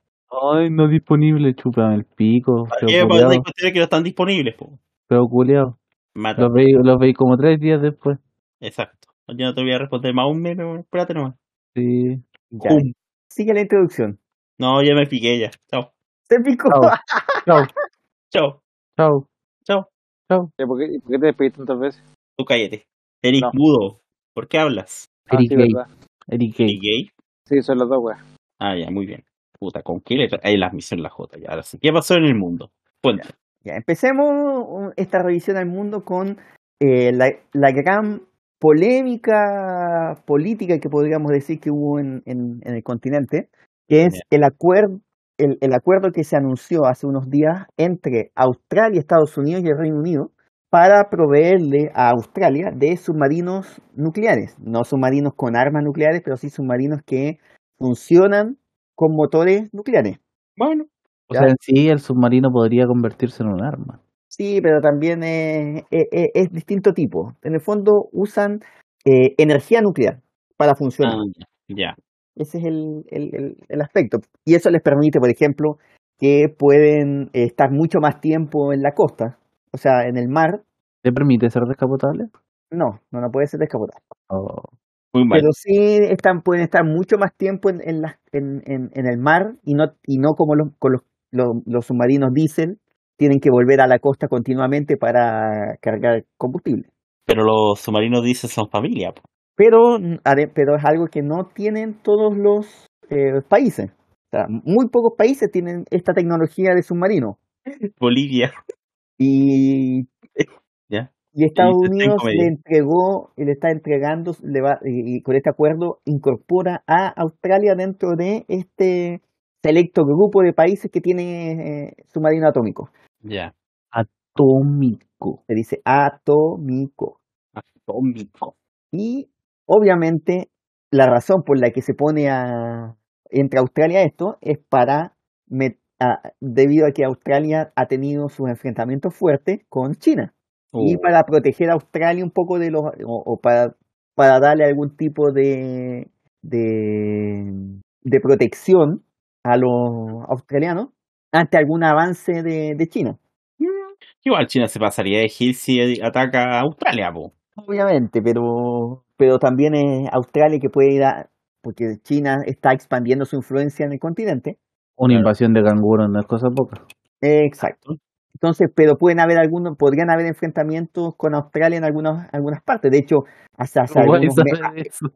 B: Ay, no disponible, chúpame el pico.
A: ¿Para qué
B: Feo
A: me mandáis
B: culiao.
A: cuestiones que no están disponibles, po?
B: Feo culiao.
A: Mata.
B: Los veis los veí como tres días después.
A: Exacto. Yo no te voy a responder más un meme, bueno, espérate nomás.
B: Sí.
C: Ya. Sigue la introducción.
A: No, ya me piqué ya. Chao.
C: Se picó.
A: Oh.
B: Chao. Chao,
A: Chao.
B: chao.
D: Ya, ¿Por qué, por qué te despedís tantas veces?
A: Tú cállate. Eres
D: No.
A: mudo. ¿Por qué hablas?
D: Ah,
B: Eric
D: sí,
B: Gay.
D: verdad.
B: Eric
A: ¿Eres
B: Gay.
A: gay?
D: Sí, son los dos, weón.
A: Ah, ya, muy bien. Puta, ¿con qué letra? Ahí las misión la J. Ya, ahora sí. ¿Qué pasó en el mundo? Cuenta.
C: Ya, empecemos uh, esta revisión al mundo con eh, la, la gran polémica política que podríamos decir que hubo en, en- en el continente, que es
A: Ya.
C: el acuerdo, el, el acuerdo que se anunció hace unos días entre Australia, Estados Unidos y el Reino Unido para proveerle a Australia de submarinos nucleares, no submarinos con armas nucleares, pero sí submarinos que funcionan con motores nucleares.
A: Bueno,
B: O
C: Ya.
B: sea, en sí, el submarino podría convertirse en un arma.
C: Sí, pero también es, es- es- es distinto tipo. En el fondo usan eh, energía nuclear para funcionar.
A: ah, ya. ya.
C: Ese es el, el- el- el aspecto. Y eso les permite, por ejemplo, que pueden eh, estar mucho más tiempo en la costa. O sea, en el mar,
B: ¿Te permite ser descapotable?
C: no, no, no puede ser descapotable.
B: O-
A: Muy mal.
C: Pero sí están, pueden estar mucho más tiempo en, en, las- en- en- en el mar y no, y no como los, con los, los- los submarinos dicen, tienen que volver a la costa continuamente para cargar combustible.
A: Pero los submarinos dicen son familia, po.
C: pero, ade- pero es algo que no tienen todos los eh, países. O sea, muy pocos países tienen esta tecnología de submarino.
A: Bolivia.
C: Y,
A: Ya. Y
C: y Estados
A: está en
C: Unidos
A: comedia.
C: le entregó, y le está entregando, le va- y, y con este acuerdo incorpora a Australia dentro de este selecto grupo de países que tiene eh, submarino atómico.
A: Ya.
B: Atómico.
C: Se dice atómico.
A: Atómico.
C: Y obviamente la razón por la que se pone a, entre Australia esto es para, met- a- debido a que Australia ha tenido sus enfrentamientos fuertes con China y
A: Uh,
C: para proteger a Australia un poco de los, o, o para, para darle algún tipo de, de, de protección a los australianos ante algún avance de, de China.
A: Igual China se pasaría de Gil si ataca a Australia, po.
C: Obviamente, pero, pero también es Australia que puede ir a, porque China está expandiendo su influencia en el continente.
B: Una
A: Claro.
B: invasión de canguros no es cosa poca.
C: Exacto. Entonces, pero pueden haber algunos, podrían haber enfrentamientos con Australia en algunas, algunas partes. De hecho, hasta hace
B: ¿Cómo
C: algunos
B: vas a
C: me-
B: saber eso?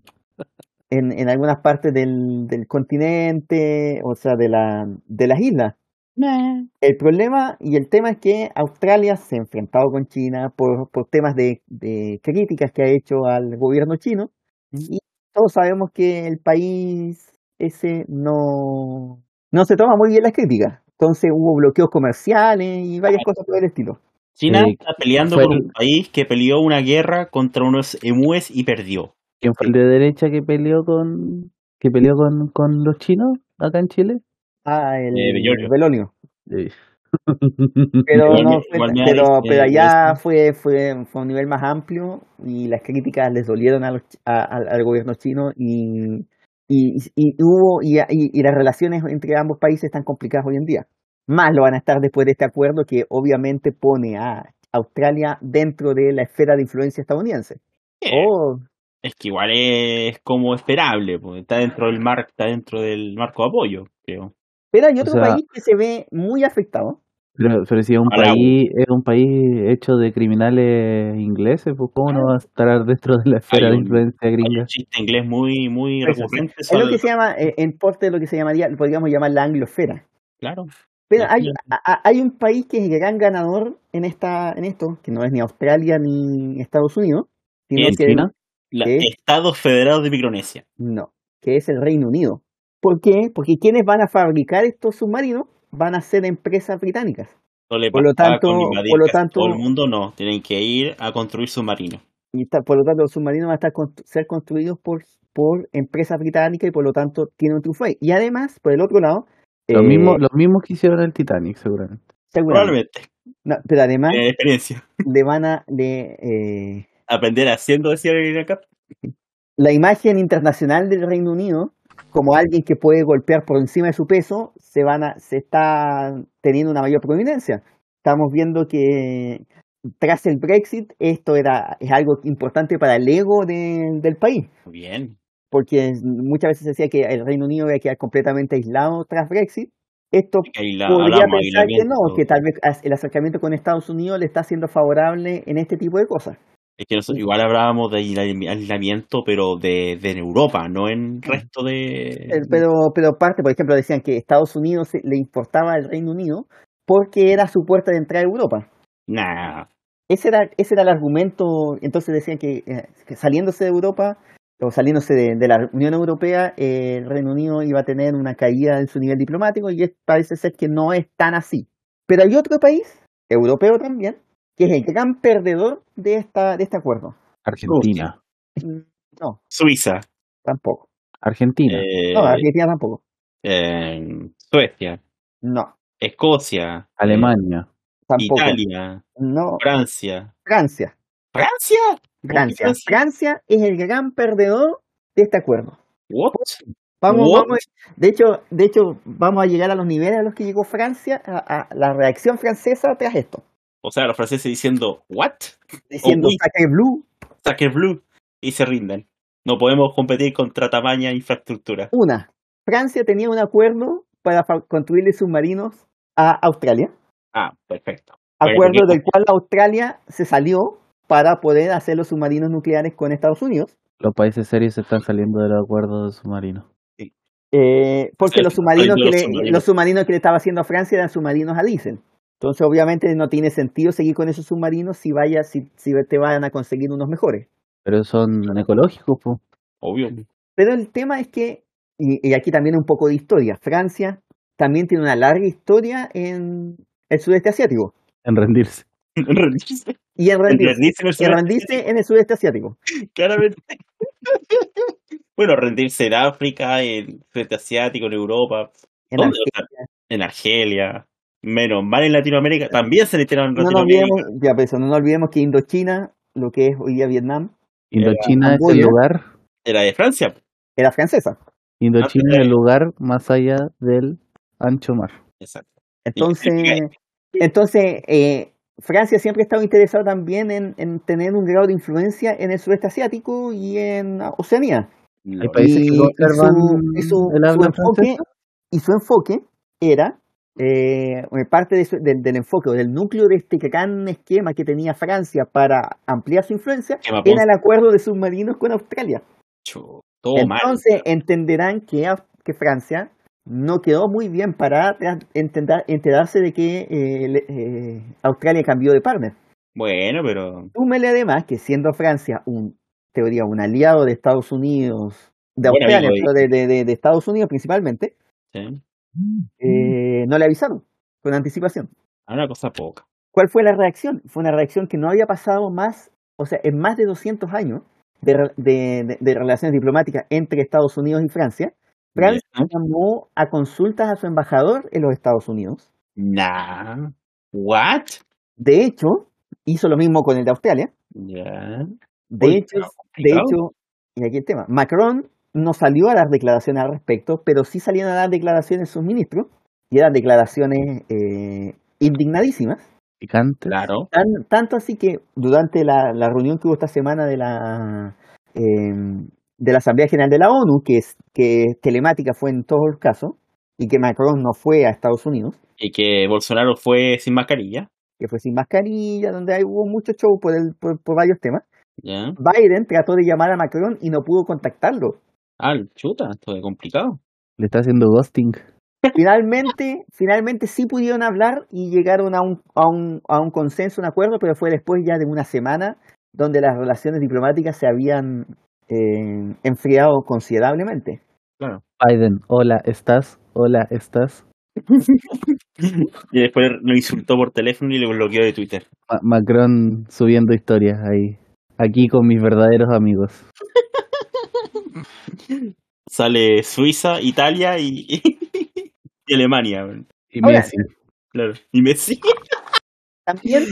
C: en, en algunas partes del, del continente, o sea, de, la, de las islas. El problema y el tema es que Australia se ha enfrentado con China por, por temas de, de críticas que ha hecho al gobierno chino y todos sabemos que el país ese no, no se toma muy bien las críticas. Entonces hubo bloqueos comerciales y varias cosas por el estilo.
A: China
B: Eh,
A: está peleando
B: fue
A: con
B: el-
A: un país que peleó una guerra contra unos emúes y perdió.
B: ¿Quién fue el de derecha que peleó con que peleó con, con los chinos acá en Chile?
C: Ah, el
A: Eh, Bellolio.
C: Belonio.
B: Sí.
C: Pero,
A: Igual
C: no
A: me-
C: fue-
A: igual me da
C: pero,
A: risa,
C: pero
A: eh,
C: allá
A: Wilson.
C: fue, fue, fue un nivel más amplio y las críticas les dolieron a los chi- a- al- al gobierno chino y, y, y hubo y, y- y las relaciones entre ambos países están complicadas hoy en día. Más lo van a estar después de este acuerdo que obviamente pone a Australia dentro de la esfera de influencia estadounidense. Oh,
A: Es que igual es como esperable, porque está dentro del mar, está dentro del marco de apoyo, creo.
C: pero hay otro
B: sea-
C: país que se ve muy afectado.
B: Pero, pero si es un
A: Palau.
B: país, es un país hecho de criminales ingleses, pues cómo no va a estar dentro de la esfera
A: Hay
B: de
A: un-
B: influencia
A: Hay un
B: gringa.
A: chiste inglés muy, muy
C: Eso,
A: recurrente
C: Es lo
A: sobre-
C: que se llama, eh, en porte, lo que se llamaría, podríamos llamar la anglosfera.
A: Claro.
C: Pero hay,
A: Imagínate.
C: a- a- hay un país que es el gran ganador en esta, en esto, que no es ni Australia ni Estados Unidos, sino
A: ¿En
C: que
B: China?
A: La-
C: ¿Qué?
A: Estados Federados de Micronesia.
C: no, que es el Reino Unido. ¿Por qué? Porque quienes van a fabricar estos submarinos van a ser empresas británicas.
A: No le
C: Por lo
A: bastaba
C: tanto-
A: con invadir
C: por lo
A: casi
C: tanto-
A: todo el mundo, no. Tienen que ir a construir submarinos.
C: Y está- por lo tanto, los submarinos van a estar constru- ser construidos por, por empresas británicas y por lo tanto tienen un triunfo ahí. Y además, por el otro lado,
B: Los
C: eh,
B: mismos, los mismos que hicieron el Titanic, seguramente.
C: seguramente,
A: Probablemente.
C: no, pero además
A: Tienen experiencia.
C: le van a, le, eh,
A: Aprender haciendo, decía el acá.
C: la imagen internacional del Reino Unido como alguien que puede golpear por encima de su peso se van a, se está teniendo una mayor prominencia. Estamos viendo que tras el Brexit esto era es algo importante para el ego de- del país,
A: Muy Bien.
C: porque muchas veces se decía que el Reino Unido iba a quedar completamente aislado tras Brexit. Esto
A: Ahí la-
C: podría
A: hablamos, ahí la
C: pensar que no,
A: viento.
C: que tal vez as- el acercamiento con Estados Unidos le está siendo favorable en este tipo de cosas.
A: Es que nosotros igual hablábamos de aisla- aislamiento, pero de, de en Europa, no en resto de.
C: Eh, Pero, pero parte, por ejemplo, decían que Estados Unidos se- le importaba al Reino Unido porque era su puerta de entrada a Europa.
A: Nah.
C: Ese era, ese era el argumento. Entonces decían que, eh, que saliéndose de Europa o saliéndose de, de la Unión Europea, eh, el Reino Unido iba a tener una caída en su nivel diplomático y es- parece ser que no es tan así. Pero hay otro país, europeo también, que es el gran perdedor de, esta, de este acuerdo.
B: Argentina.
C: No,
A: Suiza.
C: tampoco.
B: Argentina.
A: eh,
C: No, Argentina tampoco.
A: eh, Suecia.
C: No,
A: Escocia. eh,
B: Alemania.
C: tampoco.
A: Italia.
C: No,
A: Francia.
C: Francia.
A: ¿Francia? ¿Por qué
C: Francia. Francia es el gran perdedor de este acuerdo.
A: What?
C: Pues, Vamos,
A: What?
C: vamos, de hecho, de hecho, vamos a llegar a los niveles a los que llegó Francia, a, a la reacción francesa tras esto,
A: O sea, los franceses diciendo, ¿what?
C: diciendo
A: oui.
C: saque blue
A: Saque blue y se rinden. No podemos competir contra tamaña e infraestructura.
C: una. Francia tenía un acuerdo para fa- construirle submarinos a Australia,
A: Ah, perfecto. Pero
C: acuerdo
A: porque-
C: del cual Australia se salió para poder hacer los submarinos nucleares con Estados Unidos.
B: Los países serios se están saliendo del acuerdo de submarino.
C: Eh, porque
A: Sí,
C: los submarinos,
A: hay
C: que
A: dos
C: le,
A: submarinos.
C: los submarinos que le estaba haciendo a Francia eran submarinos a diésel. Entonces, obviamente, no tiene sentido seguir con esos submarinos si vaya, si, si te van a conseguir unos mejores.
B: Pero son ecológicos, pues, po.
A: Obvio.
C: Pero el tema es que, y, y aquí también un poco de historia, Francia también tiene una larga historia en el sudeste asiático.
B: en rendirse.
A: Rendirse.
C: Y en rendirse,
A: Rendirse en el
C: y
A: sur-
C: rendirse en el sudeste asiático.
A: Claramente. bueno, rendirse en África, en Frente Asiático, en Europa.
C: En
A: ¿Dónde?
C: Argelia.
A: O sea, en Argelia. Menos mal en Latinoamérica. También se le tiraron en
C: no, nos
A: Latinoamérica.
C: olvidemos, ya, pues, no nos olvidemos que Indochina, lo que es hoy día Vietnam,
A: Eh,
B: Indochina es el
C: Camboya.
B: lugar,
A: Era de Francia.
C: era francesa.
B: Indochina es
A: África.
B: el lugar más allá del ancho mar.
A: Exacto.
C: Entonces, entonces eh, Francia siempre ha estado interesada también en, en tener un grado de influencia en el sudeste asiático y en Oceanía.
A: No,
B: Hay países que
C: y- y
B: conservan
C: su- y su-
B: el
C: su
B: habla
C: enfoque-
B: francesa.
C: Y su enfoque era, eh, parte de su- del, del enfoque o del núcleo de este gran esquema que tenía Francia para ampliar su influencia,
A: Esquema
C: era
A: Ponzi.
C: el acuerdo de submarinos con Australia.
A: chu, todo
C: Entonces entenderán que, a- que Francia no quedó muy bien para tra- entender- enterarse de que eh, le- eh, Australia cambió de partner.
A: mal. Bueno, pero.
C: Súmele además que siendo Francia un, teoría, un aliado de Estados Unidos, de
A: Buen
C: Australia,
A: amigo
C: pero de, de- de- de Estados Unidos principalmente,
A: ¿sí?
C: eh,
A: Mm.
C: no le avisaron con anticipación.
A: Ah, Una cosa poca.
C: ¿Cuál fue la reacción? Fue una reacción que no había pasado más, o sea, en más de 200 años de, re- de- de- de relaciones diplomáticas entre Estados Unidos y Francia. Francia
A: Ya.
C: llamó a consultas a su embajador en los Estados Unidos.
A: Nah. What?
C: De hecho, hizo lo mismo con el de Australia.
A: Ya.
C: De
A: Uy, está
C: hecho, de
A: complicado.
C: hecho, y aquí el tema, Macron no salió a dar declaraciones al respecto, pero sí salían a dar declaraciones sus ministros, y eran declaraciones eh, indignadísimas.
B: Picante.
A: Claro.
C: Tan- tanto así que durante la, la reunión que hubo esta semana de la eh, de la Asamblea General de la ONU, que es que es telemática fue en todos los casos, y que Macron no fue a Estados Unidos,
A: Y que Bolsonaro fue sin mascarilla.
C: que fue sin mascarilla, donde ahí hubo mucho show por, el, por, por varios temas,
A: Ya.
C: Biden trató de llamar a Macron y no pudo contactarlo.
A: Ah, chuta, esto es complicado.
B: Le está haciendo ghosting.
C: Finalmente, finalmente sí pudieron hablar y llegaron a un, a un, a un consenso, un acuerdo, pero fue después ya de una semana donde las relaciones diplomáticas se habían eh, enfriado considerablemente.
B: Biden, hola, ¿estás? Hola, ¿estás?
A: Y después lo insultó por teléfono y lo bloqueó de Twitter.
B: Ma- Macron subiendo historias ahí. Aquí con mis verdaderos amigos.
A: Sale Suiza, Italia y, y Alemania. weón.
B: Y
C: Ahora,
B: Messi.
A: Claro. Y Messi.
C: También,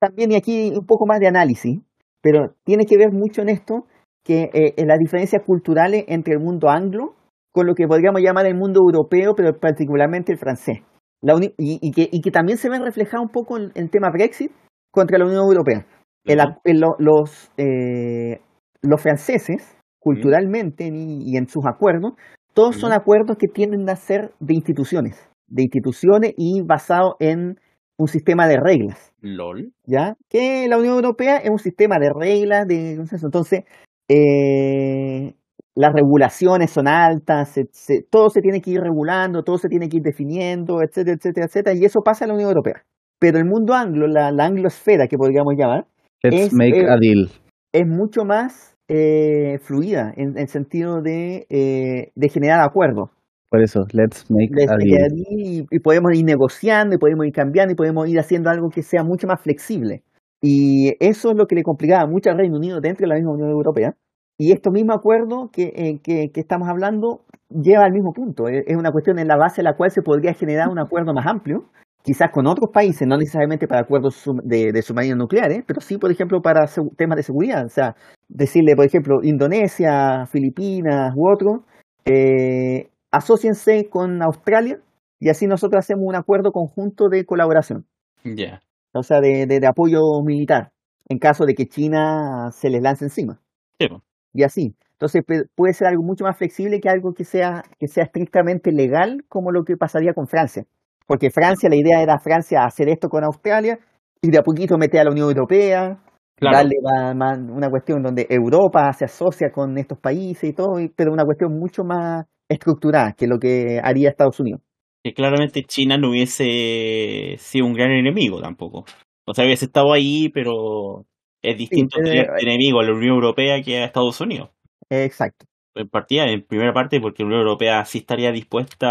C: también, y aquí un poco más de análisis, pero tiene que ver mucho en esto que eh, en las diferencias culturales entre el mundo anglo con lo que podríamos llamar el mundo europeo, pero particularmente el francés. La uni- y, y que, y que también se ve reflejado un poco en el tema Brexit contra la Unión Europea. El ac- el lo- los, eh, los franceses, culturalmente y, y en sus acuerdos, todos son
A: Ujú.
C: acuerdos que tienden a ser de instituciones, de instituciones y basado en un sistema de reglas,
A: LOL.
C: ¿ya? Que la Unión Europea es un sistema de reglas, de consenso. Entonces, eh, las regulaciones son altas, se- se- todo se tiene que ir regulando, todo se tiene que ir definiendo, etcétera, etcétera, etcétera, y eso pasa en la Unión Europea. Pero el mundo anglo, la, la anglosfera que podríamos llamar,
B: Let's
C: Es,
B: make
C: eh,
B: a deal.
C: es mucho más eh, fluida en el sentido de, eh, de generar acuerdos.
B: Por eso, let's make
C: De- este
B: a
C: de
B: deal.
C: generar y, y podemos ir negociando, y podemos ir cambiando, y podemos ir haciendo algo que sea mucho más flexible. Y eso es lo que le complicaba mucho al Reino Unido dentro de la misma Unión Europea. Y este mismo acuerdo que, eh, que, que estamos hablando lleva al mismo punto. Es, es una cuestión en la base de la cual se podría generar un acuerdo más amplio, quizás con otros países, no necesariamente para acuerdos sub- de, de submarinos nucleares, pero sí, por ejemplo, para segu- temas de seguridad. O sea, decirle, por ejemplo, Indonesia, Filipinas u otro, eh, asóciense con Australia y así nosotros hacemos un acuerdo conjunto de colaboración,
A: Ya.
C: o sea, de, de- de apoyo militar, en caso de que China se les lance encima.
A: Sí, po.
C: Y así. Entonces pe- puede ser algo mucho más flexible que algo que sea, que sea estrictamente legal, como lo que pasaría con Francia. Porque Francia, la idea era Francia hacer esto con Australia y de a poquito meter a la Unión Europea
A: Claro.
C: Darle va- más una cuestión donde Europa se asocia con estos países y todo, y- pero una cuestión mucho más estructurada que lo que haría Estados Unidos.
A: que claramente China no hubiese sido un gran enemigo tampoco. O sea, hubiese estado ahí, pero es distinto
C: eh,
A: tener enemigo a la Unión Europea que a Estados Unidos.
C: Eh, Exacto.
A: En partida, en primera parte, porque la Unión Europea sí estaría dispuesta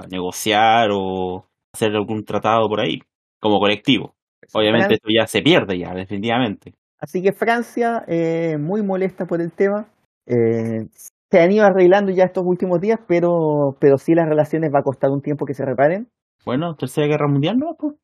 A: a negociar o hacer algún tratado por ahí, como colectivo. Obviamente
C: Fran-
A: esto ya se pierde ya, definitivamente.
C: Así que Francia, eh, muy molesta por el tema. eh, se han ido arreglando ya estos últimos días, pero, pero sí las relaciones va a costar un tiempo que se reparen.
A: Bueno, Tercera Guerra Mundial, ¿no? Pues,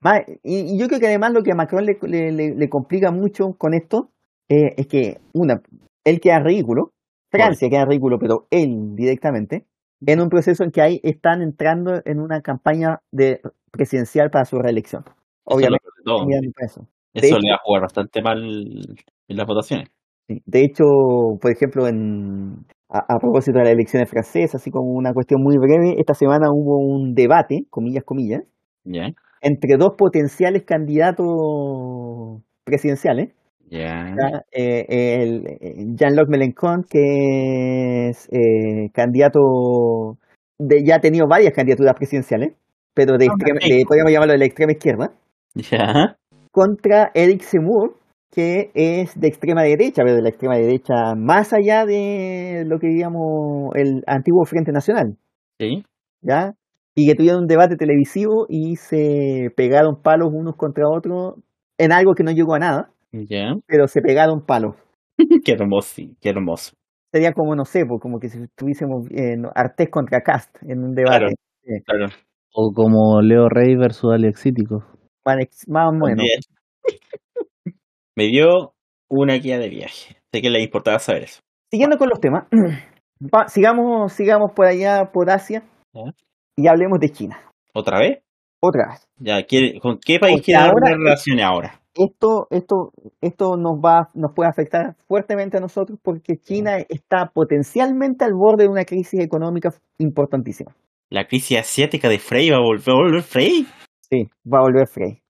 C: Ma- Y, y yo creo que además lo que a Macron le, le- le- le complica mucho con esto eh, es que, una, él queda ridículo, Francia queda ridículo, pero él directamente, en un proceso en que ahí están entrando en una campaña de presidencial para su reelección. Obviamente,
A: Eso, lo-
C: miran para eso.
A: eso
C: hecho-
A: le va a jugar bastante mal en las votaciones.
C: Sí. De hecho, por ejemplo, en, a, a propósito de las elecciones francesas, así como una cuestión muy breve, esta semana hubo un debate, comillas, comillas,
A: Ya,
C: entre dos potenciales candidatos presidenciales.
A: ya.
C: Está, eh, el, eh, Jean-Luc Mélenchon, que es eh, candidato, de, ya ha tenido varias candidaturas presidenciales, pero de,
A: Ah,
C: extrema-
A: perfecto.
C: de- podríamos llamarlo de la extrema izquierda,
A: Ya.
C: contra Eric Zemmour, que es de extrema derecha, pero de la extrema derecha más allá de lo que digamos el antiguo Frente Nacional,
A: Sí.
C: ¿ya? Y que tuvieron un debate televisivo y se pegaron palos unos contra otros en algo que no llegó a nada,
A: Ya.
C: pero se pegaron palos.
A: Qué hermoso, sí, qué hermoso.
C: sería como, no sé, pues, como que si tuviésemos eh, no, Artés contra Cast en un debate.
A: Claro. Claro.
B: O como Leo Rey versus Alex Cítico.
C: Más ex- Más o menos.
A: También. Me dio una guía de viaje. Sé que le importaba saber eso.
C: Siguiendo con los temas, va- sigamos, sigamos por allá, por Asia,
A: Ya.
C: y hablemos de China.
A: ¿Otra vez?
C: Otra vez.
A: Ya, ¿quiere- ¿Con qué país
C: Porque
A: quiere
C: ahora-
A: ahora... relaciones ahora?
C: Esto, esto, esto nos va, nos puede afectar fuertemente a nosotros porque China está potencialmente al borde de una crisis económica importantísima.
A: ¿La crisis asiática de Frey va a volver a volver Frey?
C: Sí, va a volver Frey.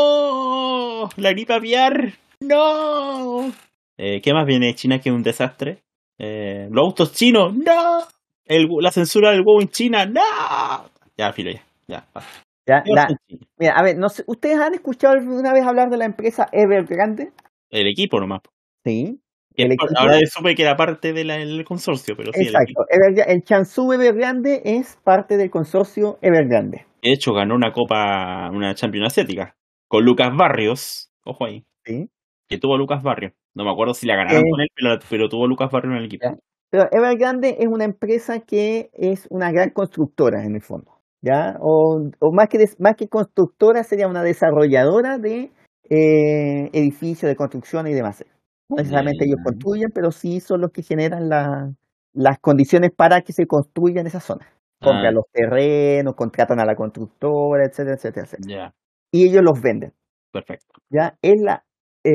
A: ¡No! ¡La gripe aviar! ¡No! Eh, ¿Qué más viene de China que un desastre? Eh, ¿Los autos chinos? ¡No! El- la censura del WoW en China? ¡No! Ya, filo, ya. ya. basta.
C: Ya,
A: ¿Qué
C: la-
A: pasa en China?
C: mira, a ver, no sé, ¿ustedes han escuchado alguna vez hablar de la empresa Evergrande?
A: El equipo nomás.
C: Sí.
A: Que
C: El
A: es par-
C: equipo-
A: Ahora supe que era parte de la- del consorcio, pero sí, el equipo.
C: Exacto. Evergra- El Changsú Evergrande es parte del consorcio Evergrande.
A: De hecho, ganó una copa, una Champions Asiática, con Lucas Barrios. Ojo ahí.
C: Sí.
A: Que tuvo Lucas Barrios. No me acuerdo si la ganaron
C: Eh.
A: con él, pero, pero tuvo Lucas Barrios en el equipo.
C: Ya. Pero Evergrande es una empresa que es una gran constructora en el fondo. ¿ya? O, o más, que des- más que constructora sería una desarrolladora de eh, edificios, de construcción y demás. No necesariamente ellos
A: Ya.
C: construyen, pero sí son los que generan la- las condiciones para que se construyan esas zonas. Compran
A: Ah.
C: los terrenos, contratan a la constructora, etcétera, etcétera, etcétera.
A: Ya,
C: Y ellos los venden.
A: perfecto.
C: ¿ya? Es la,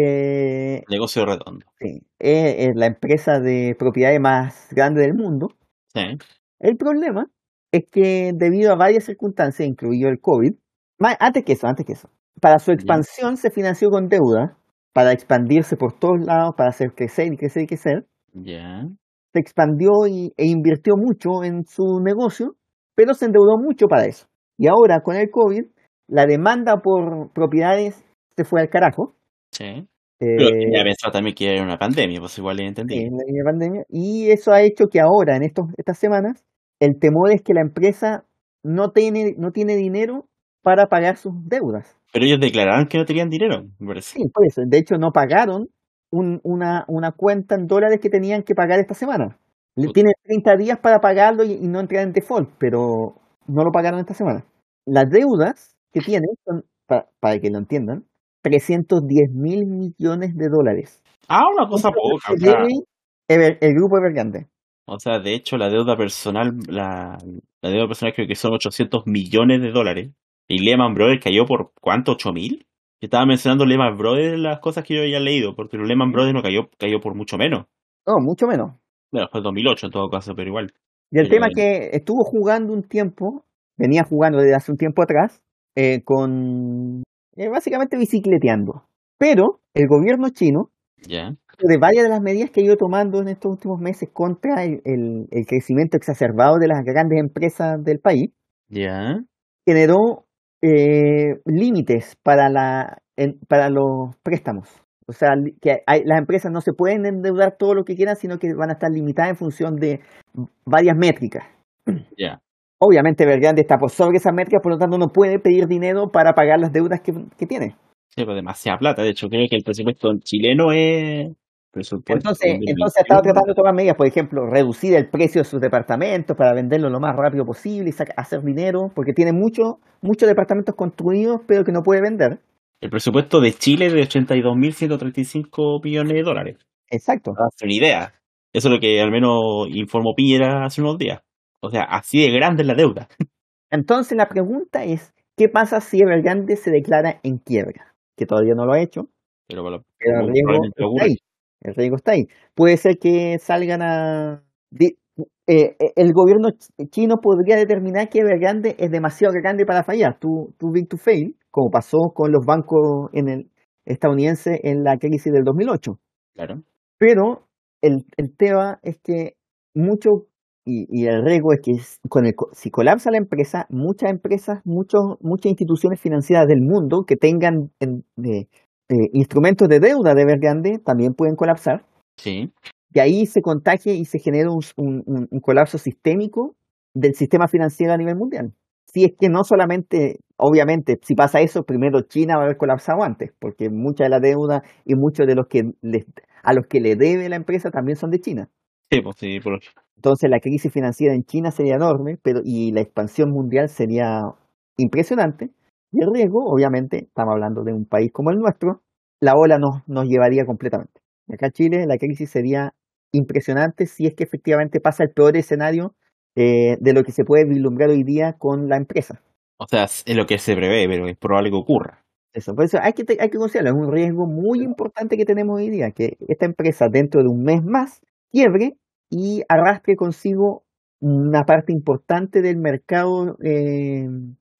C: eh,
A: Negocio redondo.
C: Sí, es, es la empresa de propiedades más grande del mundo.
A: Sí.
C: El problema es que debido a varias circunstancias, incluido el COVID, ma- antes que eso, antes que eso, para su expansión se financió con deuda, para expandirse por todos lados, para hacer crecer y crecer y crecer,
A: Ya.
C: se expandió y- e invirtió mucho en su negocio, pero se endeudó mucho para eso. Y ahora con el COVID, la demanda por propiedades se fue al carajo.
A: Sí. Pero
C: eh,
A: ya pensaba también que era una pandemia, pues igual le entendí.
C: Sí, en la línea de pandemia. Y eso ha hecho que ahora, en estos, estas semanas, el temor es que la empresa no tiene, no tiene dinero para pagar sus deudas.
A: Pero ellos declararon que no tenían dinero, me parece.
C: Sí, por eso. De hecho, no pagaron un- una, una cuenta en dólares que tenían que pagar esta semana. Le
A: Puta.
C: tienen 30 días para pagarlo y, y no entrar en default, pero no lo pagaron esta semana. Las deudas que tienen son, pa- para que lo entiendan, 310 mil millones de dólares.
A: Ah, una cosa poca. o
C: Se
A: sea,
C: debe Ever- el grupo Evergrande.
A: O sea, de hecho, la deuda personal, la, la deuda personal creo que son 800 millones de dólares. Y Lehman Brothers cayó por ¿cuánto? ¿8 mil? Yo estaba mencionando Lehman Brothers las cosas que yo había leído, porque Lehman Brothers no cayó, cayó por mucho menos.
C: No, mucho menos.
A: Bueno, fue el 2008 en todo caso, pero igual.
C: Y
A: Pero
C: el tema es
A: bueno.
C: que estuvo jugando un tiempo, venía jugando desde hace un tiempo atrás, eh, con eh, básicamente bicicleteando. Pero el gobierno chino,
A: Ya.
C: de varias de las medidas que ha ido tomando en estos últimos meses contra el, el- el crecimiento exacerbado de las grandes empresas del país,
A: Ya.
C: generó eh, límites para, la, en- para los préstamos. O sea, li- que hay- las empresas no se pueden endeudar todo lo que quieran, sino que van a estar limitadas en función de varias métricas.
A: Ya.
C: Obviamente, Belgrande está por sobre esas métricas, por lo tanto, no puede pedir dinero para pagar las deudas que, que tiene.
A: Sí, pues demasiada plata. De hecho, creo que el presupuesto chileno es. Presupuesto
C: Entonces,
A: 2021.
C: entonces ha estado tratando de tomar medidas, por ejemplo, reducir el precio de sus departamentos para venderlo lo más rápido posible y saca- hacer dinero, porque tiene muchos muchos departamentos construidos, pero que no puede vender.
A: El presupuesto de Chile es de 82.135 millones de dólares.
C: Exacto.
A: Hazte una idea. Eso es lo que al menos informó Piñera hace unos días. O sea, así de grande es la deuda.
C: Entonces la pregunta es, ¿qué pasa si Evergrande se declara en quiebra? Que todavía no lo ha hecho,
A: Pero para lo-
C: pero el
A: Muy
C: riesgo
A: probablemente
C: está
A: ocurra.
C: ahí. El riesgo está ahí. Puede ser que salgan a... di- eh, eh, el gobierno ch- chino podría determinar que Evergrande es demasiado grande para fallar, too, too big to fail, como pasó con los bancos en el estadounidense en la crisis del 2008.
A: claro.
C: Pero el, el tema es que mucho, y, y el riesgo es que s- con el co- si colapsa la empresa, muchas empresas, muchos, muchas instituciones financieras del mundo que tengan en- de- de instrumentos de deuda de Evergrande también pueden colapsar.
A: Sí.
C: Y ahí se contagia y se genera un, s- un- un- un colapso sistémico del sistema financiero a nivel mundial. Si es que no solamente, obviamente, si pasa eso, primero China va a haber colapsado antes, porque mucha de la deuda y muchos de los que les- a los que le debe la empresa también son de China.
A: Sí, pues sí, por-
C: Entonces la crisis financiera en China sería enorme, pero y la expansión mundial sería impresionante. Y el riesgo, obviamente, estamos hablando de un país como el nuestro, la ola nos, nos llevaría completamente. Acá en Chile la crisis sería impresionante si es que efectivamente pasa el peor escenario eh, de lo que se puede vislumbrar hoy día con la empresa.
A: O sea, es lo que se prevé, pero es probable que ocurra.
C: Eso, por eso hay que, te- hay que considerarlo, es un riesgo muy importante que tenemos hoy día, que esta empresa dentro de un mes más quiebre y arrastre consigo una parte importante del mercado eh,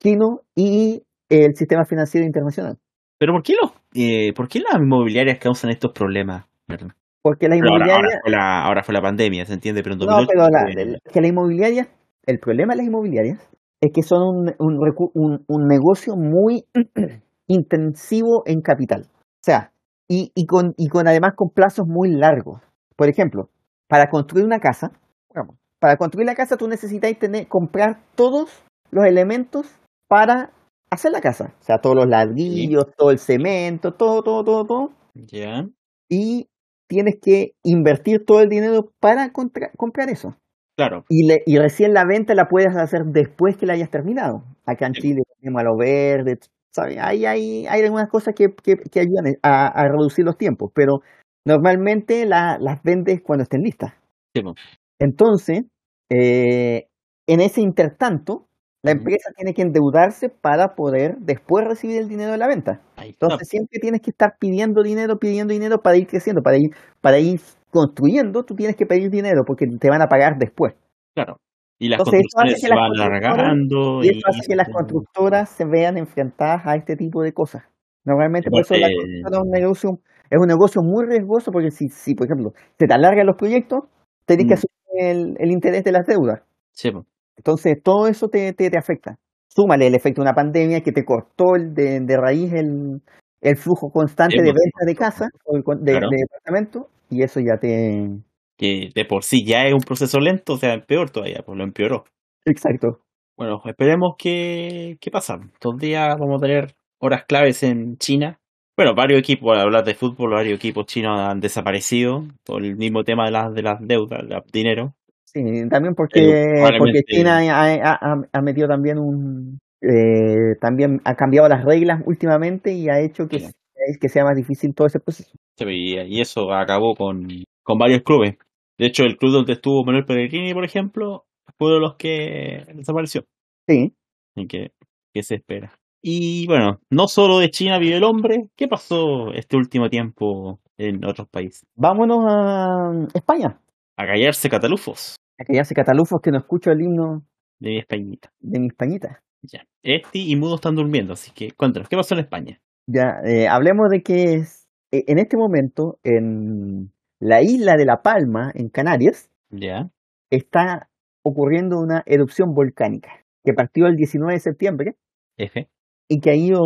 C: chino y el sistema financiero internacional.
A: Pero ¿por qué, los, eh, ¿por qué las inmobiliarias causan estos problemas? Perdón.
C: Porque la
A: Pero ahora,
C: inmobiliaria...
A: ahora fue la, ahora fue la pandemia, se entiende, pero en
C: No,
A: 2008
C: pero la,
A: fue-
C: el- que la inmobiliaria, el problema de las inmobiliarias es que son un, un recu- un- un negocio muy intensivo en capital. O sea, y, y con, y con además con plazos muy largos. Por ejemplo, para construir una casa, vamos, para construir la casa tú necesitas tener, comprar todos los elementos para hacer la casa. O sea, todos los ladrillos, todo el cemento, todo, todo, todo, todo
A: Ya.
C: y tienes que invertir todo el dinero para contra- comprar eso.
A: Claro.
C: Y, le- y recién la venta la puedes hacer después que la hayas terminado. Acá en
A: Sí.
C: Chile tenemos a lo verde, ¿sabes? Hay, hay, hay algunas cosas que, que- que ayudan a, a reducir los tiempos, pero normalmente la- las vendes cuando estén listas.
A: Sí, pues. po.
C: Entonces, eh, en ese intertanto, la
A: Ujú.
C: empresa tiene que endeudarse para poder después recibir el dinero de la venta.
A: Ahí está.
C: Entonces siempre tienes que estar pidiendo dinero, pidiendo dinero para ir creciendo, para ir, para ir construyendo, tú tienes que pedir dinero porque te van a pagar después.
A: Claro. Y las
C: Entonces, eso hace
A: construcciones
C: que
A: se
C: las
A: van
C: constructoras-
A: alargando.
C: Y eso hace que las
A: se-
C: constructoras se vean enfrentadas a este tipo de cosas. Normalmente por eso la
A: Aparte-
C: constructora es un negocio, es un negocio muy riesgoso porque si, si por ejemplo, se te alargan los proyectos, tenés que
A: Mm.
C: asumir el, el interés de las deudas.
A: Sí, pues, po.
C: Entonces, todo eso te, te, te afecta. Súmale el efecto de una pandemia que te cortó el de, de raíz el, el flujo constante
A: Sí,
C: de
A: pues,
C: ventas de casa o de, de
A: Claro.
C: departamento y eso ya te...
A: que de por sí ya es un proceso lento, o sea, peor todavía, pues lo empeoró.
C: Exacto.
A: Bueno, esperemos que, que pasa. Estos días vamos a tener horas claves en China. Bueno, varios equipos, al hablar de fútbol, varios equipos chinos han desaparecido por el mismo tema de las, de las deudas, del dinero.
C: Sí, también porque, porque
A: probablemente-
C: China ha, ha- ha metido también un... eh, también ha cambiado las reglas últimamente y ha hecho que,
A: Sí.
C: que sea más difícil todo ese proceso.
A: Y, y eso acabó con, con varios clubes. De hecho, el club donde estuvo Manuel Pellegrini, por ejemplo, fue de los que desapareció.
C: Sí.
A: Así que, ¿qué se espera? Y bueno, no solo de China vive el hombre. ¿Qué pasó este último tiempo en otros países?
C: Vámonos a mm, España.
A: A callarse catalufos
C: Aquella hace catalufos que no escucho el himno
A: de mi Españita.
C: de mi españita.
A: Ya. Este Esti y Mudo están durmiendo, así que cuéntanos, ¿qué pasó en España?
C: Ya, eh, hablemos de que es- eh, en este momento, en la isla de La Palma, en Canarias,
A: Ya.
C: está ocurriendo una erupción volcánica que partió el 19 de septiembre
A: F.
C: y que ha ido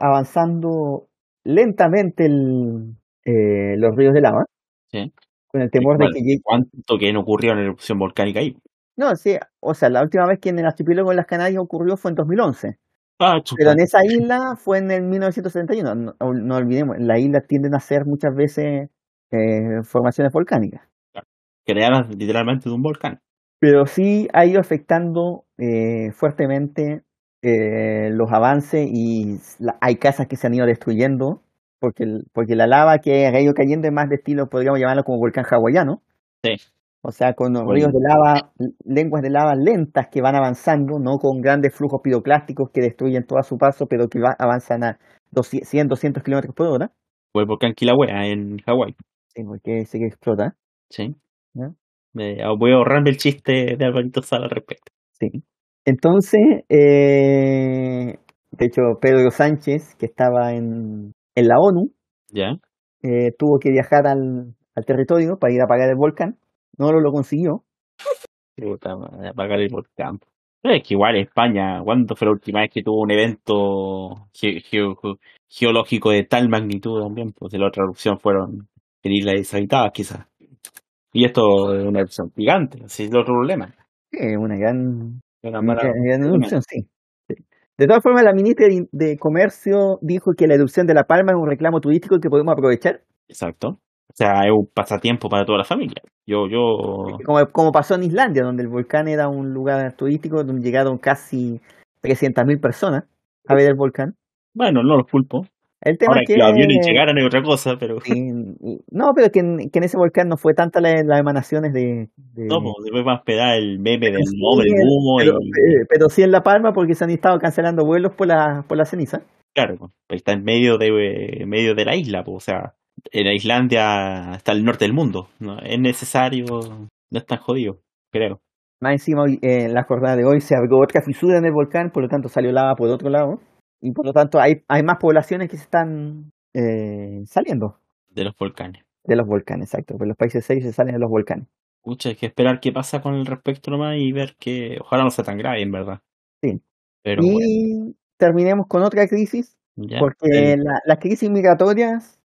C: avanzando lentamente el, eh, los ríos de lava.
A: Sí.
C: Con el temor de
A: Igual.
C: que llegue.
A: ¿Cuánto que no ocurrió en la erupción volcánica ahí?
C: No, sí, o sea, la última vez que en el archipiélago de las Canarias ocurrió fue en 2011.
A: Ah, chuta.
C: Pero en esa isla fue en el 1971. No, no olvidemos, las islas tienden a ser muchas veces eh, formaciones volcánicas.
A: Creadas literalmente de un volcán.
C: Pero sí ha ido afectando eh, fuertemente eh, los avances y la- hay casas que se han ido destruyendo porque, el- porque la lava que ha ido cayendo es más de estilo, podríamos llamarlo como volcán hawaiano.
A: Sí.
C: O sea, con los
A: Bueno.
C: ríos de lava, lenguas de lava lentas que van avanzando, no con grandes flujos piroclásticos que destruyen todo a su paso, pero que va- avanzan a 200, 100, 200 kilómetros por hora,
A: O el volcán Kilauea en Hawái.
C: sí, porque se explota.
A: Sí.
C: ¿Ya?
A: Eh, voy a ahorrarme el chiste de Alvarito Sala al respecto.
C: Sí. Entonces, eh, de hecho, Pedro Sánchez, que estaba en, en la ONU,
A: Ya.
C: eh, tuvo que viajar al, al territorio para ir a apagar el volcán. No lo, lo consiguió.
A: Puta madre, apagar el volcán. Pero es que igual España, ¿cuándo fue la última vez que tuvo un evento ge- ge- ge- geológico de tal magnitud también? Pues de la otra erupción fueron en islas deshabitadas quizás. Y esto es una erupción gigante, ese es el otro problema.
C: Sí, es una gran,
A: Era
C: una
A: mala-
C: gran erupción, sí. Sí. De todas formas, la ministra de, de Comercio dijo que la erupción de La Palma es un reclamo turístico que podemos aprovechar.
A: Exacto. O sea, es un pasatiempo para toda la familia. Yo, yo,
C: Como, como pasó en Islandia, donde el volcán era un lugar turístico donde llegaron casi 300.000 personas a ver el volcán.
A: bueno, no los culpo.
C: El tema
A: Ahora
C: es
A: que
C: que...
A: los aviones llegaran es otra cosa, pero
C: en- y- no, pero que en, que en ese volcán no fue tanta la- las emanaciones de... de-
A: no, pues, después va a esperar el meme del
C: sí,
A: nombre, el
C: el-
A: humo,
C: pero,
A: y-
C: eh, pero sí en La Palma porque se han estado cancelando vuelos por la, por la ceniza.
A: Claro, pues, está en medio de, en medio de la isla, pues, o sea, en la Islandia está el norte del mundo, ¿no? Es necesario, no es tan jodido, creo.
C: Más encima, hoy, eh, en la jornada de hoy se abrió otra fisura en el volcán, por lo tanto salió lava por otro lado. Y por lo tanto hay, hay más poblaciones que se están eh, saliendo
A: De los volcanes.
C: de los volcanes, exacto. Porque los países serios se salen de los volcanes.
A: Mucha, hay que esperar qué pasa con el respecto nomás y ver que, ojalá no sea tan grave, en verdad.
C: Sí.
A: Pero bueno,
C: y terminemos con otra crisis,
A: ya.
C: porque la- las crisis migratorias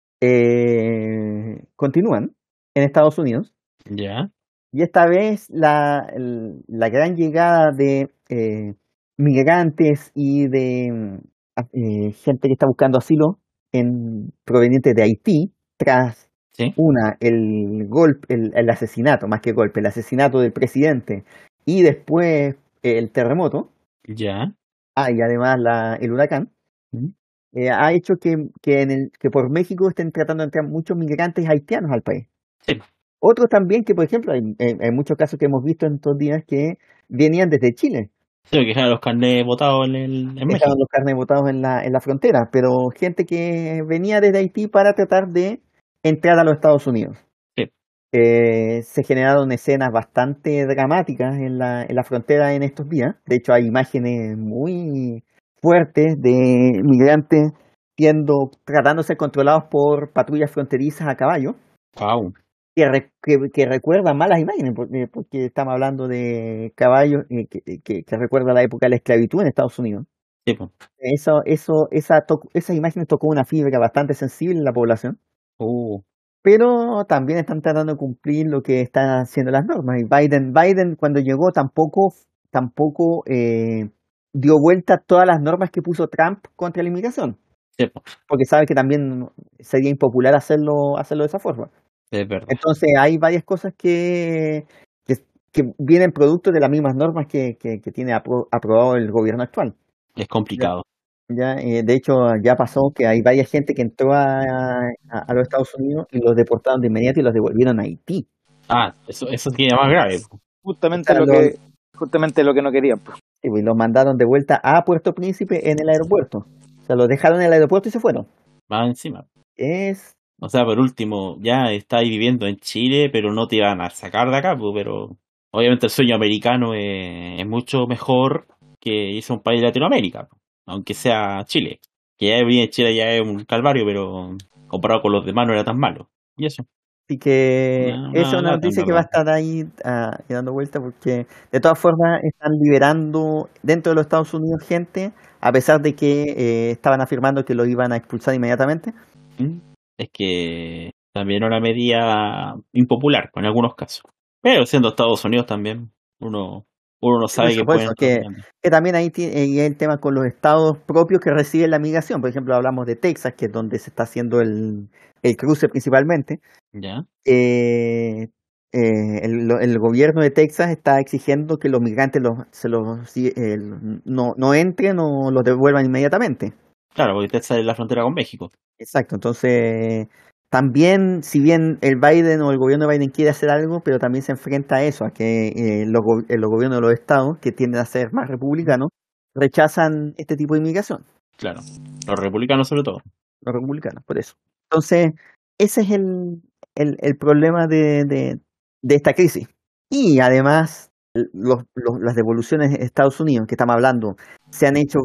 C: eh, continúan en Estados Unidos.
A: Ya,
C: Y esta vez la, el- la gran llegada de eh, migrantes y de mm, a- eh, gente que está buscando asilo en, proveniente de Haití, tras
A: Sí.
C: una, el golpe, el, el asesinato, más que golpe, el asesinato del presidente y después eh, el terremoto,
A: ya.
C: ah, y además la, el huracán,
A: Ujú.
C: eh, ha hecho que, que, en el, que por México estén tratando de entrar muchos migrantes haitianos al país.
A: Sí.
C: Otros también que, por ejemplo, hay, hay- hay muchos casos que hemos visto en estos días que venían desde Chile.
A: Tengo que dejar a los carnets botados en, el, en México.
C: Estaban los carnes botados en la, en la frontera, pero gente que venía desde Haití para tratar de entrar a los Estados Unidos.
A: Sí.
C: Eh, se generaron escenas bastante dramáticas en la, en la frontera en estos días. De hecho, hay imágenes muy fuertes de migrantes siendo, tratando de ser controlados por patrullas fronterizas a caballo
A: Wow.
C: que, re- que, que recuerda malas imágenes, porque, porque estamos hablando de caballos eh, que, que, que recuerda la época de la esclavitud en Estados Unidos.
A: Sí, pues.
C: Eso, eso, esa toc- esas imágenes tocó una fibra bastante sensible en la población,
A: Uh,
C: pero también están tratando de cumplir lo que están haciendo las normas. Y Biden, Biden cuando llegó tampoco, tampoco eh, dio vuelta todas las normas que puso Trump contra la inmigración,
A: sí, pues.
C: porque sabe que también sería impopular hacerlo, hacerlo de esa forma.
A: Es verdad.
C: Entonces hay varias cosas que, que, que vienen producto de las mismas normas que, que, que tiene apro- aprobado el gobierno actual.
A: Es complicado.
C: Ya, eh, de hecho, ya pasó que hay varias gente que entró a, a- a los Estados Unidos y los deportaron de inmediato y los devolvieron a Haití.
A: Ah, eso, eso tiene más grave. pues.
D: Justamente
C: O sea,
D: lo
C: lo-
D: que justamente lo que no querían. pues.
C: Y los mandaron de vuelta a Puerto Príncipe en el aeropuerto. O sea, los dejaron en el aeropuerto y se fueron.
A: Más encima.
C: Es
A: O sea, por último, ya estáis viviendo en Chile, pero no te van a sacar de acá, pues, pero obviamente el sueño americano es, es mucho mejor que irse a un país de Latinoamérica, pues, aunque sea Chile. Que ya vivir en Chile ya es un calvario, pero Comparado con los demás no era tan malo. Y eso.
C: Así que
A: No,
C: esa es
A: no,
C: una
A: no,
C: noticia
A: no,
C: que
A: no.
C: va a estar ahí ah, dando vuelta porque de todas formas están liberando dentro de los Estados Unidos gente, a pesar de que eh, estaban afirmando que lo iban a expulsar inmediatamente.
A: ¿Mm? Es que también era una medida impopular en algunos casos. Pero siendo Estados Unidos también, uno, uno no sabe
C: por
A: qué pueden
C: supuesto, que-
A: estar haciendo.
C: Que también ahí ti- eh, y el tema con los estados propios que reciben la migración. Por ejemplo, hablamos de Texas, que es donde se está haciendo el, el cruce principalmente.
A: ¿Ya?
C: eh, eh, el, lo- el gobierno de Texas está exigiendo que los migrantes los, se los, si- eh, no, no entren o los devuelvan inmediatamente.
A: Claro, porque Texas es la frontera con México.
C: Exacto, entonces también, si bien el Biden o el gobierno de Biden quiere hacer algo, pero también se enfrenta a eso, a que eh, los, go- eh, los gobiernos de los estados, que tienden a ser más republicanos, rechazan este tipo de inmigración,
A: Claro. Los republicanos sobre todo.
C: los republicanos, por eso. Entonces, ese es el, el, el problema de, de, de esta crisis. Y además, l- los, los- las devoluciones de Estados Unidos, que estamos hablando, se han hecho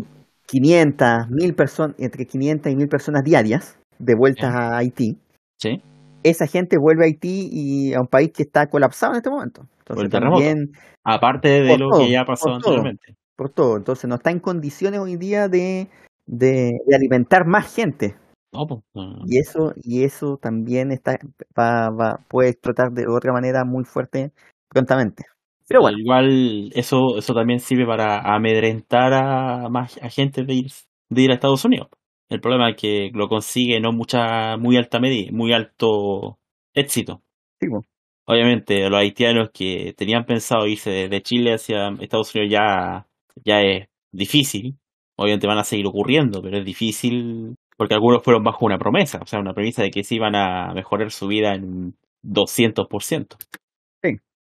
C: 500, 1000 personas, entre 500 y 1000 personas diarias, de vueltas a Haití.
A: Sí.
C: esa gente vuelve a Haití y a un país que está colapsado en este momento. Entonces,
A: el terremoto.
C: también
A: Aparte de
C: Por
A: lo
C: todo,
A: que ya
C: por
A: pasó
C: todo.
A: anteriormente.
C: por todo. Entonces, no está en condiciones hoy día de, de, de alimentar más gente.
A: No, pues, no, no, no.
C: Y eso, y eso también está, va, va- puede explotar de otra manera muy fuerte prontamente. Pero bueno,
A: Igual eso, eso también sirve para amedrentar a más a gente de ir, de ir a Estados Unidos. El problema es que lo consigue no mucha, muy alta medida, muy alto éxito.
C: sí, po.
A: Obviamente, los haitianos que tenían pensado irse de, de Chile hacia Estados Unidos ya, ya es difícil. Obviamente van a seguir ocurriendo, pero es difícil porque algunos fueron bajo una promesa, o sea, una premisa de que se iban a mejorar su vida en un 200%.
C: Sí.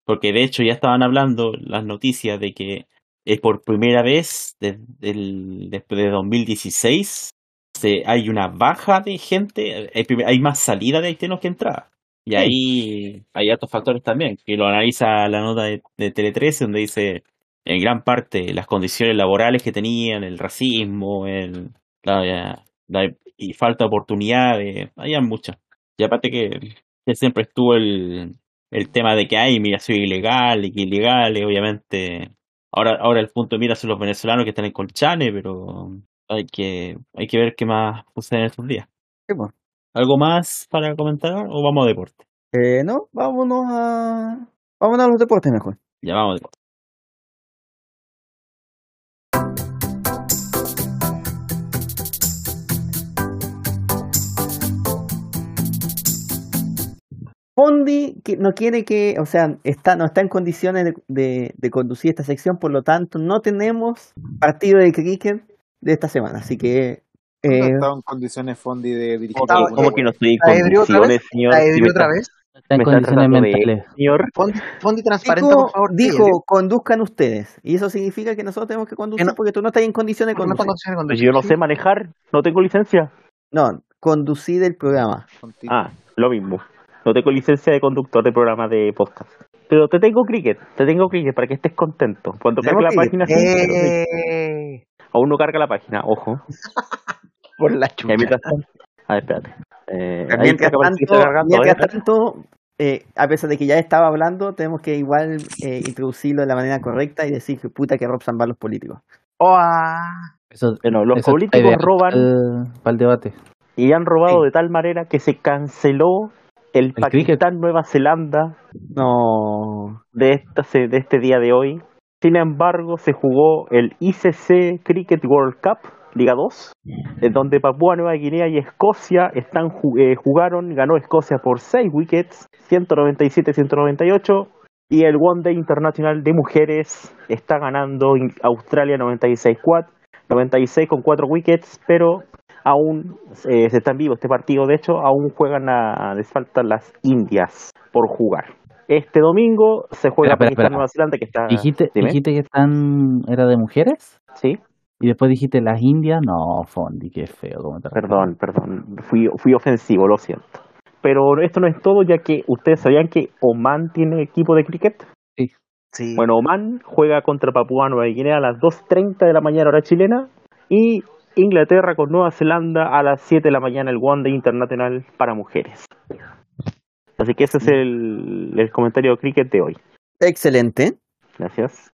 A: Porque de hecho ya estaban hablando las noticias de que es por primera vez desde el, después de 2016 se, hay una baja de gente, hay, prim- hay más salida de haitianos que entrada. Y
C: Sí.
A: ahí hay otros factores también, que lo analiza la nota de, de Tele 13, donde dice en gran parte las condiciones laborales que tenían, el racismo, el, la, la- y falta de oportunidades, había muchas. Y aparte que, que siempre estuvo el, el tema de que hay migración ilegal y que ilegales, obviamente. Ahora, ahora el punto de mira son los venezolanos que están en Colchane, pero hay que, hay que ver qué más sucede en estos días.
C: Sí, po.
A: ¿Algo más para comentar o vamos a deporte?
C: Eh, no, vámonos a, vámonos a los deportes mejor.
A: Ya vamos a deporte.
C: Fondi que no quiere que, o sea, está, no está en condiciones de, de- de conducir esta sección, por lo tanto, no tenemos partido de cricket de esta semana. Así que eh,
D: No estaba en condiciones Fondi de dirigir.
E: Como
D: alguna
E: que, como que no estoy en
F: ¿La ebrio otra
E: condiciones, señor.
F: La
E: Si
F: ebrio
E: me
F: otra
E: está-
F: vez.
B: Está en
E: me está
B: condiciones
E: tratando de-
B: mentales.
E: Señor,
F: Fondi, Fondi transparente,
C: dijo,
F: por favor. sí,
C: dijo,
F: el-
C: conduzcan ustedes. Y eso significa que nosotros tenemos que conducir
F: Que no-
C: porque tú no estás en condiciones de
F: porque no está
C: conducir.
F: consciente cuando-
E: pues yo no sé manejar, no tengo licencia.
C: No, conducir el programa.
D: contigo.
E: Ah, lo mismo. No tengo licencia de conductor de programa de podcast. Pero te tengo cricket, te tengo cricket para que estés contento. Cuando cargue
C: Tenemos
E: la
C: cricket.
E: página, sí, pero sí.
F: ¡Eh!
E: aún no carga la página, ojo.
F: Por la
E: Y ahí
F: chucha.
E: mientras tanto- A ver, Ah, espérate. Eh, ahí
C: Mientras
E: está, parece que
C: tanto,
E: está cargando,
C: mientras
E: ¿eh?
C: tanto, eh, a pesar de que ya estaba hablando, tenemos que igual eh, introducirlo de la manera correcta y decir que puta que Rob San va los políticos.
F: Oh, ah.
B: Eso,
E: Bueno, los
B: eso está
E: políticos
B: ideal
E: roban
B: para el- para el debate.
E: y han robado
C: Sí.
E: de tal manera que se canceló el,
B: cricket.
E: Pakistán Nueva Zelanda
C: No.
E: de esta se- de este día de hoy. Sin embargo, se jugó el ICC Cricket World Cup Liga 2, en donde Papúa Nueva Guinea y Escocia están ju- eh, jugaron, ganó Escocia por 6 wickets, 197-198 y el One Day Internacional de Mujeres está ganando en Australia 96-4, 96 con 4 wickets, pero aún eh, se está en vivo este partido, de hecho aún juegan a, les faltan las Indias por jugar. Este domingo se juega
B: Espera, espera, espera.
E: Pakistán-Nueva Zelanda, que está...
B: Dijiste,
E: Ah, Dime.
B: dijiste que están, era de mujeres
E: Sí,
B: y después dijiste las indias. No, Fondi, qué feo. Cómo te
E: perdón, perdón, fui, fui ofensivo, lo siento. Pero esto no es todo, ya que ustedes sabían que Oman tiene equipo de cricket.
F: Sí.
E: Bueno, Oman juega contra Papua Nueva Guinea a las 2.30 de la mañana hora chilena y Inglaterra con Nueva Zelanda a las 7 de la mañana el One Day Internacional para mujeres. Así que ese es el, el comentario de cricket de hoy.
C: Excelente.
E: Gracias.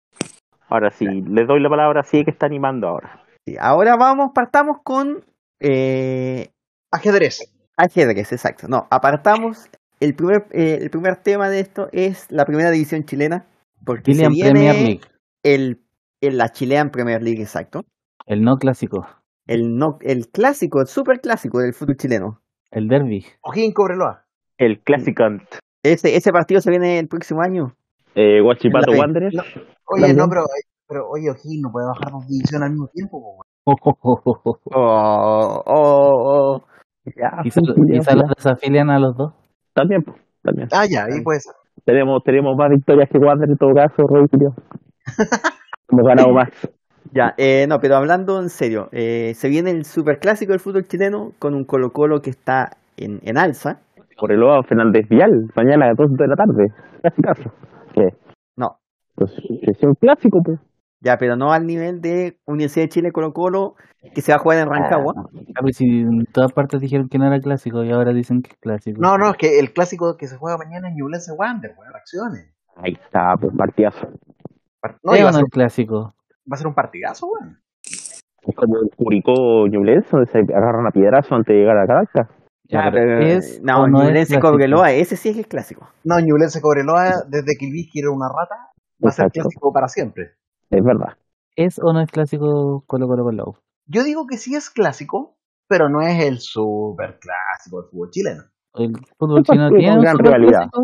E: Ahora sí, les doy la palabra sí que está animando ahora.
C: Sí, ahora vamos, partamos con eh,
F: Ajedrez.
C: ajedrez, exacto. No, apartamos. El primer, eh, el primer tema de esto es la primera división chilena. Porque se
B: Chilean
C: viene
B: Premier League,
C: El, el- la Chilean Premier League, exacto.
B: el no clásico,
C: El, no, el clásico, el super clásico del fútbol chileno.
B: el derby.
F: O'Higgins Cobreloa.
E: El Classicant.
C: Ese, ese partido se viene el próximo año.
E: Eh, Guachipato
C: La B.
E: Wanderers.
F: No. Oye,
B: También.
F: no, pero, pero oye, O'Higgins no puede bajar dos divisiones al mismo tiempo, po, weón.
C: Oh, oh, oh.
E: Ya,
B: Quizás
E: ya,
B: quizá los desafilian a los dos.
E: También, pues, también.
F: Ah, ya, ahí puede ser.
E: Tenemos, tenemos más victorias que Wander en todo caso, Roy Julio. Hemos ganado más.
C: Ya, eh, no, pero hablando en serio, eh, se viene el super clásico del fútbol chileno con un Colo Colo que está en, en alza.
E: Por el lado Fernández Vial, mañana a las 2 de la tarde. Casi caso. ¿Qué?
C: No.
E: Pues es un clásico, pues.
C: Ya, pero no al nivel de Universidad de Chile Colo Colo que se va a jugar en Rancagua.
B: Ah, pues Si en todas partes dijeron que no era clásico y ahora dicen que es clásico.
F: No, no, es que el clásico que se juega mañana es Newell's Wander, weón. Acciones.
E: Ahí está, pues partidazo.
F: No,
B: ¿Es
F: y
B: o
F: va, a
B: no
F: ser,
B: es clásico?
F: va a ser un partidazo, weón.
E: Es como el Curicó Ñublense, donde se agarran a piedrazo antes de llegar a Caracas.
B: Ya,
C: Ya,
B: pero
C: pero,
B: ¿es
C: no,
B: o no es
C: Ñublense
B: clásico?
C: Cobreloa, ese sí es el clásico.
F: No, Newell's Cobreloa, desde que Vizque era una rata, va a ser
E: Exacto.
F: clásico para siempre.
E: Es verdad.
B: ¿Es o no es clásico Colo Colo Colo?
F: Yo digo que sí es clásico, pero no es el super clásico del fútbol chileno.
B: ¿El fútbol chino
E: partido
B: tiene
E: con
B: un
E: gran
B: super
E: rivalidad.
B: clásico?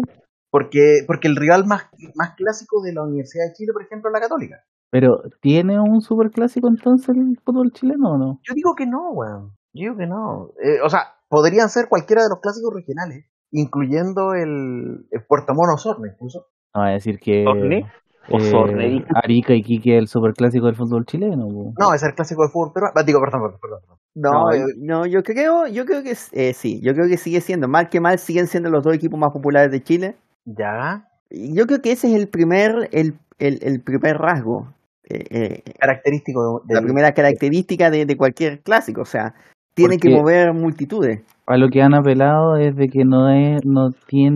F: Porque, porque el rival más, más clásico de la Universidad de Chile, por ejemplo, es la Católica.
B: Pero ¿tiene un super clásico entonces el fútbol chileno o no?
F: Yo digo que no, weón. Yo digo que no. Eh, o sea, podrían ser cualquiera de los clásicos regionales, incluyendo el, el Puerto Mono Osorno, incluso.
B: No va a decir que
E: ¿Sorne? ¿O Sorne,
B: eh,
E: dijo?
B: Arica y Quique el super clásico del fútbol chileno. po.
F: No, es el clásico del fútbol peruano. Ah, Digo, perdón, perdón, perdón. perdón.
C: No,
F: eh,
C: no, yo creo, yo creo que es- eh, sí, yo creo que sigue siendo, mal que mal siguen siendo los dos equipos más populares de Chile.
F: ya.
C: Y Yo creo que ese es el primer, el, el, el primer rasgo, eh, eh,
F: Característico de,
C: la primera característica de, de cualquier clásico, o sea, tiene que
B: Porque-
C: mover multitudes.
B: A lo que han apelado es de que no es, no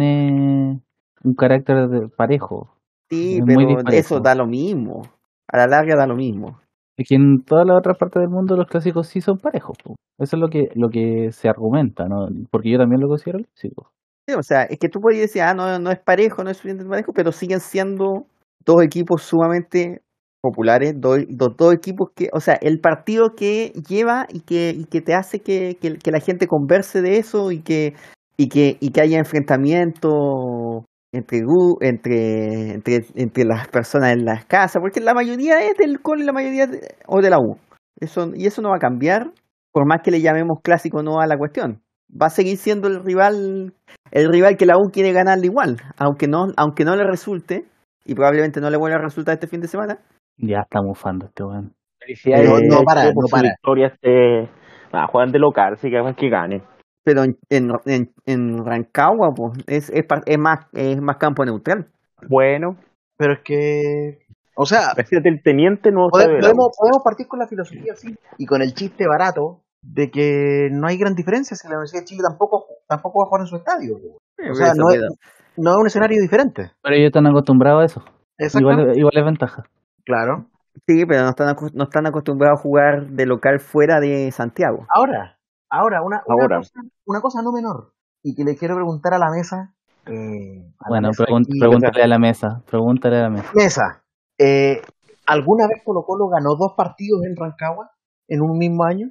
B: tiene un carácter de parejo.
C: Sí,
B: Es muy
C: pero
B: disparejo.
C: eso da lo mismo, a la larga da lo mismo.
B: Es que en todas las otras partes del mundo los clásicos sí son parejos. po. Eso es lo que, lo que se argumenta, ¿no? Porque yo también lo considero clásico.
C: Sí, o sea, es que tú podías decir, ah, no, no es parejo, no es suficientemente parejo, pero siguen siendo dos equipos sumamente populares, dos, dos, dos equipos que, o sea, el partido que lleva y que, y que te hace que, que, que la gente converse de eso y que, y que, y que haya enfrentamiento entre, gu- entre, entre, entre las personas en las casas, porque la mayoría es del Colo y la mayoría de- o de la U. Eso, y eso no va a cambiar, por más que le llamemos clásico o no a la cuestión. Va a seguir siendo el rival el rival que la U quiere ganarle igual, aunque no, aunque no le resulte, y probablemente no le vuelva a resultar este fin de semana.
B: Ya está mufando este weón.
E: Felicidades.
C: No, no
E: eh,
F: para,
E: por
F: no
E: sus
F: para.
E: victorias eh, ah, juegan de local, así que capaz que ganen.
C: Pero en, en, en, en Rancagua pues, es, es, par- es más, es más campo neutral.
E: Bueno,
F: Pero es que. O sea,
E: presidente el teniente no
F: pode-
E: sabe de la
F: podemos,
E: U.
F: podemos partir con la filosofía así y con el chiste barato de que no hay gran diferencia si la Universidad de Chile tampoco, tampoco va a jugar en su estadio. weón. O sea, no es, no es un escenario diferente.
B: Pero ellos están acostumbrados a eso.
F: Exactamente.
B: Igual, igual es ventaja.
F: Claro.
C: Sí, pero no están, acu- no están acostumbrados a jugar de local fuera de Santiago.
F: Ahora, ahora, una, una
E: Ahora.
F: Cosa, una cosa no menor y que le quiero preguntar a la mesa. eh, a la
B: Bueno,
F: mesa
B: pregun-
F: aquí.
B: pregúntale a la mesa. Pregúntale a la mesa.
F: Mesa, eh, ¿alguna vez Colo Colo ganó dos partidos en Rancagua en un mismo año?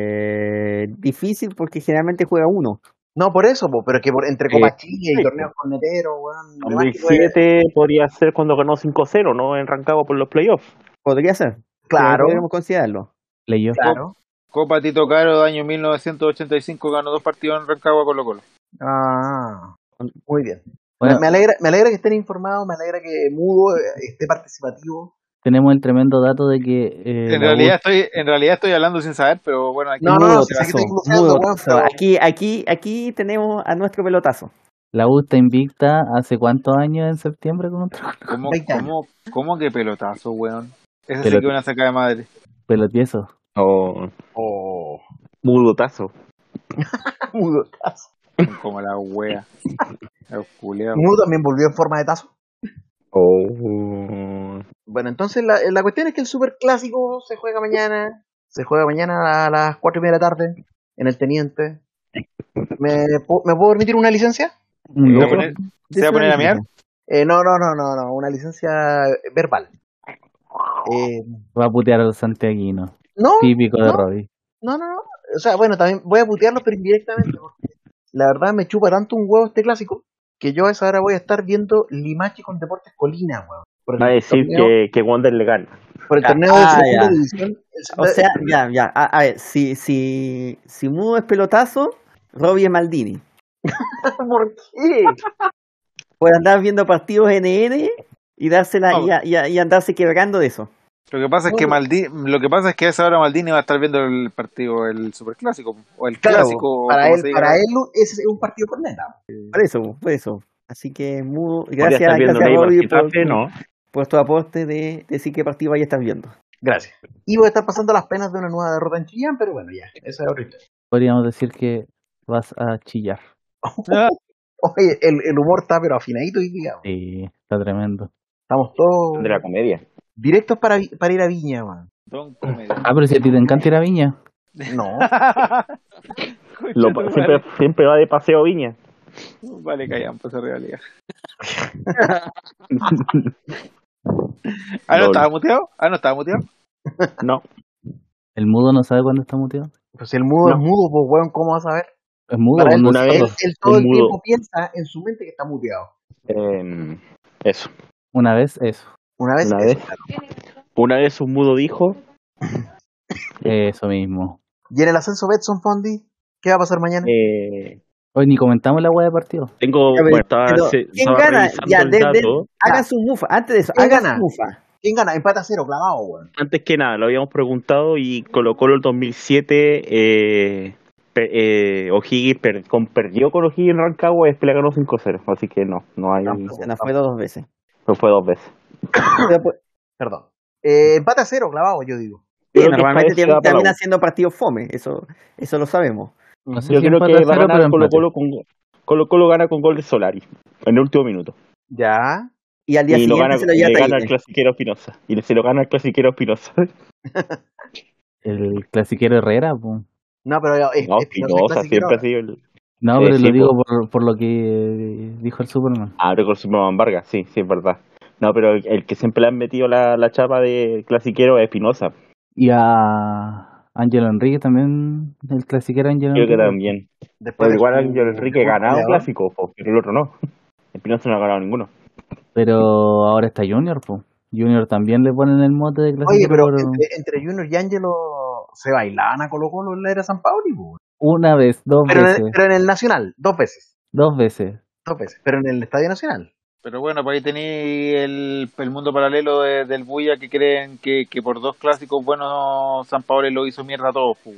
C: Eh, difícil porque generalmente juega uno.
F: No, por eso, po, pero que por, entre
E: Eh,
F: Copa Chile
E: sí,
F: y torneos corneteros, weón, lo más que puede-
E: 2007 podría ser cuando ganó 5-0, ¿no? En Rancagua por los playoffs.
C: Podría ser.
F: Claro,
C: Podríamos considerarlo.
B: Leyó.
F: claro.
D: Copa Tito Caro, año 1985, ganó dos partidos en Rancagua Colo Colo.
F: Ah, muy bien.
B: Bueno,
F: me, alegra, me alegra que estén informados, me alegra que Mudo eh, esté participativo.
B: tenemos el tremendo dato de que eh,
D: En
B: la U-
D: realidad estoy en realidad estoy hablando sin saber, pero bueno, aquí
F: No, no, no,
B: Mudo,
F: si sé que estoy
D: Tazo,
F: glosando,
C: Mudo,
F: weón,
C: so,
F: pero
C: aquí, aquí, aquí tenemos a nuestro pelotazo.
B: la U está invicta hace cuántos años en septiembre contra
D: ¿cómo,
F: 20 años.
D: cómo, cómo que pelotazo, weón? Ese sí
B: Pelota-
D: que una saca de madre.
B: pelotieso.
E: O
F: Oh,
E: mudotazo.
F: mudo tazo.
D: Como la wea. El culiao.
F: Mudo también volvió en forma de tazo.
B: Oh.
E: O
F: Bueno, entonces la, la cuestión es que el super clásico se juega mañana. Se juega mañana a las cuatro y media de la tarde en el Teniente. ¿Me, po- ¿me puedo permitir una licencia?
D: ¿Se va a
B: Locro.
D: poner- ¿Se va a poner a miar?
F: Eh, no, no, no, no, no, una licencia verbal. Eh,
B: Va a putear a los santiaguinos.
F: no,
B: Típico de
F: no.
B: Robbie.
F: no, no, no. O sea, bueno, también voy a putearlo, pero indirectamente. porque la verdad me chupa tanto un huevo este clásico que yo a esa hora voy a estar viendo Limachi con Deportes Colina, weón. Por el
E: Va a decir
F: torneo-
E: que, que Wander le gana.
F: por el
C: Ah,
F: torneo de
C: ah,
F: segunda
C: ya.
F: división. el
C: O
F: segunda-
C: sea, ya, ya. A, a ver, si, si, si Mudo es pelotazo, Robbie es Maldini.
F: ¿Por qué?
C: Por andar viendo partidos NN y, dársela, y, a- y a- y andarse quebrando de eso.
D: Lo que pasa es que Maldi- lo que pasa es que a esa hora Maldini va a estar viendo el partido, el superclásico, o el
F: Claro,
D: clásico, o
F: para
D: como
F: él,
D: se diga.
F: para él ese es un partido por neta.
C: Por eso, por eso. Así que Mudo,
E: Podría
C: gracias,
E: estar viendo
C: gracias
E: Neymar
C: Robbie por,
E: Getafe, no.
C: por tu aporte de decir qué partido vaya a estar viendo.
F: Gracias. Y voy a estar pasando las penas de una nueva derrota en Chillán, pero bueno, ya, esa es horrible.
B: Podríamos decir que vas a chillar.
E: Ah.
F: Oye, el, el humor está pero afinadito y digamos.
B: Sí, está tremendo.
F: Estamos todos
G: de la comedia.
F: directos para, vi- para ir a Viña, man.
D: Don Comedia.
B: Ah, pero si a ti te encanta ir a Viña.
F: No.
E: Lo-
D: Concha tu
E: siempre,
D: madre.
E: siempre va de paseo Viña.
D: Vale, callan, pues arriba liga. Ah, no
E: Lol.
D: estaba muteado. Ah, no estaba muteado.
E: No.
B: El mudo no sabe cuándo está muteado.
F: Pues el mudo
E: No.
F: es mudo, pues weón, ¿cómo vas a ver?
B: Es mudo.
F: Para él,
B: no
E: una
B: es
E: vez-
B: sordo.
F: Él todo
E: Un
F: el
E: mudo.
F: tiempo piensa en su mente que está muteado.
G: Eh, eso.
B: Una vez eso.
F: Una
C: Pues
F: vez,
E: Em, Una
F: eso,
E: vez.
F: claro.
E: Una vez un mudo dijo,
B: Eso mismo.
F: Y en el ascenso Betson Fondi, ¿qué va a pasar mañana?
E: eh,
B: Hoy ni comentamos la hueá de partido.
E: tengo,
C: Ya, pero-
E: bueno, estaba,
C: pero,
E: se-
C: ¿Quién
E: estaba
C: gana?
E: revisando
C: Ya,
E: el
C: de- de-
E: dato.
C: hagan su mufa. Antes de eso,
F: ¿Quién
C: hagan
F: gana?
C: su mufa.
F: ¿Quién gana? Empata cero, clavado, weón.
E: Antes que nada, lo habíamos preguntado y Colo Colo el 2007, eh, per- eh, O'Higgins per- con- perdió con O'Higgins en Rancagua y después le ganó 5-0. Así que no, no hay.
C: O sea, nos fue dos veces.
E: No fue dos veces. Ah,
C: Pero, pues,
F: Perdón. Eh, empata cero, clavado, yo digo.
E: Creo
C: sí,
E: que esta
C: normalmente
E: vez se va
C: tienen-
E: para
C: termina
E: la U.
C: haciendo partidos fome. Eso, eso lo sabemos.
B: No sé
E: Yo
B: si
E: creo
B: empate
E: que va a
B: cero,
E: ganar
B: pero
E: Colo
B: empate.
E: Colo con Colo Colo gana con gol de Solari en el último minuto.
F: Ya.
C: Y al día
E: Y lo
C: siguiente
E: gana,
C: se lo lleva
E: le gana
C: Talleres.
E: al clasiquero Espinosa. Y se lo gana al clasiquero Espinosa.
B: El clasiquero Herrera. po.
F: No, pero eh,
E: No,
F: es que no se
E: Espinosa
F: clasificaron.
E: siempre ha sido el.
B: No,
E: Eh,
B: pero
E: sí,
B: lo digo por, por lo que eh, dijo el Superman.
E: Ah, pero con Superman Vargas, sí, sí, es verdad. No, pero el, el que siempre le han metido la, la chapa de clasiquero es Espinosa.
B: Y a Ángelo Enrique también. El clasiquero Ángelo
E: Creo que
B: Enrique.
E: también.
F: Después
E: Pero
F: de
E: igual
F: su
E: Ángel Enrique
F: gol
E: ganaba un
F: goleador.
E: clásico, po, pero el otro no. Espinosa no ha ganado ninguno.
B: Pero ahora está Junior, po. Junior también le ponen el mote de
F: Oye,
B: clasiquero
F: pero eh,
B: por
F: entre, entre Junior y Ángelo se bailaban a Colo Colo en la era San Pauli, po.
B: una vez, dos
F: pero, en
B: veces,
F: el, pero en el Nacional, dos veces.
B: dos veces.
F: Dos veces. Pero en el Estadio Nacional.
D: Pero bueno, por ahí tenéis el, el mundo paralelo de- del Buya que creen que, que por dos clásicos buenos San Paolo lo hizo mierda a todos. pu.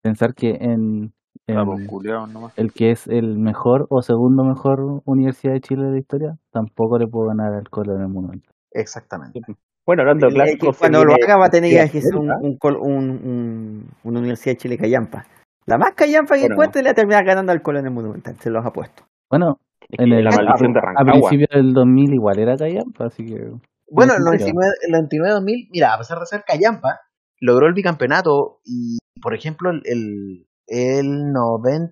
B: Pensar que en,
E: Em.
B: en
D: Ah, pues, culiao, nomás.
B: el que es el mejor o segundo mejor Universidad de Chile de historia, tampoco le puedo ganar al Colo en el momento.
F: Exactamente.
E: Bueno, hablando
C: El-
E: de
C: el que
E: clásicos, se
C: cuando lo
E: viene-
C: haga va a tener
E: Ciudad
C: que ser un,
E: Católica.
C: un, col- un, un- una universidad de Chile callampa. La más callampa que
E: Bueno,
C: encuentre le va a terminar ganando al Colo en el Monumental, se los apuesto.
B: Bueno,
E: es
B: en
E: que
B: el-
E: la maldición de
B: a
E: Rancagua.
B: principios del 2000 igual era Callampa, así que...
F: Bueno,
B: no
F: el
B: se entera.
F: 99, el 2000 mira, a pesar de ser Callampa, logró el bicampeonato y, por ejemplo, el, el, el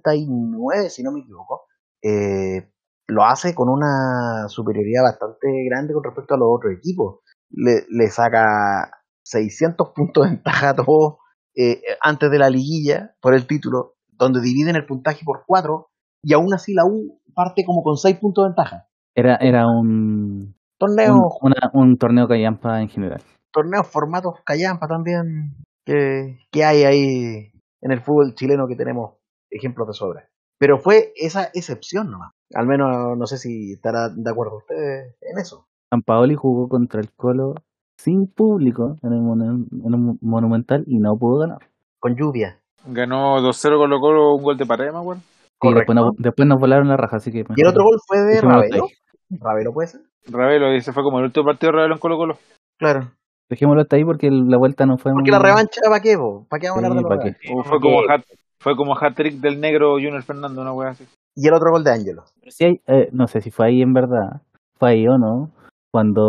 F: 99, si no me equivoco, eh, lo hace con una superioridad bastante grande con respecto a los otros equipos. Le, le saca 600 puntos de ventaja a todos eh, antes de la liguilla por el título, donde dividen el puntaje por 4 y aún así la U parte como con 6 puntos de ventaja.
B: Era, era un,
F: Torneo
B: un, una- un torneo Callampa en general.
F: torneos formatos callampa también que, que hay ahí en el fútbol chileno que tenemos ejemplos de sobra. Pero fue esa excepción nomás. Al menos no sé si estará de acuerdo ustedes en eso.
B: San Paoli jugó contra el Colo sin público en el, monu- en el Monumental y no pudo ganar.
F: Con lluvia.
D: Ganó 2-0 Colo Colo, un gol de Parema, weón.
B: Y después,
F: Correcto.
B: nos- después nos volaron la raja, así que
F: Y el
B: mejor
F: otro gol fue de
B: dejémoslo hasta
F: Ravelo.
B: ahí.
F: Ravelo puede ser.
D: Ravelo, ese fue como el último partido de Ravelo en Colo Colo.
F: Claro.
B: Dejémoslo hasta ahí porque el- la vuelta no fue
F: Porque
B: muy-
F: la revancha, ¿para qué? po? ¿Para qué vamos a hablar
B: Sí,
F: de la
B: ¿para qué?
F: revancha?
D: O fue como hat, fue como hat trick del negro Junior Fernando, una wea así.
F: Y el otro gol de Ángelo.
B: Pero sí hay- eh, no sé si fue ahí en verdad, fue ahí o no, cuando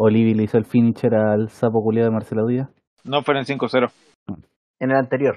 B: Olivi le hizo el finisher al sapo culiado de Marcelo Díaz.
D: No fueron 5-0.
F: En el anterior.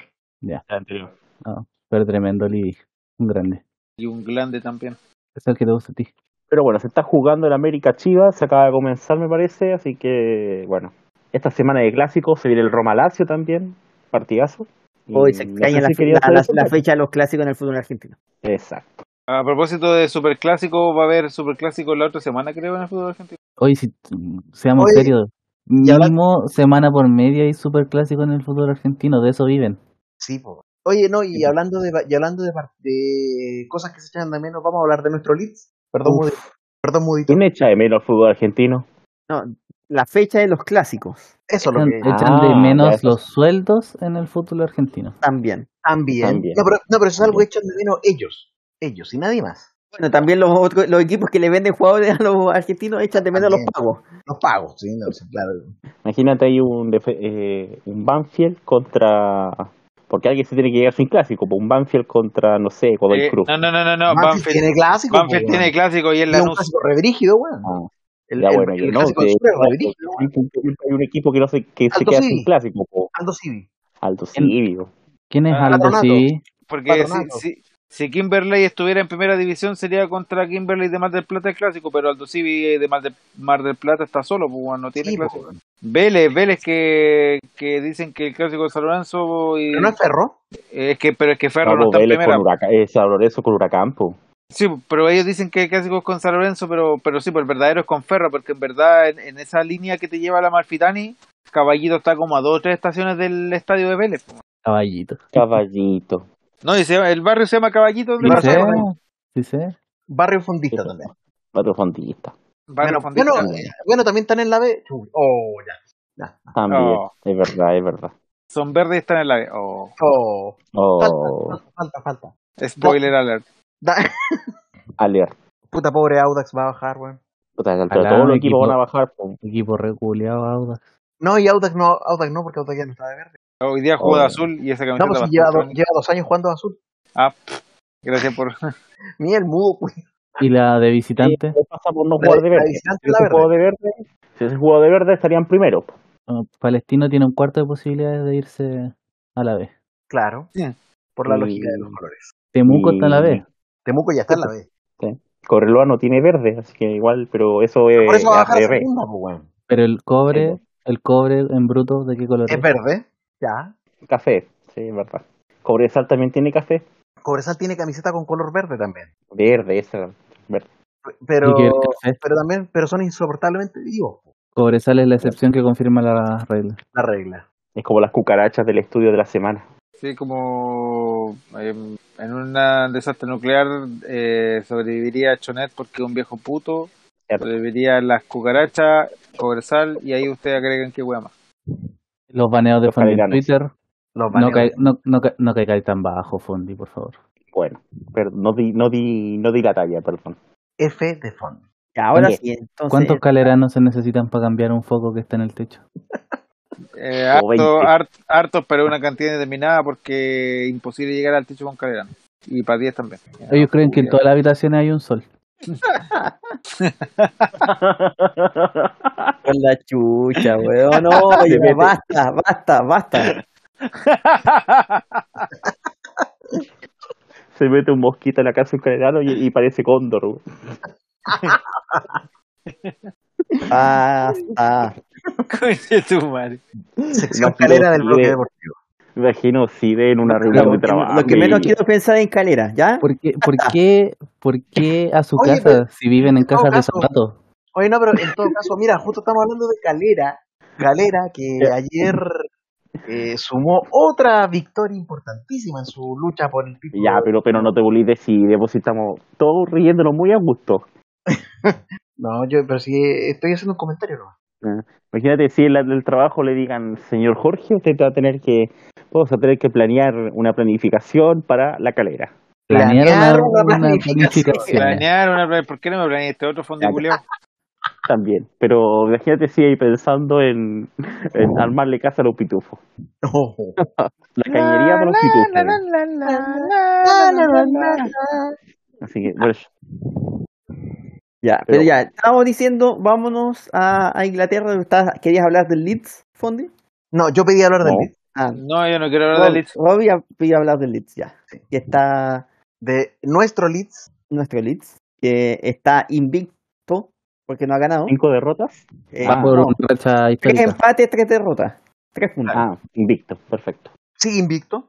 B: Pero tremendo Olivi, un grande.
D: Y un glande también.
B: Es el que te gusta a ti.
E: Pero bueno, se está jugando el América Chivas, se acaba de comenzar me parece, así que bueno, esta semana de clásicos se viene el Roma Lazio también, partidazo. Y
C: Hoy se
E: no
C: cae
E: sé
C: la,
E: si quería
C: la-
E: hacer
C: la-
E: eso,
C: la
E: pero-
C: fecha de los clásicos en el fútbol argentino.
E: Exacto.
D: A propósito de Superclásico, va a haber Superclásico la otra semana, creo, en el fútbol argentino.
B: Hoy, si mm, seamos
F: Oye,
B: serios,
F: ahora-
B: mínimo semana por media y super clásico en el fútbol argentino, de eso viven.
F: Sí, po. Oye, no, y
B: Sí, po.
F: hablando de y hablando de, par- de cosas que se echan de menos, vamos a hablar de nuestro Leeds. Perdón,
E: Uf.
F: Mudito. Perdón, Mudito.
E: ¿Quién echa de menos al fútbol argentino?
C: No, la fecha de los clásicos
F: Eso es lo
B: Echan,
F: que
B: echan de
E: Ah, ya,
B: menos
E: eso
B: los sueldos en el fútbol argentino.
C: también.
F: también.
E: También.
F: No, pero, no, pero eso es algo que
B: También.
F: echan de menos ellos. Ellos y nadie más.
C: Bueno, también los otros, los equipos que le venden jugadores a los argentinos echan de menos los
F: También.
C: pagos.
F: Los pagos, sí, no, sí, claro.
E: Imagínate ahí un, defe- eh, un Banfield contra... Porque alguien se tiene que llegar sin clásico, pues un Banfield contra, no sé, Godoy
D: Eh,
E: Cruz.
D: no, no, no, no, no,
F: Banfield,
D: Banfield,
F: tiene clásico, po,
D: Banfield
F: weón.
D: tiene clásico y es
F: Y es un
D: Lanús.
F: clásico rebrígido, weón.
E: Ah,
F: El,
E: ya
F: el,
E: bueno, yo
F: el
E: no,
F: clásico
E: que
F: del sur es
E: claro,
F: rebrígido, weón.
E: siempre- siempre hay un equipo que no se, que se
F: Aldo
E: queda sin
F: Civi,
E: clásico, pues. po.
F: Aldo Civi,
E: Aldo
B: ¿Quién,
E: Civi,
B: quién es
D: Ah,
B: Aldo
F: Patronato.
B: Civi?
D: Porque si,
F: Patronato.
D: si, si Kimberley estuviera en primera división sería contra Kimberley de Mar del Plata el clásico, pero Aldo Civi de Mar del, Mar del Plata está solo, pues, bueno, no tiene
F: Sí, po,
D: clásico.
F: weón.
D: Vélez, Vélez que, que dicen que el clásico de San Lorenzo y,
F: Pero no es Ferro.
D: es que, pero es que
E: No,
D: Ferro no
E: pues
D: está en
E: Vélez con
D: primera.
E: Huracán, eh, San Lorenzo con Huracán, pues. po.
D: Sí, pero ellos dicen que el clásico es con San Lorenzo, pero, pero sí, pues el verdadero es con Ferro, porque en verdad en, en esa línea que te lleva la Marfitani, Caballito está como a dos o tres estaciones del estadio de Vélez. pues.
B: Caballito.
E: Caballito.
D: No, y se llama- el barrio se llama Caballito donde
B: Sí
F: Barrio
D: pasa
B: sé,
D: todo.
F: Fondista.
B: sí sé.
F: Barrio Fondista también.
E: Cuatro fondistas.
D: Barrio
F: Bueno,
D: Fondista.
F: bueno,
E: también.
F: eh, bueno, también están en la B. Chuy, Oh, ya. Ya.
E: También,
D: Oh,
E: es verdad, es verdad.
D: son verdes y están en la B. Oh,
F: Oh, falta,
E: Oh,
F: falta, falta, falta.
D: spoiler alert.
F: Da-
E: alert.
F: Puta pobre Audax va a bajar, weón.
E: O sea, pero
B: Ojalá,
E: todos los
B: equipo.
E: equipos van a bajar, po.
B: Equipo reculeado, Audax.
F: No, y Audax no, Audax no, porque Audax ya no está de verde.
D: Hoy día jugó de
E: Oh,
D: azul y esa
F: No,
D: camiseta
F: pues
D: bastante
F: si lleva, do-
D: grande.
F: lleva dos años jugando azul.
D: Ah, pff, gracias por...
F: Ni el mudo, pues.
B: ¿Y la de
E: ¿Qué
B: visitante?
E: pasa por no
F: La,
E: jugar de
F: la
E: verde?
F: visitante
E: Si
F: es la
E: hubiese jugado
F: verde.
E: de verde, si hubiese jugado de verde estarían primero, po.
B: Uh, Palestino tiene un cuarto de posibilidades de irse a la B.
F: Claro,
D: Sí.
F: por la lógica de los
E: Y,
F: colores. Eh,
B: Temuco está en la
E: y
B: B.
F: Temuco ya está en la B.
E: Correloa no tiene verde, así que igual, pero eso
F: Pero por
E: es
F: eso va a bajar a
E: APR.
F: segunda, pues, weón.
B: Pero el
E: Sí,
B: cobre, el cobre en bruto, ¿de qué color
F: Es
B: es?
F: verde. Ya.
E: Café, sí, es verdad. Cobresal también tiene café.
F: Cobresal tiene camiseta con color verde también.
E: Verde, esa. Verde.
B: Y que
F: Pero,
B: el café.
F: pero también, pero son insoportablemente vivos, po,
B: Cobresal es la excepción que confirma la regla.
F: la regla.
E: Es como las cucarachas del estudio de la semana.
D: Sí, como em, en un desastre nuclear eh, sobreviviría Chonet porque es un viejo puto,
E: Cierto.
D: sobreviviría las cucarachas, Cobresal y ahí ustedes agregan que hueá más.
B: Los baneos de
E: Los
B: Fondi en
E: caleiranos.
B: Twitter. No,
F: Los baneos.
B: cae, no, no, ca- no que caiga tan bajo, Fondi, por favor.
E: Bueno, pero no di, no di, no di la talla, perdón.
F: F de fondo.
C: Y ahora
E: Bien.
C: sí, entonces.
B: ¿Cuántos caleranos se necesitan para cambiar un foco que está en el techo?
D: Eh,
E: Como
D: harto,
E: 20.
D: hart- hartos, pero una cantidad indeterminada porque imposible llegar al techo con calera. Y para 10 también.
B: Ellos creen que en todas las habitaciones hay un sol.
C: Con la chucha, weón. No,
E: Se
C: ya
E: mete.
C: basta, basta, basta.
E: Se mete un mosquito en la casa de un calerano y, y parece cóndor. güey.
C: Basta.
D: Coño, tu madre.
F: Sección
E: Imagino
F: calera del
E: si
F: bloque
E: de-
F: deportivo.
E: Imagino si de en una
C: Lo,
E: reunión de
C: que,
E: trabajo.
C: lo que menos quiero pensar es en calera, ¿ya?
B: ¿Por qué, por
C: Basta.
B: qué, por qué a su
F: Oye, pero-
B: casa si viven en
F: en todo
B: cajas de
F: caso-
B: zapatos?
F: Oye, no, pero en todo caso, mira, justo estamos hablando de Calera. Calera que ayer eh, sumó otra victoria importantísima en su lucha por el título.
E: Ya, pero, pero no te bullies de si de vos estamos todos riéndonos muy a gusto.
F: No, yo, pero sí eh, estoy haciendo un comentario nomás.
E: Imagínate si en la- del trabajo le digan, señor Jorge, usted va a tener que, vamos a tener que planear una planificación para la calera.
B: Planear una,
F: Planear una
B: una
F: planificación.
B: planificación.
D: Planear una plan- ¿Por qué no me planeé este otro fondo
E: Ya,
D: culiao?
E: también. Pero imagínate si ahí pensando en, en armarle casa a los pitufos.
F: No.
E: La cañería para los pitufos.
D: Pues, Ah,
E: Así que, bueno,
C: Ya, pero,
E: Pero-
C: ya, estábamos diciendo, vámonos a, a Inglaterra. ¿Estabas- ¿Querías hablar del Leeds, Fondi?
F: No, yo pedí hablar del
E: No.
F: Leeds.
C: Ah,
D: No, yo no quiero hablar de
C: Rob,
D: Leeds.
C: Robbie ha- pidió hablar del Leeds, ya.
F: Sí.
C: Que está
F: De nuestro Leeds.
C: nuestro Leeds, que está invicto, porque no ha ganado.
E: cinco derrotas.
C: Eh,
F: Ah,
B: Va por
C: no,
B: una racha
C: tres
B: histórica.
C: empates, tres derrotas. Tres puntos.
E: Ah, invicto, perfecto.
F: Sí, invicto.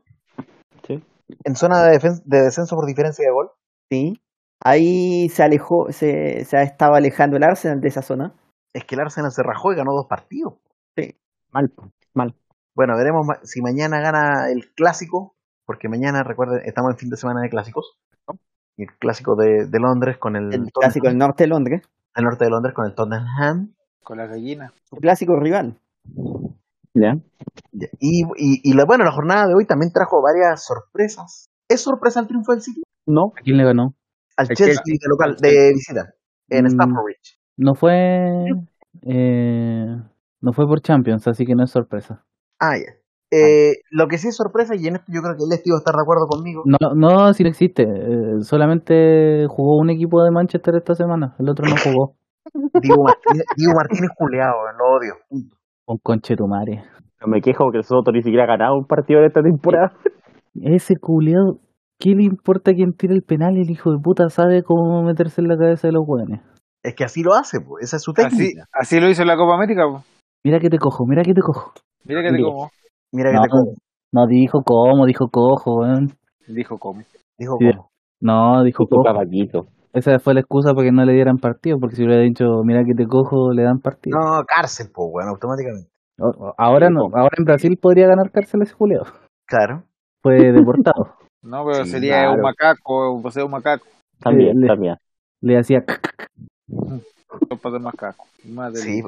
E: Sí.
F: En zona de, defen- de descenso por diferencia de gol.
C: Sí. Ahí se alejó, se, se ha estado alejando el Arsenal de esa zona.
F: Es que el Arsenal se rajó y ganó dos partidos.
E: Mal, po.
F: Bueno, veremos ma- si mañana gana el clásico, porque mañana, recuerden, estamos en fin de semana de clásicos. ¿no? Y el clásico de, de Londres con el,
C: El
F: Tottenham-
C: clásico del norte de Londres.
F: el norte de Londres con el Tottenham.
D: Con la gallina.
C: Su clásico rival.
E: ¿ya?
F: Ya. Y, y, y la, bueno, la jornada de hoy también trajo varias sorpresas. ¿Es sorpresa el triunfo del City?
E: No,
B: ¿A quién le ganó?
F: Al
A: El
F: Chelsea,
A: Chelsea.
F: de local, de visita, en
B: Mm.
F: Stamford Bridge.
B: No fue. eh, no fue por Champions, así que no es sorpresa.
F: Ah, ya. Eh, lo que sí es sorpresa, y en esto yo creo que el Lesti va a estar de acuerdo conmigo,
B: No, no, si no existe. eh, solamente jugó un equipo de Manchester esta semana, el otro no jugó.
F: Diego Martínez, Diego Martínez culeado, lo odio. punto.
B: Con Conchetumare.
E: no me quejo porque nosotros ni siquiera ha ganado un partido de esta temporada.
B: Ese culeado, ¿qué le importa quién tira el penal? El hijo de puta sabe cómo meterse en la cabeza de los hueones.
F: Es que así lo hace, po, esa es su
D: Así,
F: técnica.
D: así lo hizo en la Copa América. po.
B: Mira que te cojo, mira que te cojo.
D: Mira que te
B: Bien.
D: como.
F: Mira que
B: No,
F: te como.
B: no dijo cómo, dijo cojo, weón.
D: Dijo como.
F: Dijo
B: Sí.
F: como.
B: No, dijo
E: Justo
B: cojo.
E: cabaquito.
B: Esa fue la excusa para que no le dieran partido, porque si hubiera dicho, mira que te cojo, le dan partido.
F: No, cárcel, pues, bueno, automáticamente.
B: O- Ahora no,
E: Tipo.
B: ahora en Brasil podría ganar cárcel ese Julio.
F: Claro.
B: Fue deportado.
D: No, pero
F: Sí,
D: sería un
E: claro.
D: macaco, un paseo un macaco.
E: También,
B: le-
E: también.
B: Le hacía
D: Dos patas más macaco. Más del-
F: Sí.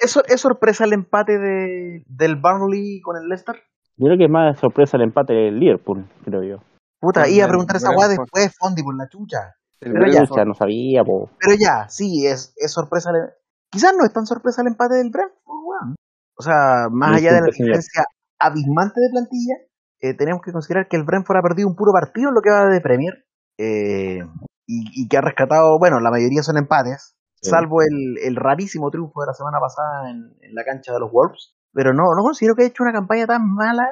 F: ¿Es, sor- es sorpresa el empate de, del Burnley con el Leicester?
E: Yo creo que es más sorpresa el empate del Liverpool, creo yo.
F: Puta,
D: Con
F: iba a
D: el
F: preguntar esa weá
D: Brentford.
F: después, Fondi, por la chucha.
D: del
F: Pero ya.
E: Pucha,
D: Brentford.
E: no sabía, po.
F: Pero ya, sí, es, es sorpresa. el- Quizás no es tan sorpresa el empate del Brentford, weón. O sea, más allá de la
E: Disculpe, señor.
F: diferencia abismante de plantilla, eh, tenemos que considerar que el Brentford ha perdido un puro partido en lo que va de Premier eh, y, y que ha rescatado, bueno, la mayoría son empates,
E: Sí.
F: salvo el, el rarísimo triunfo de la semana pasada en, en la cancha de los Wolves. Pero no, no considero que haya hecho una campaña tan mala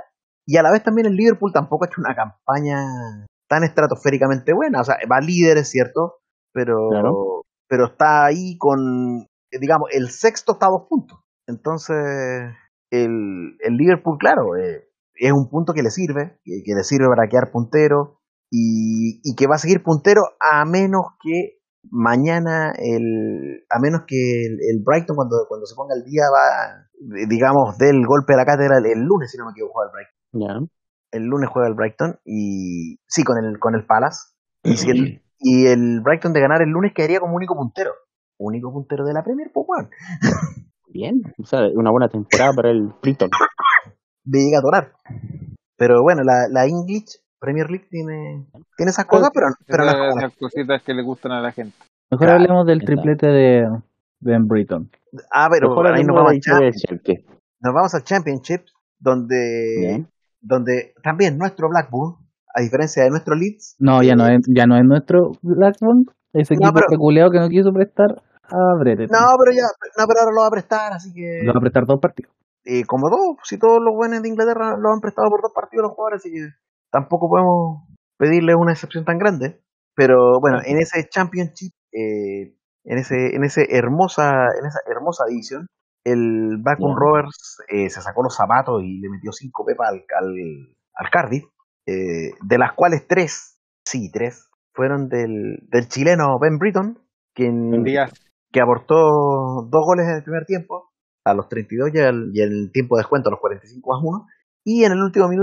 F: y a la vez también el Liverpool tampoco ha hecho una campaña tan estratosféricamente buena. O sea, va líder, es cierto, pero,
E: Claro.
F: pero está ahí con, eh, digamos, el sexto está a dos puntos. Entonces, el, el Liverpool, claro, eh, es un punto que le sirve, que, que le sirve para quedar puntero y, y que va a seguir puntero a menos que mañana, el, a menos que el, el Brighton cuando, cuando se ponga el día va, eh, digamos, del golpe de la cátedra el, el lunes, si no me equivoco, juega el Brighton
E: Ya.
F: el lunes juega el Brighton y sí con el con el Palace y, si el, y el Brighton de ganar el lunes quedaría como único puntero único puntero de la Premier pues weón
E: Bien. O sea, una buena temporada para el Brighton.
F: me llega a dorar pero bueno la, la English Premier League tiene tiene esas cosas pero pero no es
D: Esas,
F: como la-
D: esas cositas que le gustan a la gente.
B: Mejor
F: Claro,
B: hablemos del
E: está.
B: triplete de, de Britton.
F: ah pero
E: Mejor
F: ahí nos
E: hablemos de
F: vamos
E: la
F: al
E: historia del
F: Champions
E: Chelsea.
F: nos vamos al Championship donde
E: Bien.
F: donde también nuestro Blackburn a diferencia de nuestro Leeds eh,
B: No, ya no es, ya no es nuestro Blackburn, ese
F: No,
B: equipo
F: pero-
B: peculiado que no quiso prestar a Brereton.
F: no pero ya no pero ahora lo va a prestar así que
B: Lo va a prestar dos partidos.
F: eh, como dos, si todos los buenos de Inglaterra lo han prestado por dos partidos los jugadores, así que tampoco podemos pedirle una excepción tan grande. Pero bueno, en ese Championship, eh, en ese, en ese hermosa, en esa hermosa división, el Backroom
E: Ya.
F: Rovers eh, se sacó los zapatos y le metió cinco pepas al, al, al Cardiff, eh, de las cuales tres, sí, tres, fueron del, del chileno Ben Britton, quien
D: Díaz,
F: que aportó dos goles en el primer tiempo, a los 32 y el, y el tiempo de descuento a los 45 a 1, y en el último minuto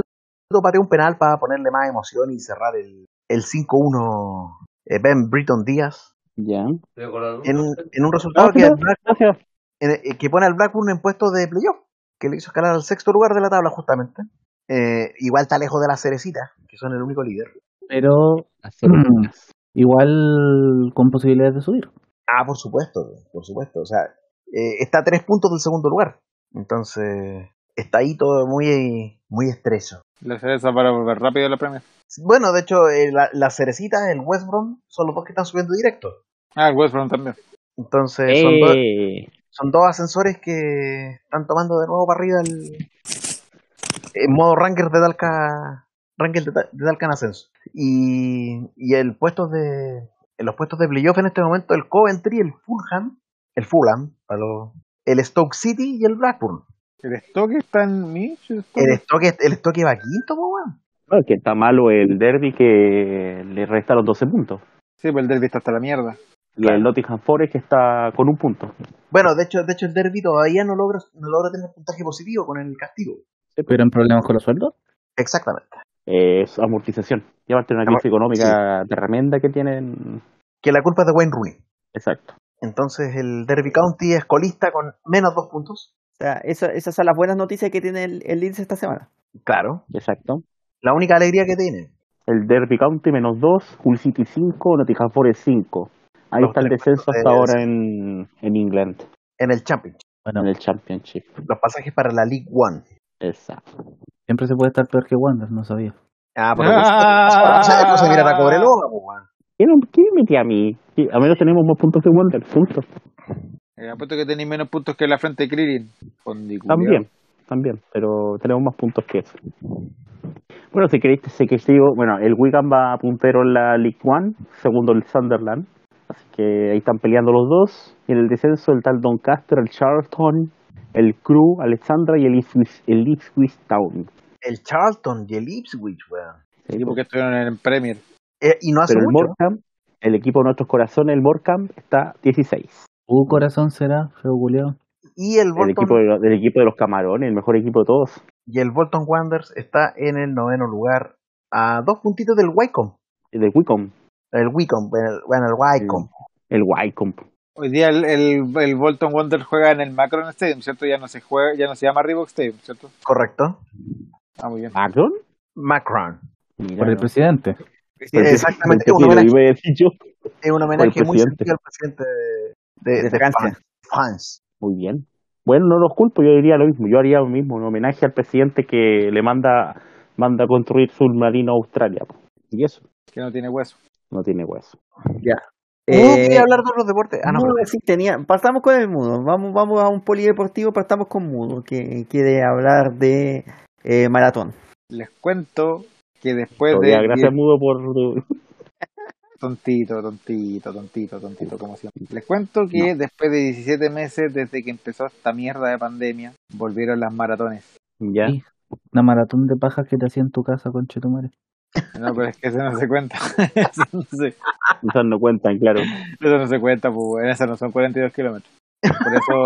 F: pateó un penal para ponerle más emoción y cerrar el, el 5-1 eh, Ben Britton Díaz,
E: Ya.
F: en, un- en un resultado
E: No,
F: que,
E: pero-
F: al Black-
E: gracias.
F: en- eh, que pone al Blackburn en puestos de playoff, que le hizo escalar al sexto lugar de la tabla justamente. Eh, igual está lejos de la cerecita, que son el único líder.
B: Pero
E: Las cerezas.
B: igual con posibilidades de subir.
F: Ah, por supuesto, por supuesto. O sea, eh, está a tres puntos del segundo lugar. Entonces, está ahí todo muy, muy estrecho.
D: La cereza para volver rápido a la premia.
F: Bueno, de hecho, eh, la, la cerecita, el West Brom, son los dos que están subiendo directo.
D: Ah, el West Brom también.
F: Entonces, son, dos,
E: Eh,
F: son dos ascensores que están tomando de nuevo para arriba el, el modo Ranger de Dalca Ranger de, Ta- de Talca en ascenso y, y el puesto de en los puestos de playoff en este momento el Coventry el Fulham el Fulham para los- el Stoke City y el Blackburn
D: El Stoke está en mí. El Stoke-
F: el Stoke el Stoke va quinto po, weón.
E: bueno, que está malo el derby que le restaron 12 puntos.
D: Sí, pero el derby está hasta la mierda.
E: Y el Nottingham Forest que está con un punto.
F: bueno de hecho de hecho el Derby todavía no logra no logra tener puntaje positivo con el castigo
B: ¿Tuvieron problemas con los sueldos?
F: exactamente
E: Eh, es amortización. Y aparte una
F: Amor-
E: crisis económica tremenda que tienen.
F: que la culpa es de Wayne Rooney
E: Exacto.
F: entonces el Derby County es colista con menos dos puntos
C: O sea, eso- esas son las buenas noticias que tiene el, el Leeds esta semana.
F: claro
E: Exacto.
F: la única alegría que tiene
E: El Derby County menos 2, Hull City 5, Nottingham Forest 5. Ahí
F: Los
E: está el
F: tres
E: descenso
F: puestos
E: hasta
F: de-
E: ahora en, en England,
F: en el Championship
B: Bueno,
E: en el Championship.
F: los pasajes para la League One.
E: Exacto.
B: siempre se puede estar peor que Wander, no sabía.
F: Ah, pero por eso, por eso hay que
D: Ah.
F: conseguir a Cobreloa, po, weón.
E: ¿Qué, no- qué me metí a mí? Sí, A menos tenemos más puntos que Wander, punto.
D: Eh, apuesto que tenéis menos puntos que la frente de Krillin. Fondi, culiao.
E: También, también, pero tenemos más puntos que eso. Bueno, si queréis, sé que sigo. Bueno, el Wigan va puntero en la League One, segundo el Sunderland. Así que ahí están peleando los dos. Y en el descenso, el tal Doncaster, el Charlton, el Crew, Alexandra y el Ipswich, el Ipswich Town.
F: El Charlton y el Ipswich, weón.
E: Sí,
D: Sí, porque estuvieron en el Premier.
F: Eh, y no hace
E: pero el
F: mucho.
E: Morecambe, el equipo de nuestros corazones, el Morecambe, está 16.
B: ¿Tu corazón será, feo culiao?
F: Y el
E: El
F: Bolton,
E: equipo de, del equipo de los camarones, el mejor equipo de todos.
F: y el Bolton Wanderers está en el noveno lugar. A dos puntitos del Wycombe.
E: El del Wicom,
F: El Wycombe, el- bueno, el Wycombe.
E: el Wycombe.
D: Hoy día el, el, el Bolton Wanderers juega en el Macron Stadium, ¿cierto? Ya no se juega, ya no se llama Reebok Stadium, ¿cierto?
F: Correcto.
D: Ah, muy bien.
E: ¿Macron?
F: Macron.
E: Mira,
B: Por el
E: no.
B: presidente.
E: Pensé-
F: Exactamente.
E: pensé
F: un
E: que lo
F: homenaje-
E: iba a decir yo.
F: Es un homenaje
E: por el
F: muy
E: presidente.
F: sentido al presidente de, de,
C: De
F: de
C: Francia.
F: Fran- France.
E: Muy bien. Bueno, no los culpo, yo diría lo mismo. Yo haría lo mismo, un homenaje al presidente que le manda manda a construir submarino a Australia. po. Y eso,
D: Que no tiene hueso.
E: no tiene hueso.
F: Uh,
C: Eh,
F: quería hablar de los deportes. Ah, no,
C: no,
F: pero-
C: sí tenía. Partamos con el mudo. Vamos, vamos a un polideportivo, partamos con mudo, que quiere hablar de eh, maratón.
D: Les cuento que después
E: Pero
D: de...
E: ya, gracias, Mudo, por... tu-
D: Tontito, tontito, tontito, tontito, como siempre. Les cuento que después de 17 meses desde que empezó esta mierda de pandemia, volvieron las maratones.
E: Ya.
B: Sí. Una maratón de pajas que te hacía en tu casa, con Chetumare.
D: No, pero es que eso no se cuenta. eso, no se,
E: Esas no cuentan, claro.
D: eso no se cuenta, pues, weón. Esas no son 42 kilómetros. Por eso,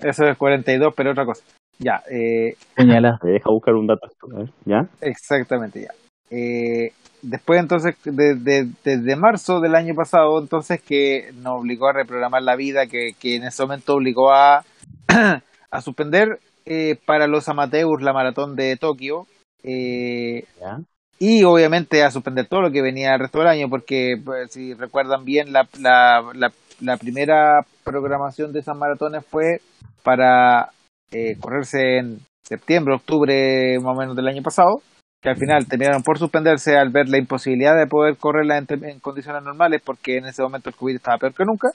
D: eso es 42, pero otra cosa. Ya, eh,
B: Puñalada.
E: Me deja buscar un dato. A ver, ¿Ya?
D: Exactamente, ya. Eh, después entonces, de- de- desde marzo del año pasado, entonces que nos obligó a reprogramar la vida, que, que en ese momento obligó a, a suspender eh, para los amateurs la maratón de Tokio. eh,
E: Ya.
D: y obviamente a suspender todo lo que venía el resto del año, porque pues, si recuerdan bien, la, la, la, la primera programación de esas maratones fue para eh, correrse en septiembre, octubre más o menos del año pasado, que al final terminaron por suspenderse al ver la imposibilidad de poder correrla en, tem- en condiciones normales, porque en ese momento el COVID estaba peor que nunca.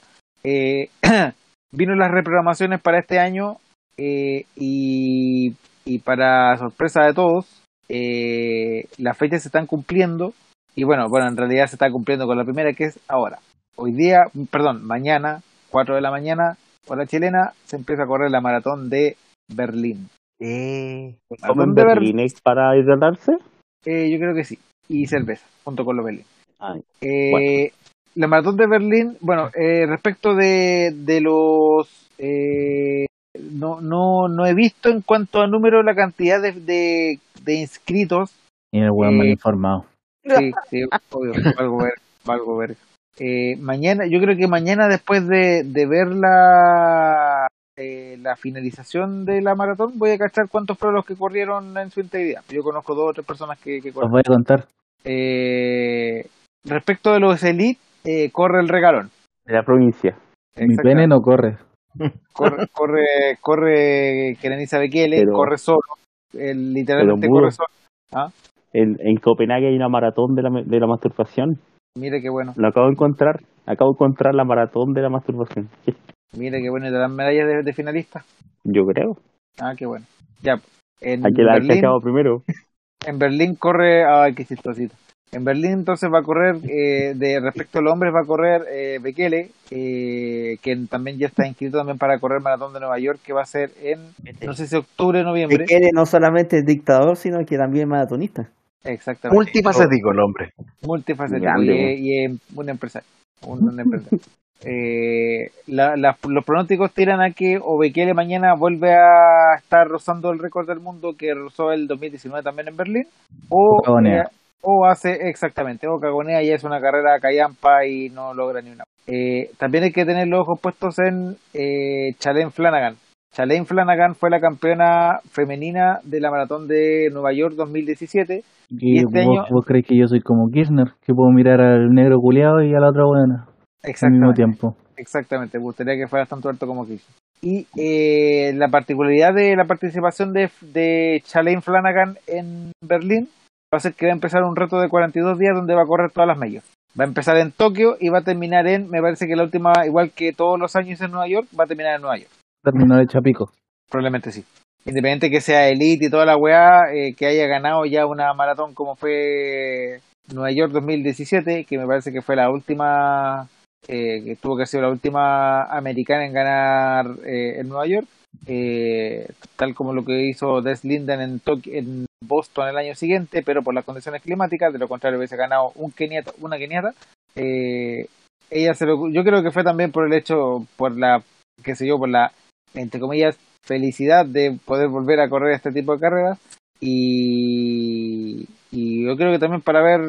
D: Eh, vino las reprogramaciones para este año eh, y, y para sorpresa de todos, eh, las fechas se están cumpliendo y bueno, bueno, en realidad se está cumpliendo con la primera que es ahora. Hoy día, perdón, mañana, 4 de la mañana, hora chilena, se empieza a correr la maratón de Berlín.
F: Eh,
E: ¿Como en
D: Maratón de Ber-
E: Berlín es para hidratarse?
D: eh, yo creo que sí. Y cerveza, junto con los Berlín.
E: Ay,
D: Eh,
E: Bueno.
D: La maratón de Berlín, bueno, eh, respecto de, de los... eh, no, no, no he visto en cuanto a número la cantidad de, de- de inscritos.
B: Y el weón
D: Eh,
B: mal informado.
D: Sí, sí, obvio, valgo ver, valgo ver. Eh, mañana, yo creo que mañana después de, de ver la, eh, la finalización de la maratón, voy a cachar cuántos fueron los que corrieron en su integridad. Yo conozco dos o tres personas que, que corren.
B: Os voy a contar.
D: Eh, respecto de los Elite, eh, corre el regalón.
E: De la provincia.
B: Mi pene no corre.
D: corre, corre, corre Kenenisa Bekele,
E: Pero-
D: corre solo, eh, literalmente
E: Pero mudo.
D: corre solo. ¿ah?
E: En, en Copenhague hay una maratón de la, de la masturbación.
D: Mira qué bueno,
E: Lo acabo de encontrar. Acabo de encontrar la maratón de la masturbación.
D: mira qué bueno, y te dan medallas de, de finalista.
E: Yo creo.
D: Ah, qué bueno. Ya, en
E: Hay que la haber
D: Berlín,
E: cachado primero.
D: en Berlín corre, ay, qué chistosito. En Berlín entonces va a correr, eh, de respecto al hombre, va a correr eh, Bekele, eh, quien también ya está inscrito también para correr Maratón de Nueva York, que va a ser en, no sé si octubre, noviembre.
C: Bekele no solamente es dictador, sino que también es maratonista.
D: Exactamente.
F: Multifacético el hombre.
D: multifacético
G: Grande,
D: y, es- y es un empresario. Un, un empresario. Eh, la- la- los pronósticos tiran a que Obekele mañana vuelve a estar rozando el récord del mundo que rozó el 2019 también en Berlín o,
B: O cagonea.
D: eh, o hace exactamente o cagonea y es una carrera a callampa y no logra ni una Eh, también hay que tener los ojos puestos en eh, Chalene Flanagan Chalene Flanagan fue la campeona femenina de la maratón de Nueva York 2017
B: ¿Y,
D: Y este
B: vos,
D: año-
B: vos crees que yo soy como Kirchner? Que puedo mirar al negro culeado y a la otra buena al mismo
D: exactamente
B: tiempo.
D: Exactamente, me gustaría que fueras tanto alto como Chris. Y eh, la particularidad de la participación de, de Chalain Flanagan en Berlín va a ser que va a empezar un reto de 42 días donde va a correr todas las medias. Va a empezar en Tokio y va a terminar en, me parece que la última, igual que todos los años en Nueva York, va a terminar en Nueva York.
B: Terminar el chapico.
D: Probablemente sí. Independiente que sea Elite y toda la weá, eh, que haya ganado ya una maratón como fue Nueva York 2017, que me parece que fue la última, eh, que tuvo que ser la última americana en ganar eh, en Nueva York, eh, tal como lo que hizo Des Linden en, Tok- en Boston el año siguiente, pero por las condiciones climáticas, de lo contrario hubiese ganado un keniata, una keniata. Eh, ella se lo, yo creo que fue también por el hecho, por la, qué sé yo, por la, entre comillas, felicidad de poder volver a correr este tipo de carreras y, y yo creo que también para ver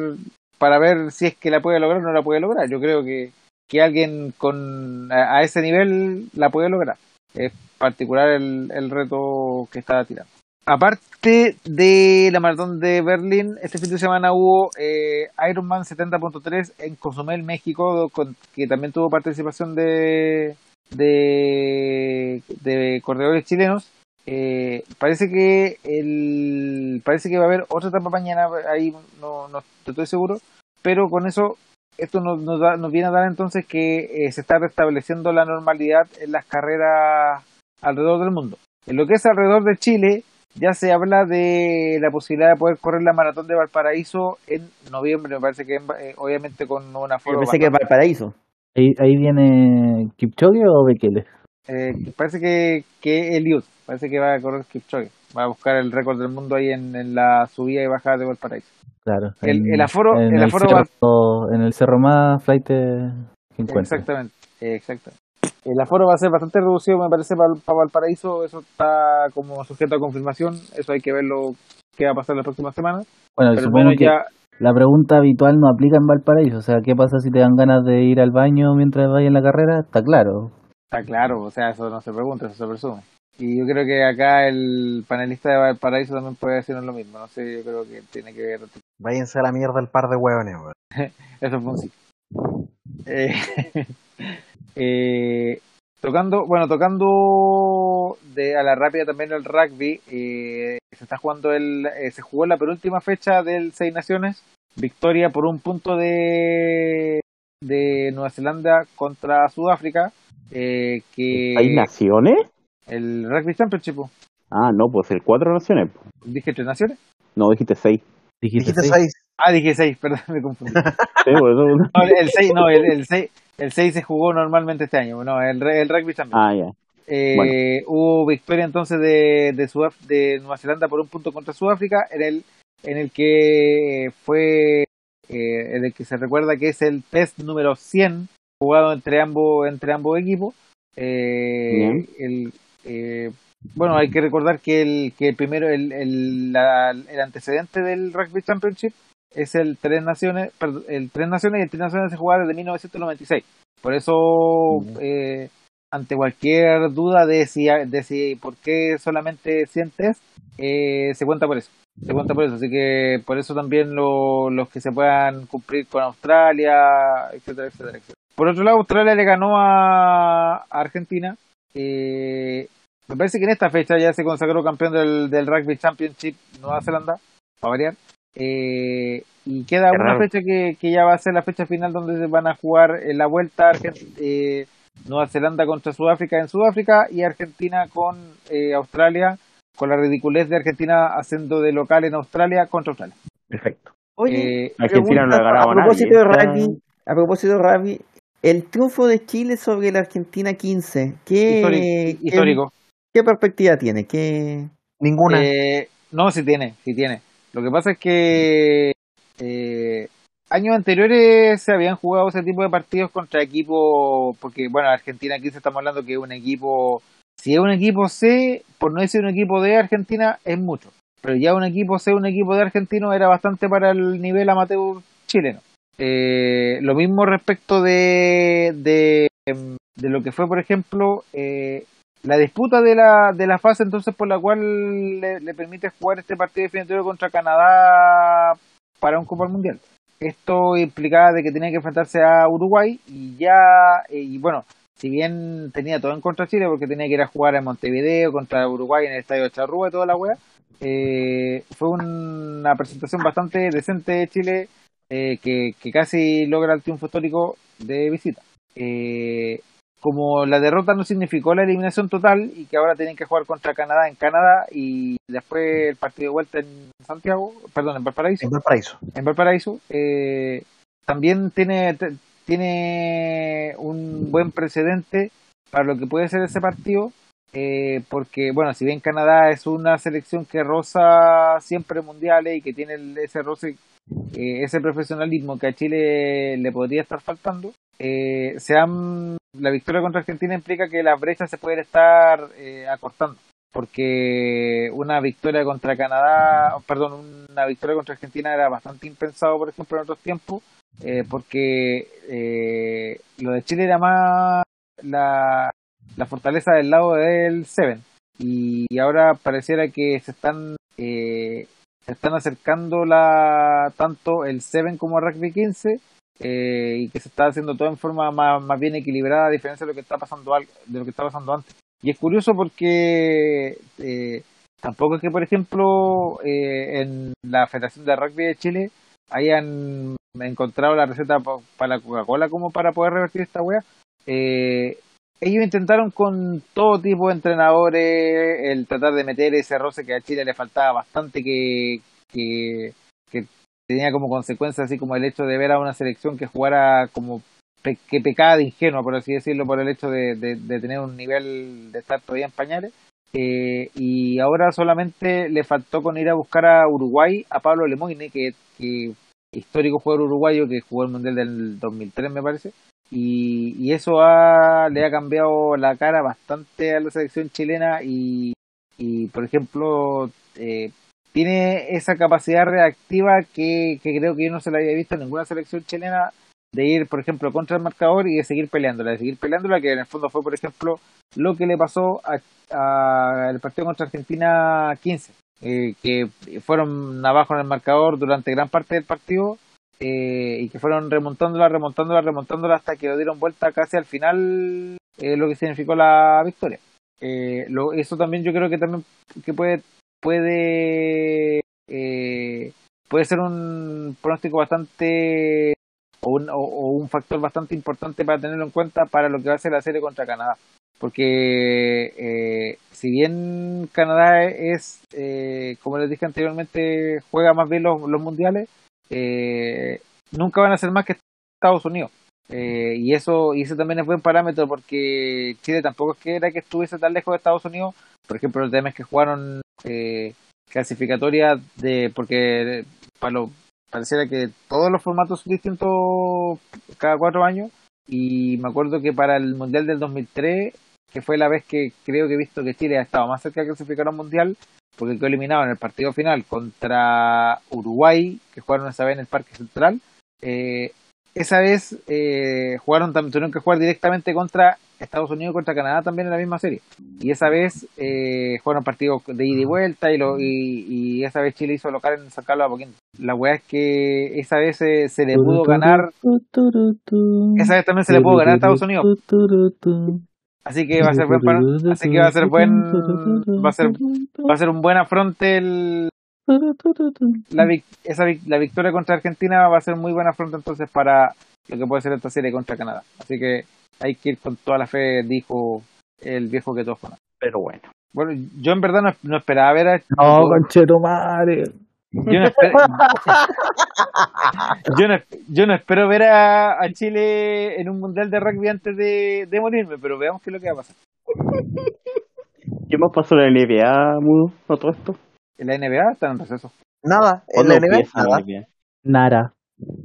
D: para ver si es que la puede lograr o no la puede lograr yo creo que, que alguien con a, a ese nivel la puede lograr es particular el, el reto que está tirando aparte de la maratón de Berlín este fin de semana hubo eh, Ironman 70.3 en Cozumel México con- que también tuvo participación de de, de corredores chilenos. Eh, parece que el parece que va a haber otra etapa mañana, ahí no, no estoy seguro, pero con eso esto nos, nos, da- nos viene a dar entonces que eh, se está restableciendo la normalidad en las carreras alrededor del mundo. En lo que es alrededor de Chile, ya se habla de la posibilidad de poder correr la maratón de Valparaíso en noviembre, me parece que en- eh, obviamente con una
C: Yo
D: forma
C: pensé que Valparaíso.
B: Ahí, ahí viene Kipchoge o Bekele.
D: Eh, parece que, que Eliud, parece que va a correr Kipchoge. Va a buscar el récord del mundo ahí en, en la subida y bajada de Valparaíso.
B: Claro.
D: El-
B: en-
D: el aforo-
B: en
D: el
B: el
D: aforo
B: cerro, en el cerro más flight que encuentres.
D: Exactamente, exactamente. El aforo va a ser bastante reducido, me parece, para, para Valparaíso. Eso está como sujeto a confirmación. Eso hay que verlo qué va a pasar la próxima semana.
B: Bueno,
D: Pero al
B: supongo
D: menos
B: que
D: ya,
B: la pregunta habitual no aplica en Valparaíso. O sea, ¿qué pasa si te dan ganas de ir al baño mientras vayas en la carrera? Está claro.
D: Está claro, o sea, eso no se pregunta, eso se presume. Y yo creo que acá el panelista de Valparaíso también puede decirnos lo mismo. No sé, yo creo que tiene que ver.
F: Váyanse a la mierda el par de hueones, weón.
D: Eso fue un sí. Eh, eh, tocando, bueno, tocando de, a la rápida también el rugby, eh, se está jugando el, eh, se jugó la penúltima fecha del Seis Naciones, victoria por un punto de de Nueva Zelanda contra Sudáfrica, eh,
E: ¿Hay
D: que
E: naciones?
D: el rugby championship, po.
E: Ah, no, pues el cuatro naciones. po.
D: dije tres naciones,
E: No, dijiste seis.
B: Dijiste,
F: Dijiste
B: sí.
F: seis.
D: ah, dije seis, perdón, me confundí.
E: Sí, por eso-
D: No, el 6, no, el, el 6, el 6 se jugó normalmente este año, no, el, re- el rugby también.
E: Ah, ya.
D: Eh, Hubo victoria entonces de, de, Sudaf- de Nueva Zelanda por un punto contra Sudáfrica, en el, en el que fue, eh, en el que se recuerda que es el test número 100 jugado entre ambos, entre ambos equipos. Eh, el, eh, bueno, hay que recordar que el, que primero el, el, la- el antecedente del Rugby Championship es el Tres Naciones, perdón, el Tres Naciones y el Tres Naciones se jugaba desde 1996. Por eso eh, ante cualquier duda de si, de si por qué solamente sientes, eh, se cuenta por eso. Se cuenta por eso. Así que por eso también lo- los que se puedan cumplir con Australia, etcétera, etcétera, etcétera. Por otro lado, Australia le ganó a a Argentina. Eh, me parece que en esta fecha ya se consagró campeón del, del Rugby Championship Nueva Zelanda, para variar. Eh, y queda
E: Qué
D: una
E: raro.
D: fecha que, que ya va a ser la fecha final donde se van a jugar eh, la vuelta Argen- eh, Nueva Zelanda contra Sudáfrica en Sudáfrica y Argentina con eh, Australia, con la ridiculez de Argentina haciendo de local en Australia contra Australia.
E: Perfecto.
C: Oye,
D: Eh,
E: Argentina no le ha
C: pregunta,
E: ganado
C: a
E: a
C: propósito
E: nadie.
C: de rugby, a propósito de rugby, el triunfo de Chile sobre la Argentina 15, ¿qué,
D: histórico.
C: qué-
D: histórico.
C: qué perspectiva tiene? ¿Qué,
F: Ninguna.
D: Eh, no, sí tiene, sí tiene. Lo que pasa es que eh, años anteriores se habían jugado ese tipo de partidos contra equipos, porque bueno, Argentina aquí se estamos hablando que es un equipo, si es un equipo C, por no decir un equipo de Argentina, es mucho. Pero ya un equipo C, un equipo de argentino era bastante para el nivel amateur chileno. Eh, lo mismo respecto de, de, em, de lo que fue, por ejemplo, eh, la disputa de la, de la fase entonces por la cual le, le permite jugar este partido definitorio contra Canadá para un Copa del Mundial. Esto implicaba de que tenía que enfrentarse a Uruguay y ya, eh, y bueno, si bien tenía todo en contra de Chile porque tenía que ir a jugar en Montevideo contra Uruguay en el Estadio Charrúa y toda la wea, eh, fue una presentación bastante decente de Chile eh, que, que casi logra el triunfo histórico de visita. Eh, como la derrota no significó la eliminación total y que ahora tienen que jugar contra Canadá en Canadá y después el partido de vuelta en Santiago, perdón, en Valparaíso,
F: En Valparaíso.
D: en Valparaíso, eh, también tiene, te- tiene un buen precedente para lo que puede ser ese partido, eh, porque, bueno, si bien Canadá es una selección que roza siempre mundiales y que tiene el- ese roce, eh, ese profesionalismo que a Chile le podría estar faltando, eh, se han- la victoria contra Argentina implica que las brechas se pueden estar eh, acortando porque una victoria contra Canadá, perdón, una victoria contra Argentina era bastante impensado, por ejemplo, en otros tiempos, eh, porque eh, lo de Chile era más la, la fortaleza del lado del Seven, y, y ahora pareciera que se están eh, se están acercando la tanto el Seven como el Rugby 15 eh, y que se está haciendo todo en forma más, más bien equilibrada a diferencia de lo que está pasando al- de lo que está pasando antes. Y es curioso porque eh, tampoco es que, por ejemplo, eh, en la Federación de Rugby de Chile hayan encontrado la receta pa- para la Coca-Cola como para poder revertir esta wea. Eh, ellos intentaron con todo tipo de entrenadores el tratar de meter ese roce que a Chile le faltaba bastante, que, que, que tenía como consecuencia así como el hecho de ver a una selección que jugara como pe- que pecaba de ingenua, por así decirlo, por el hecho de, de- de tener un nivel de estar todavía en pañales. Eh, y ahora solamente le faltó con ir a buscar a Uruguay a Pablo Lemoyne, que, que histórico jugador uruguayo que jugó el Mundial del 2003, me parece. Y, y eso ha- le ha cambiado la cara bastante a la selección chilena y, y, por ejemplo, eh, tiene esa capacidad reactiva que, que creo que yo no se la había visto en ninguna selección chilena de ir, por ejemplo, contra el marcador y de seguir peleándola, de seguir peleándola, que en el fondo fue, por ejemplo, lo que le pasó al a el partido contra Argentina 15, eh, que fueron abajo en el marcador durante gran parte del partido eh, y que fueron remontándola, remontándola, remontándola hasta que lo dieron vuelta casi al final, eh, lo que significó la victoria. Eh, lo- eso también yo creo que también que puede puede eh, puede ser un pronóstico bastante o un, o- o un factor bastante importante para tenerlo en cuenta para lo que va a ser la serie contra Canadá. Porque eh, si bien Canadá es, eh, como les dije anteriormente, juega más bien los, los mundiales, eh, nunca van a ser más que Estados Unidos. Eh, y eso y eso también es buen parámetro porque Chile tampoco es que era que estuviese tan lejos de Estados Unidos. Por ejemplo, los temas que jugaron eh, clasificatoria de porque para los pareciera que todos los formatos son distintos cada cuatro años y me acuerdo que para el Mundial del 2003, que fue la vez que creo que he visto que Chile ha estado más cerca de clasificar a un Mundial, porque quedó eliminado en el partido final contra Uruguay, que jugaron esa vez en el Parque Central, eh, esa vez eh, jugaron tam- tuvieron que jugar directamente contra Estados Unidos y contra Canadá también en la misma serie. Y esa vez eh, jugaron partidos de ida y vuelta y, lo, y, y esa vez Chile hizo local en San Carlos de Apoquindo. La weá es que esa vez eh, se le pudo ganar, esa vez también se le pudo ganar a Estados Unidos. Así que va a ser buen par- así que va a ser buen va a ser va a ser un buen afronte el, la, vic- esa vic- la victoria contra Argentina va a ser muy buena afronta entonces para lo que puede ser esta serie contra Canadá. Así que hay que ir con toda la fe, dijo el viejo que todos conocen.
E: Pero bueno.
D: Bueno, yo en verdad no, no esperaba ver a... este
B: No, conchetumare.
D: Yo no, esper- yo no- yo no espero ver a, a Chile en un mundial de rugby antes de, de morirme, pero veamos qué es lo que va a pasar.
E: ¿Qué más pasó en la NBA, Mudo? ¿No todo esto?
D: En la NBA están en receso.
F: Nada, en
E: ¿Cuándo
F: la NBA,
E: empieza la
F: nada,
E: NBA?
B: Nara.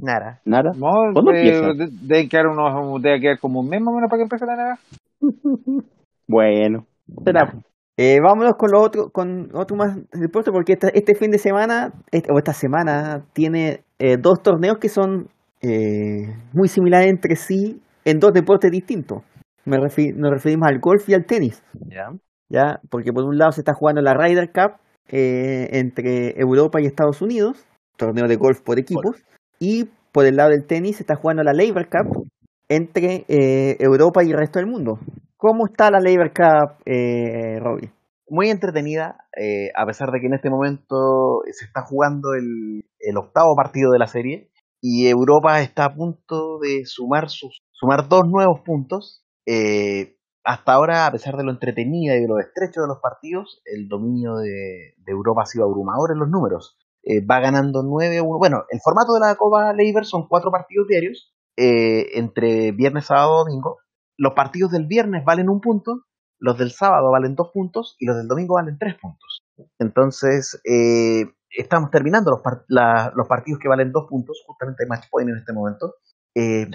F: nada.
E: ¿Nada?
D: No,
E: ¿Cuándo
D: eh,
E: empieza?
D: de- deben quedar unos, debe quedar como un mes más o menos para que empiece la NBA.
E: Bueno.
B: Será.
C: Eh, vámonos con lo otro, con otro más deporte, porque esta- este fin de semana, este- o esta semana, tiene eh, dos torneos que son eh, muy similares entre sí en dos deportes distintos. Me refi- nos referimos al golf y al tenis,
F: Ya.
C: ¿ya? Porque por un lado se está jugando la Ryder Cup eh, entre Europa y Estados Unidos, torneo de golf por equipos, y por el lado del tenis se está jugando la Labor Cup entre eh, Europa y el resto del mundo. ¿Cómo está la Labor Cup, eh, Robbie?
F: Muy entretenida, eh, a pesar de que en este momento se está jugando el, el octavo partido de la serie y Europa está a punto de sumar, sus, sumar dos nuevos puntos. Eh, hasta ahora, a pesar de lo entretenida y de lo estrecho de los partidos, el dominio de, de Europa ha sido abrumador en los números. Eh, va ganando 9-1. Bueno, el formato de la Copa Leiber son cuatro partidos diarios eh, entre viernes, sábado, domingo. Los partidos del viernes valen un punto los del sábado valen dos puntos y los del domingo valen tres puntos. Entonces, eh, estamos terminando los, par- la- los partidos que valen dos puntos, justamente hay match point en este momento. Eh,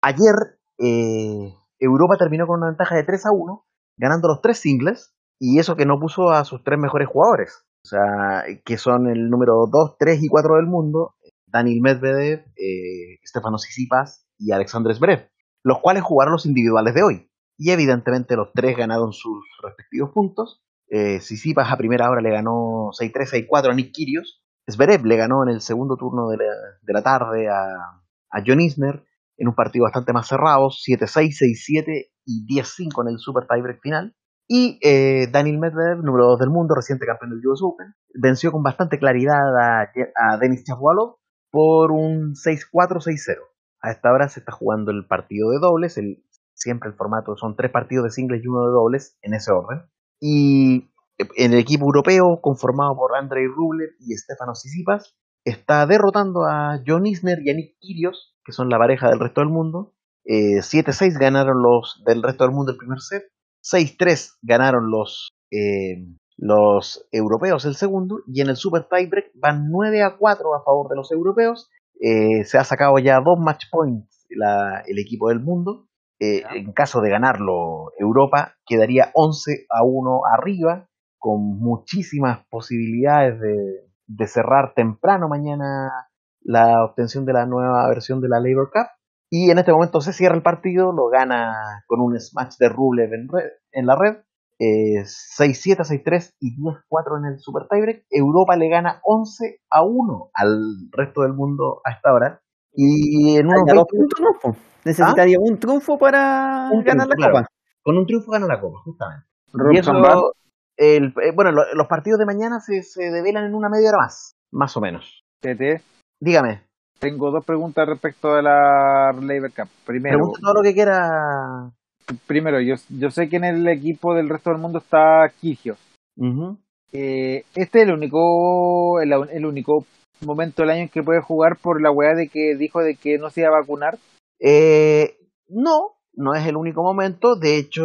F: Ayer, eh, Europa terminó con una ventaja de 3 a 1, ganando los tres singles, y eso que no puso a sus tres mejores jugadores, o sea, que son el número 2, 3 y 4 del mundo, Daniel Medvedev, eh, Stefano Tsitsipas y Alexander Zverev, los cuales jugaron los individuales de hoy y evidentemente los tres ganaron sus respectivos puntos. Eh, Tsitsipas a primera hora le ganó 6-3, 6-4 a Nick Kyrgios. Zverev le ganó en el segundo turno de la, de la tarde a, a John Isner en un partido bastante más cerrado, 7-6, 6-7 y 10-5 en el super tiebreak final. Y eh, Daniel Medvedev, número 2 del mundo, reciente campeón del US Open, venció con bastante claridad a, Je- a Denis Shapovalov por un 6-4, 6-0. A esta hora se está jugando el partido de dobles, el siempre el formato son tres partidos de singles y uno de dobles, en ese orden. Y en el equipo europeo, conformado por Andrei Rublev y Stefano Tsitsipas, está derrotando a John Isner y a Nick Kyrgios, que son la pareja del resto del mundo. Eh, 7-6 ganaron los del resto del mundo el primer set, 6-3 ganaron los, eh, los europeos el segundo, y en el super tiebreak van 9 a 4 a favor de los europeos. Eh, se ha sacado ya dos match points la- el equipo del mundo. Eh, en caso de ganarlo Europa, quedaría 11 a 1 arriba, con muchísimas posibilidades de, de cerrar temprano mañana la obtención de la nueva versión de la Labor Cup. Y en este momento se cierra el partido, lo gana con un smash de Rublev en, red- en la red, eh, 6-7, 6-3 y 10-4 en el Super Tiebreak. Europa le gana 11 a 1 al resto del mundo hasta ahora. Y en unos
C: Necesitaría
F: 20
C: dos puntos, ¿no? po? Necesitaría un triunfo para
F: ¿Ah? un
C: ganar
F: triunfo,
C: la
F: claro.
C: copa.
F: Con un triunfo gana la copa, justamente.
D: Rob
F: y eso,
D: Van Basten.
F: el, eh, bueno, lo- los partidos de mañana se, se develan en una media hora más, más o menos.
D: TT,
F: Dígame,
D: tengo dos preguntas respecto de la Labor Cup. Primero,
F: pregunte todo lo que quiera.
D: primero yo, yo sé que en el equipo del resto del mundo está Kyrgios. Eh, este es el único, el, el único momento del año en que puede jugar por la weá de que dijo de que no se iba a vacunar.
F: Eh, no, no es el único momento. De hecho,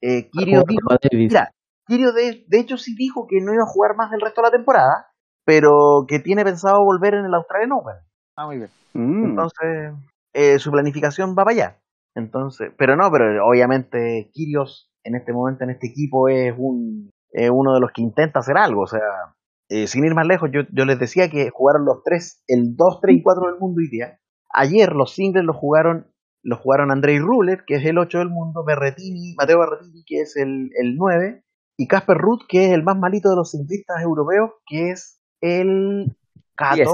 F: eh, Kirios
B: Jugar
F: dijo
B: para Davis.
F: Mira, Kirio de, de hecho sí dijo que no iba a jugar más el resto de la temporada, pero que tiene pensado volver en el Australian Open.
D: Ah, muy bien.
G: Mm,
F: Entonces, eh, su planificación va para allá. Entonces, pero no, pero obviamente Kirios en este momento en este equipo es un es uno de los que intenta hacer algo. O sea, eh, sin ir más lejos, yo, yo les decía que jugaron los tres, el 2, 3 y 4 del mundo hoy día. Ayer los singles los jugaron los jugaron Andrei Rublev, que es el 8 del mundo, Berretini, Mateo Berretini, que es el, el 9, y Casper Ruth, que es el más malito de los ciclistas europeos, que es el 14.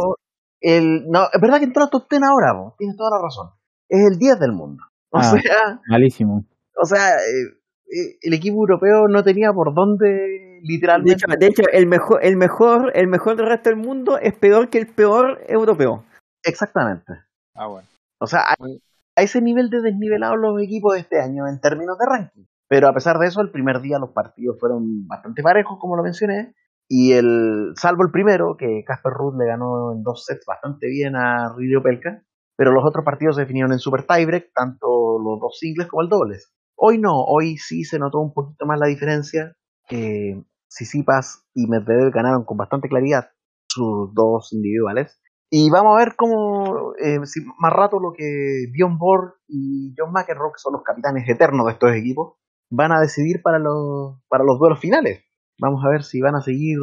F: El, no, es verdad que entró a top 10 ahora, po, tienes toda la razón. Es el 10 del mundo. O
B: Ah.
F: sea,
B: Malísimo.
F: o sea eh, eh, el equipo europeo no tenía por dónde
C: De
F: literalmente.
C: hecho, de hecho, el mejor, el mejor, el mejor del resto del mundo es peor que el peor europeo.
F: Exactamente.
D: Ah, bueno.
F: O sea, a, a ese nivel de desnivelado los equipos de este año en términos de ranking. Pero a pesar de eso, el primer día los partidos fueron bastante parejos, como lo mencioné. Y el, salvo el primero, que Casper Ruth le ganó en dos sets bastante bien a Rilio Pelka. Pero los otros partidos se definieron en super tiebreak, tanto los dos singles como el dobles. Hoy no, hoy sí se notó un poquito más la diferencia. Eh, Sisipas y Medvedev ganaron con bastante claridad sus dos individuales. Y vamos a ver cómo, eh, si más rato lo que Bjorn Borg y John McEnroe, que son los capitanes eternos de estos equipos, van a decidir para los, para los duelos finales. Vamos a ver si van a seguir,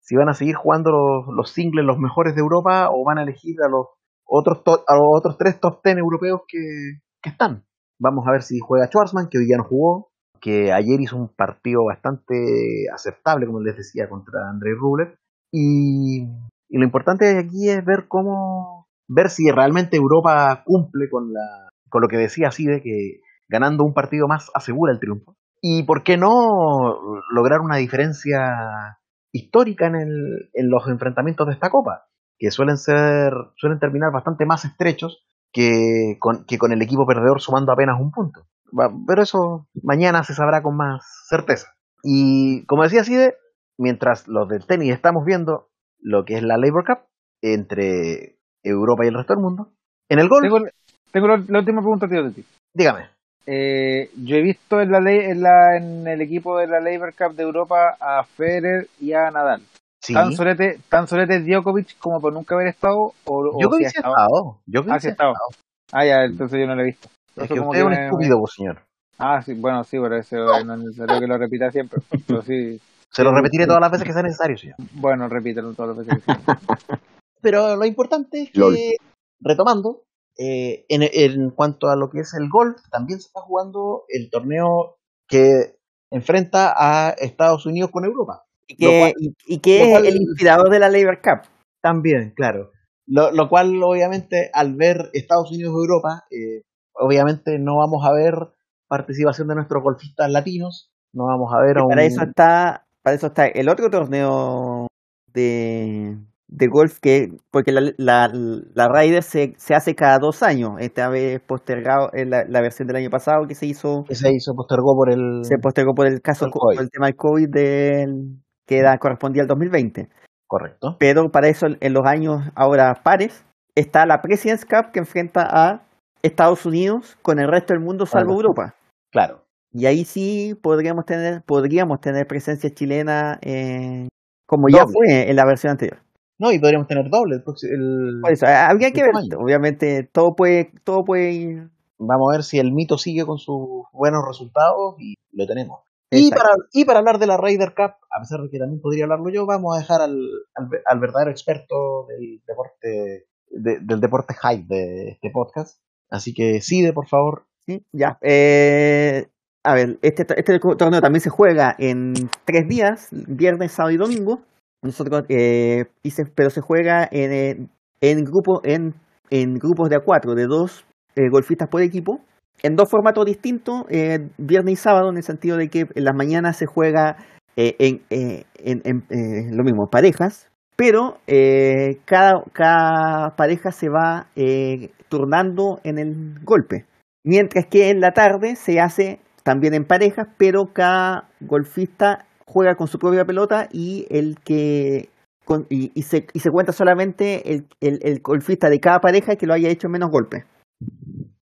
F: si van a seguir jugando los, los singles los mejores de Europa o van a elegir a los otros, to- a los otros tres top ten europeos que, que están. Vamos a ver si juega Schwarzman, que hoy ya no jugó, que ayer hizo un partido bastante aceptable, como les decía, contra Andrei Rublev. Y y lo importante aquí es ver cómo, ver si realmente Europa cumple con, la, con lo que decía así de que ganando un partido más asegura el triunfo. Y por qué no lograr una diferencia histórica en, el, en los enfrentamientos de esta copa, que suelen ser, suelen terminar bastante más estrechos que con, que con el equipo perdedor sumando apenas un punto. Va- Pero eso mañana se sabrá con más certeza. Y como decía Cide, mientras los del tenis estamos viendo lo que es la Labor Cup entre Europa y el resto del mundo. En el golf,
D: Tengo, tengo la, la última pregunta, tío, de ti.
F: dígame.
D: Eh, yo he visto en, la, ley- en, la, en el equipo de la Labor Cup de Europa a Federer y a Nadal.
F: Sí.
D: ¿Tan solete, tan solete Djokovic como por nunca haber estado? ¿O, o
F: Yo creo
D: si
F: que
D: ha
F: sí ha
D: estado?
F: estado. Yo creo
D: Ah,
F: que
D: sí
F: sí
D: ha
F: ha
D: estado.
F: estado.
D: Ah, ya, entonces yo no lo he visto.
F: Es
D: Eso
F: que
D: como
F: usted es
D: que
F: un
D: me- me-
F: estúpido, pues, señor.
D: Ah, sí, bueno, sí, pero eso no es necesario que lo repita siempre. Pero sí,
F: Se lo
D: sí,
F: repetiré
D: sí.
F: todas las veces que sea necesario, señor.
D: bueno, repítelo todas las veces que sea.
F: Pero lo importante es que,
G: Lol.
F: retomando, eh, en, en cuanto a lo que es el golf, también se está jugando el torneo que enfrenta a Estados Unidos con Europa.
C: Y
F: Lo cual-
C: que, y, y que
F: lo
C: es
F: cual-
C: el inspirador de la Labor Cup.
F: También, claro. Lo, lo cual, obviamente, al ver Estados Unidos y Europa, eh, obviamente no vamos a ver participación de nuestros golfistas latinos, no vamos a ver a
C: Y
F: un...
C: para eso está, para eso está el otro torneo de, de golf que, porque la, la, la Ryder se, se hace cada dos años. Esta vez postergado eh, la, la versión del año pasado que se hizo,
F: que se hizo postergó por el...
C: se postergó por el caso,
F: El
C: co-
F: COVID.
C: por el tema del COVID del, que era, correspondía al 2020.
F: Correcto.
C: pero para eso en los años ahora pares está la President's Cup que enfrenta a Estados Unidos con el resto del mundo salvo
F: Claro.
C: Europa.
F: Claro.
C: Y ahí sí podríamos tener, podríamos tener presencia chilena eh, como ya
F: Doble.
C: fue en la versión anterior.
F: No, y podríamos tener doble. el proxi- el-
C: Por eso, ah, habría que ver,
F: Próximo Este año.
C: obviamente todo puede, todo puede ir.
F: Vamos a ver si el mito sigue con sus buenos resultados y lo tenemos. Y
C: Exacto.
F: para, y para hablar de la Ryder Cup, a pesar de que también podría hablarlo yo, vamos a dejar al, al, ver- al verdadero experto del deporte de- del deporte hype de este podcast. Así que Side, por favor.
C: Sí, Ya. Eh, a ver, este, este torneo también se juega en tres días, viernes, sábado y domingo. Nosotros, eh, y se- pero se juega en, eh, en, grupo, en, en grupos de a cuatro, de dos eh, golfistas por equipo, en dos formatos distintos, eh, viernes y sábado, en el sentido de que en las mañanas se juega eh, en, eh, en- en, eh, lo mismo, parejas, pero eh, cada, cada pareja se va eh, turnando en el golpe. Mientras que en la tarde se hace también en parejas, pero cada golfista juega con su propia pelota y el que con- y, y se, y se cuenta solamente el, el- el golfista de cada pareja que lo haya hecho en menos golpes.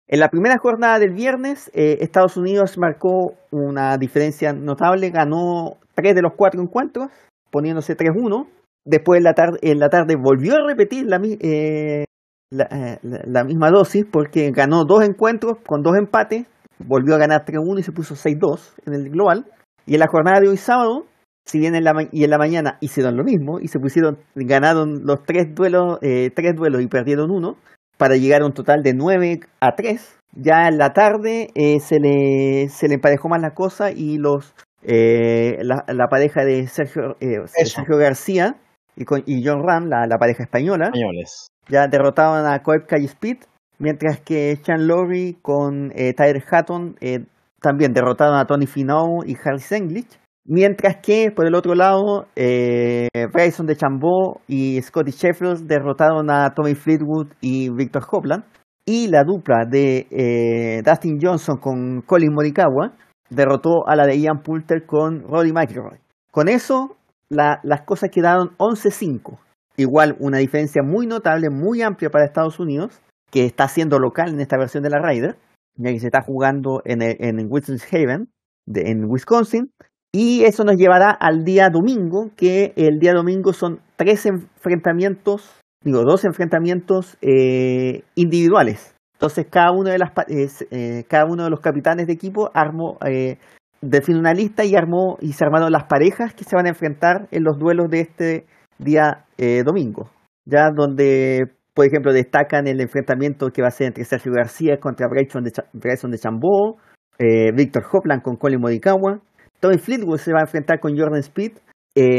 C: En la primera jornada del viernes, eh, Estados Unidos marcó una diferencia notable, ganó tres de los cuatro encuentros, poniéndose 3-1. Después en la, tarde, en la tarde volvió a repetir la, mi- eh, la, eh, la- la misma dosis porque ganó dos encuentros con dos empates, volvió a ganar 3-1 y se puso 6-2 en el global. Y en la jornada de hoy sábado, si bien en la, ma- y en la mañana hicieron lo mismo y se pusieron, ganaron los tres duelos, eh, tres duelos y perdieron uno, para llegar a un total de 9 a 3. Ya en la tarde eh, se, le, se le emparejó más la cosa y los eh, la, la pareja de Sergio, eh, Sergio García y, con- y John Ram, la, la pareja española,
F: Españoles.
C: ya derrotaron a Koepka y Speed, mientras que Chan Lowry con eh, Tyler Hatton eh, también derrotaron a Tony Finau y Harry Senglich, mientras que por el otro lado eh, Bryson de Chambó y Scotty Sheffield derrotaron a Tommy Fleetwood y Victor Hopland, y la dupla de eh, Dustin Johnson con Colin Morikawa derrotó a la de Ian Poulter con Roddy McIlroy. Con eso, la- las cosas quedaron 11-5 igual una diferencia muy notable, muy amplia para Estados Unidos, que está siendo local en esta versión de la Ryder, ya que se está jugando en, el- en Wilson's Haven, de- en Wisconsin, y eso nos llevará al día domingo, que el día domingo son tres enfrentamientos, digo, dos enfrentamientos eh, individuales. Entonces cada uno de las pa- eh, s- eh, cada uno de los capitanes de equipo armó eh, define una lista y armó y se armaron las parejas que se van a enfrentar en los duelos de este día eh, domingo, ya donde, por ejemplo, destacan el enfrentamiento que va a ser entre Sergio García contra Bryson de, Cha- Bryson de Chambó, eh, Víctor Hopland con Colin Morikawa, Tommy Fleetwood se va a enfrentar con Jordan Speed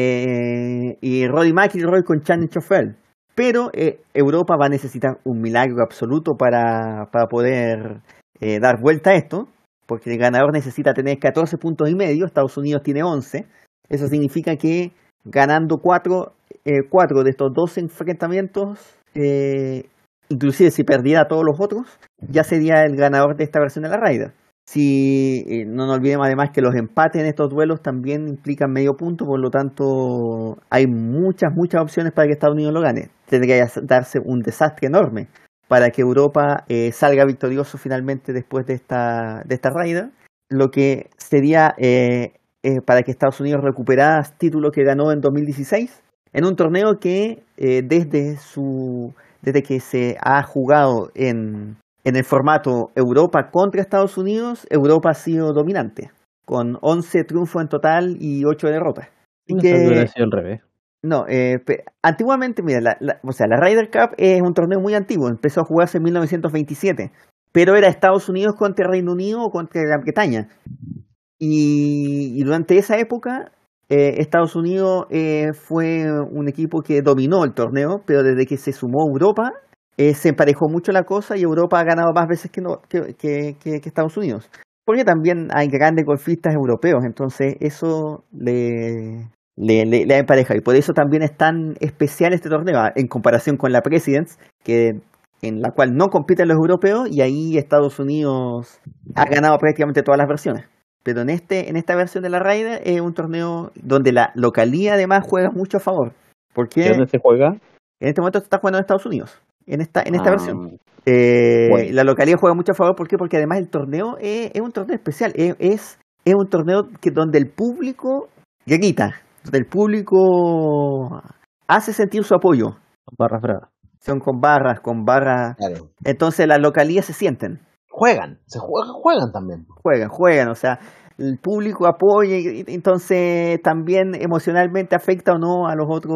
C: eh, y Roddy McIlroy con Channing Choffel. Pero eh, Europa va a necesitar un milagro absoluto para, para poder eh, dar vuelta a esto, porque el ganador necesita tener 14 puntos y medio, Estados Unidos tiene 11. Eso significa que ganando 4 eh, cuatro de estos dos enfrentamientos, eh, inclusive si perdiera todos los otros, ya sería el ganador de esta versión de la Ryder. Si eh, no nos olvidemos además que los empates en estos duelos también implican medio punto, por lo tanto hay muchas, muchas opciones para que Estados Unidos lo gane. Tendría que darse un desastre enorme para que Europa eh, salga victorioso finalmente después de esta, de esta Ryder, lo que sería eh, eh, para que Estados Unidos recuperara título que ganó en 2016 en un torneo que eh, desde su desde que se ha jugado en, en el formato Europa contra Estados Unidos, Europa ha sido dominante, con 11 triunfos en total y 8 derrotas. Así
B: Eso
C: que-
B: hubiera sido al revés.
C: no, eh, pe- antiguamente, mira, la, la- o sea, la Ryder Cup es un torneo muy antiguo, empezó a jugarse en 1927, pero era Estados Unidos contra Reino Unido o contra Gran Bretaña. Y, y durante esa época, eh, Estados Unidos eh, fue un equipo que dominó el torneo, pero desde que se sumó Europa, eh, se emparejó mucho la cosa y Europa ha ganado más veces que, no- que- que- que- que Estados Unidos. Porque también hay grandes golfistas europeos, entonces eso le, le, le, le da en pareja. Y por eso también es tan especial este torneo, ah, en comparación con la Presidents, que, en la cual no compiten los europeos, y ahí Estados Unidos ha ganado prácticamente todas las versiones. Pero en este, en esta versión de la Ryder es un torneo donde la localía además juega mucho a favor. Porque
E: ¿Y dónde
C: en
E: se juega?
C: este momento se está jugando en Estados Unidos, en esta, en esta
E: Ah,
C: versión. Eh,
E: Bueno.
C: La localidad juega mucho a favor, ¿por qué? Porque además el torneo es, es un torneo especial, es, es, es un torneo que donde el público grita, donde el público hace sentir su apoyo.
B: Barra brava.
C: Son con barras, con barras.
F: Claro.
C: Entonces las localías se sienten,
F: Juegan, se juegan, juegan también.
C: juegan, juegan, o sea, el público apoya, y- y- entonces también emocionalmente afecta o no a los otros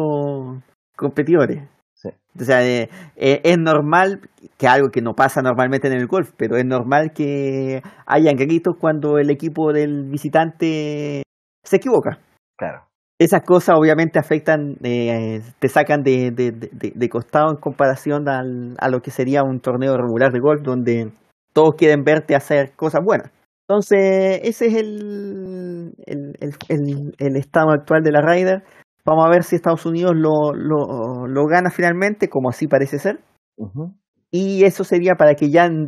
C: competidores.
F: Sí.
C: O sea, eh, eh, es normal, que algo que no pasa normalmente en el golf, pero es normal que hayan gritos cuando el equipo del visitante se equivoca.
F: Claro.
C: Esas cosas obviamente afectan, eh, te sacan de, de- de- de- de costado en comparación al- a lo que sería un torneo regular de golf donde todos quieren verte hacer cosas buenas. Entonces, ese es el, el, el- el- el estado actual de la Ryder. Vamos a ver si Estados Unidos lo, lo, lo gana finalmente, como así parece ser.
F: Ujú.
C: Y eso sería para que ya en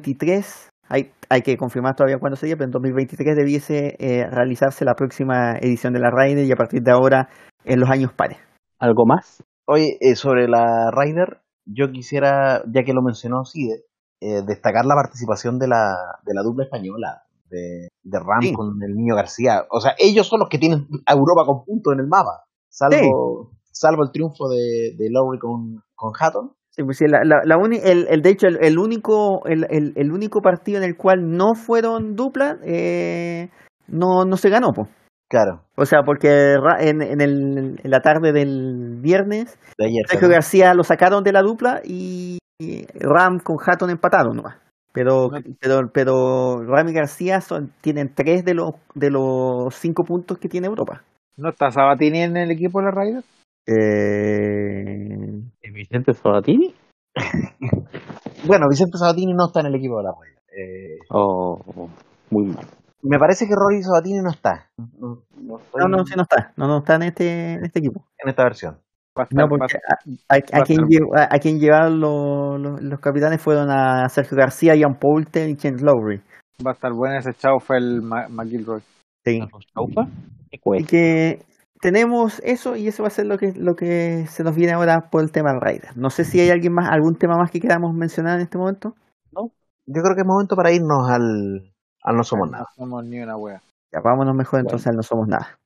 C: 2023, hay, hay que confirmar todavía cuándo sería, pero en 2023 debiese eh, realizarse la próxima edición de la Ryder y a partir de ahora en los años pares.
E: ¿Algo más?
F: Oye, eh, sobre la Ryder, yo quisiera, ya que lo mencionó Cide, eh, destacar la participación de la, de la dupla española, de, de Ram
C: Sí.
F: con el niño García. O sea, ellos son los que tienen a Europa con puntos en el mapa, salvo, salvo el triunfo de, de Lowry con, con Hatton.
C: Sí, pues sí, la- la- la uni- el, el- de hecho, el, el único, el, el- el único partido en el cual no fueron duplas eh, no, no se ganó. po.
F: Claro,
C: O sea, porque ra- en, en el- en la tarde del viernes,
F: de ayer.
C: Sergio
F: ¿no?
C: García lo sacaron de la dupla y, y Ram con Hatton empatados nomás. Pero, pero, pero Ram y García son, tienen tres de los, de los cinco puntos que tiene Europa.
D: ¿No está Sabatini en el equipo de la Raiders?
C: Eh,
E: ¿Es Vicente Sabatini?
F: Bueno, Vicente Sabatini no está en el equipo de la Raiders. Eh,
E: Oh, muy mal.
F: me parece que Rory Sabatini no está. No, no estoy
C: no, no, sí, no está. No, no está en este, en este equipo.
F: en esta versión.
D: Va a estar-
C: No,
D: va
C: porque
D: a-
C: a, a- a
D: va-
C: quien, llev- a, a quien llevaron los, los, los capitanes fueron a Sergio García, Ian Poulter y Ken Lowry.
D: va a estar bueno ese Chaufel Ma- McIlroy.
C: Sí. Así que tenemos eso y eso va a ser lo que, lo que se nos viene ahora por el tema del Raider. No sé si hay alguien más, algún tema más que queramos mencionar en este momento.
F: Yo creo que es momento para irnos al, al No Somos
D: No
F: Nada.
D: somos ni una wea.
C: Ya, vámonos mejor entonces al No Somos Nada.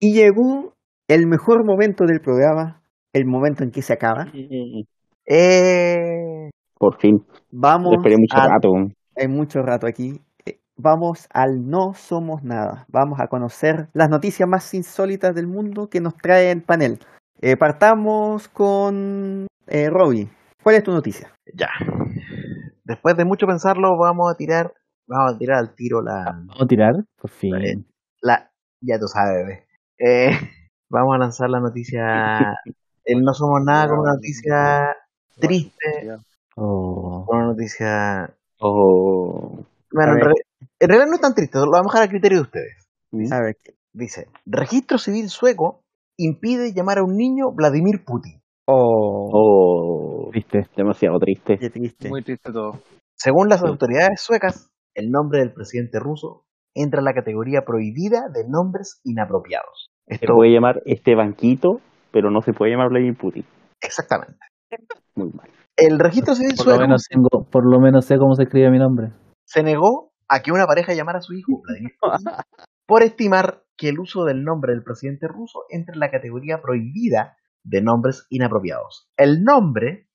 C: Y llegó el mejor momento del programa, el momento en que se acaba.
F: Eh,
G: Por fin. Lo
C: Vamos
G: esperé mucho
C: al-
G: rato.
C: hay mucho rato aquí. Eh, Vamos al No Somos Nada. Vamos a conocer las noticias más insólitas del mundo que nos trae el panel. Eh, partamos con eh, Robbie. ¿Cuál es tu noticia?
F: ya. Después de mucho pensarlo, vamos a tirar, vamos a tirar al tiro la,
B: Vamos a tirar, por
F: Eh,
B: fin.
F: la, ya tú sabes, bebé. Eh, vamos a lanzar la noticia. el no somos nada con una noticia triste,
B: Oh,
F: con una noticia.
G: Oh.
C: A
F: Bueno, en,
C: ver.
F: re- en realidad no es tan triste, lo vamos a dejar a criterio de ustedes.
C: A ver,
F: Dice: Registro civil sueco impide llamar a un niño Vladimir Putin.
C: oh,
G: Oh.
B: triste.
G: Demasiado triste.
C: qué triste.
D: Muy triste todo.
F: Según las
G: Sí.
F: autoridades suecas, el nombre del presidente ruso entra en la categoría prohibida de nombres inapropiados.
G: Se
F: Esto,
G: puede llamar este banquito, pero no se puede llamar Vladimir Putin.
F: exactamente.
G: Muy mal.
F: El registro civil
B: Por lo,
F: sueco.
B: menos tengo- por lo menos sé cómo se escribe mi nombre.
F: se negó a que una pareja llamara a su hijo Vladimir Putin por estimar que el uso del nombre del presidente ruso entra en la categoría prohibida de nombres inapropiados. El nombre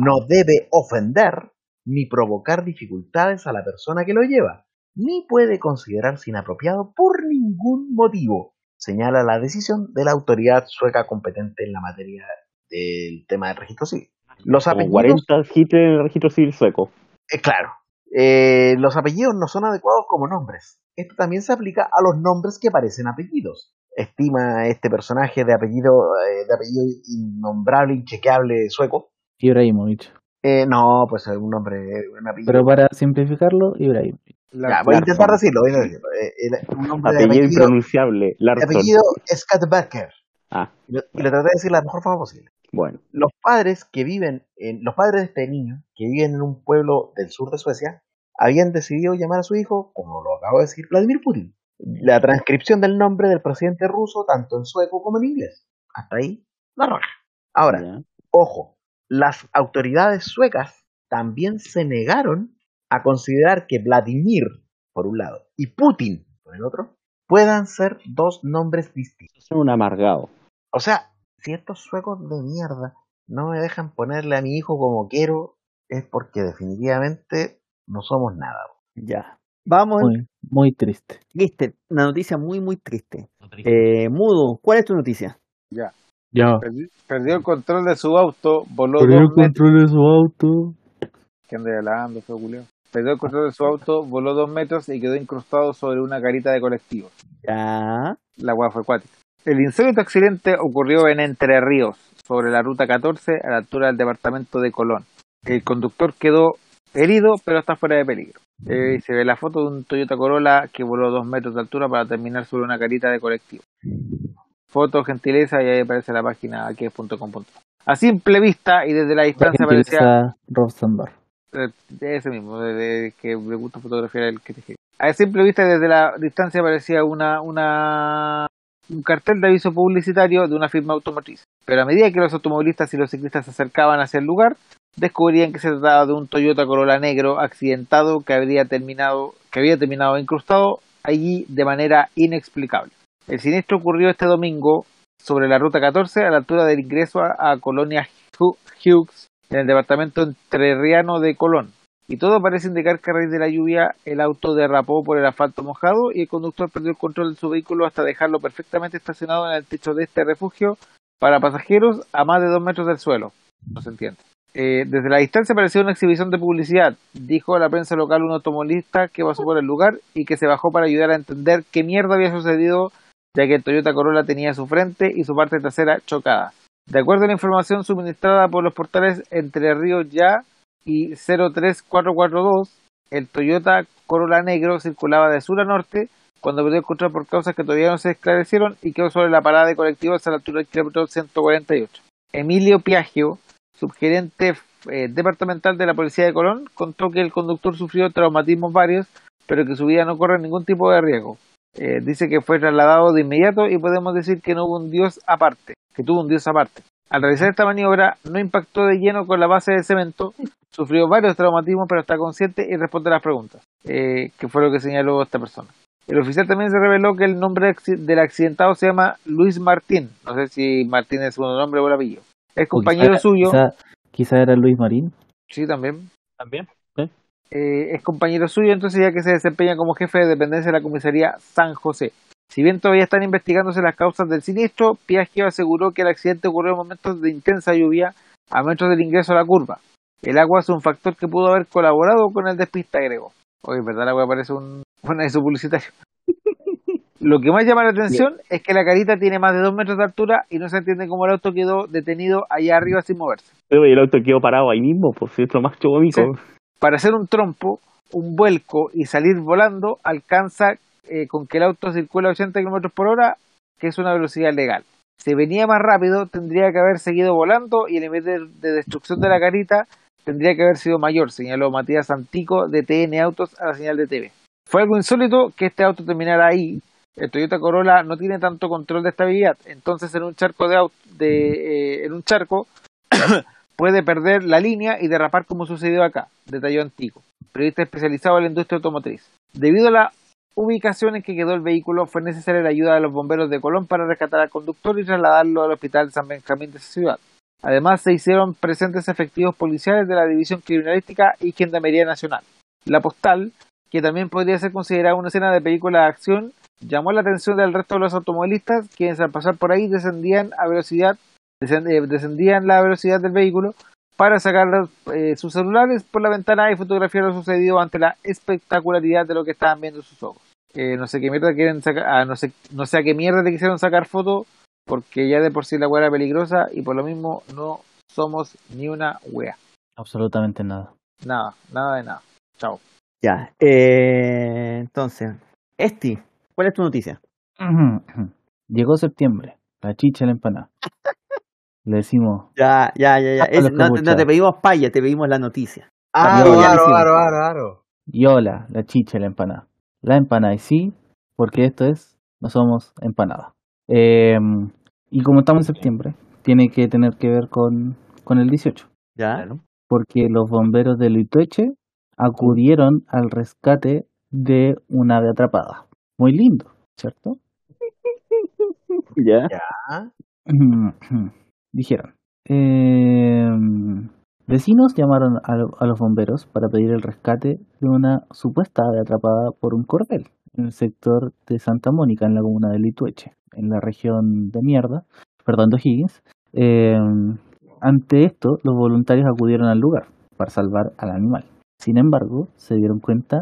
F: no debe ofender ni provocar dificultades a la persona que lo lleva, ni puede considerarse inapropiado por ningún motivo, señala la decisión de la autoridad sueca competente en la materia del tema del registro civil. Los
G: Como
F: apellidos
G: 40 Hitler en el registro civil sueco.
F: eh, claro, eh, los apellidos no son adecuados como nombres. Esto también se aplica a los nombres que parecen apellidos. Estima este personaje de apellido, eh, de apellido innombrable, inchequeable sueco.
B: Ibrahimovic.
F: Eh, no, pues es un nombre, eh, un apellido.
B: Pero para simplificarlo, Ibrahimovic.
D: La-
F: Ya, voy a intentar
G: Larsson.
F: decirlo. voy a decirlo. Eh, el- un nombre de
G: Apellido
F: apellido,
G: impronunciable.
F: de
G: Larsson.
F: apellido Skatbacker.
G: Ah,
F: Y lo, y lo traté de decir de la mejor forma posible.
G: bueno.
F: los padres que viven en los padres de este niño que viven en un pueblo del sur de Suecia habían decidido llamar a su hijo, como lo acabo de decir, Vladimir Putin. La transcripción del nombre del presidente ruso tanto en sueco como en inglés. Hasta ahí la raja. Ahora,
G: Ya.
F: ojo, las autoridades suecas también se negaron a considerar que Vladimir, por un lado, y Putin, por el otro, puedan ser dos nombres distintos.
G: Es un amargado.
F: O sea, si estos suecos de mierda no me dejan ponerle a mi hijo como quiero, es porque definitivamente no somos nada.
C: Ya. Vamos,
B: Muy, muy triste.
C: triste. Una noticia muy, muy triste. Eh, Mudo, ¿cuál es tu noticia?
B: Ya.
D: Perdi- Perdió el control de su auto, voló
B: Perdió
D: dos
B: el
D: metros.
B: control de su auto.
D: Que anda hablando, feo culiao. Perdió el control de su auto, voló dos metros y quedó incrustado sobre una carita de colectivo.
C: Ya.
D: La hueá fue acuática. El insólito accidente ocurrió en Entre Ríos, sobre la ruta 14, a la altura del departamento de Colón. El conductor quedó herido, pero está fuera de peligro. Eh, se ve la foto de un Toyota Corolla que voló dos metros de altura para terminar sobre una carita de colectivo. Foto, gentileza, y ahí aparece la página aquí es punto com punto. A simple vista y desde la
B: La
D: distancia parecía
B: gentileza Rob Sandor.
D: de eh, ese mismo, de, de- que le gusta fotografiar el que te escribe. A simple vista, desde la distancia parecía una, una, un cartel de aviso publicitario de una firma automotriz. Pero a medida que los automovilistas y los ciclistas se acercaban hacia el lugar, descubrían que se trataba de un Toyota Corolla negro accidentado que habría terminado, que había terminado incrustado allí de manera inexplicable. El siniestro ocurrió este domingo sobre la ruta 14 a la altura del ingreso a, a Colonia Hu- Hughes en el departamento entrerriano de Colón. Y todo parece indicar que a raíz de la lluvia el auto derrapó por el asfalto mojado y el conductor perdió el control de su vehículo hasta dejarlo perfectamente estacionado en el techo de este refugio para pasajeros a más de dos metros del suelo. No se entiende. Eh, desde la distancia parecía una exhibición de publicidad, dijo a la prensa local un automovilista que pasó por el lugar y que se bajó para ayudar a entender qué mierda había sucedido, ya que el Toyota Corolla tenía su frente y su parte trasera chocada. De acuerdo a la información suministrada por los portales Entre Ríos Ya y 03442, el Toyota Corolla Negro circulaba de sur a norte cuando perdió el control por causas que todavía no se esclarecieron y quedó sobre la parada de colectivos a la altura del kilómetro 148. Emilio Piaggio, subgerente eh, departamental de la Policía de Colón, contó que el conductor sufrió traumatismos varios, pero que su vida no corre ningún tipo de riesgo. Eh, dice que fue trasladado de inmediato y podemos decir que no hubo un dios aparte, que tuvo un dios aparte. Al realizar esta maniobra, no impactó de lleno con la base de cemento, sufrió varios traumatismos, pero está consciente y responde a las preguntas, eh, que fue lo que señaló esta persona. El oficial también se reveló que el nombre acci- del accidentado se llama Luis Martín. No sé si Martín es su nombre o el apellido. Es
B: O
D: compañero
B: quizá-
D: suyo.
B: Quizá, quizá era Luis Marín.
D: Sí, también.
E: También.
D: Eh, es compañero suyo, entonces ya que se desempeña como jefe de dependencia de la comisaría San José. Si bien todavía están investigándose las causas del siniestro, Piaggio aseguró que el accidente ocurrió en momentos de intensa lluvia a metros del ingreso a la curva. El agua es un factor que pudo haber colaborado con el despista, agregó. Oye, en verdad la agua parece un, una de su publicitario. Lo que más llama la atención es que la carita tiene más de dos metros de altura y no se entiende cómo el auto quedó detenido allá arriba sin moverse.
E: Pero el auto quedó parado ahí mismo, por si es lo más cómico.
D: para hacer un trompo, un vuelco y salir volando, alcanza eh, con que el auto circula a 80 km por hora, que es una velocidad legal. Si venía más rápido, tendría que haber seguido volando y el nivel de, de destrucción de la carita tendría que haber sido mayor, señaló Matías Antico de TN Autos a la señal de TV. Fue algo insólito que este auto terminara ahí. El Toyota Corolla no tiene tanto control de estabilidad, entonces en un charco de, au- de eh, en un charco puede perder la línea y derrapar como sucedió acá, detalló Antico, periodista especializado en la industria automotriz. Debido a la ubicación en que quedó el vehículo, fue necesaria la ayuda de los bomberos de Colón para rescatar al conductor y trasladarlo al hospital San Benjamín de esa ciudad. Además, se hicieron presentes efectivos policiales de la División Criminalística y Gendarmería Nacional. La postal, que también podría ser considerada una escena de película de acción, llamó la atención del resto de los automovilistas, quienes al pasar por ahí descendían a velocidad descend- eh, descendían la velocidad del vehículo para sacar los, eh, sus celulares por la ventana y fotografiar lo sucedido ante la espectacularidad de lo que estaban viendo sus ojos. Eh, no sé qué mierda quieren sacar, ah, no sé, no sé a qué mierda le quisieron sacar foto, porque ya de por sí la weá era peligrosa y por lo mismo no somos ni una wea.
B: Absolutamente nada.
D: Nada, nada de nada. Chao.
C: Ya. eh, entonces, Esti, ¿cuál es tu noticia?
B: Llegó septiembre. La chicha y la empanada. Le decimos.
C: Ya, ya, ya, ya.
B: Ah,
C: Es-
B: los
C: no, no te
B: kombucha.
C: pedimos paya, te pedimos la noticia.
F: Aro,
C: ya lo
F: aro,
C: hicimos.
F: aro, aro, aro.
B: Y hola, la chicha y la empanada. La empanada y sí, porque esto es, no somos empanada. Eh, y como estamos en septiembre, tiene que tener que ver con, con el 18,
C: Ya.
B: porque los bomberos de Luitueche acudieron al rescate de un ave atrapada. Muy lindo, ¿cierto?
G: Ya.
F: Ya.
B: Dijeron. em, vecinos llamaron a, lo- a los bomberos para pedir el rescate de una supuesta ave atrapada por un cordel en el sector de Santa Mónica, en la comuna de Litueche, en la región de mierda, perdón, de Em, Higgins. ante esto, los voluntarios acudieron al lugar para salvar al animal. Sin embargo, se dieron cuenta,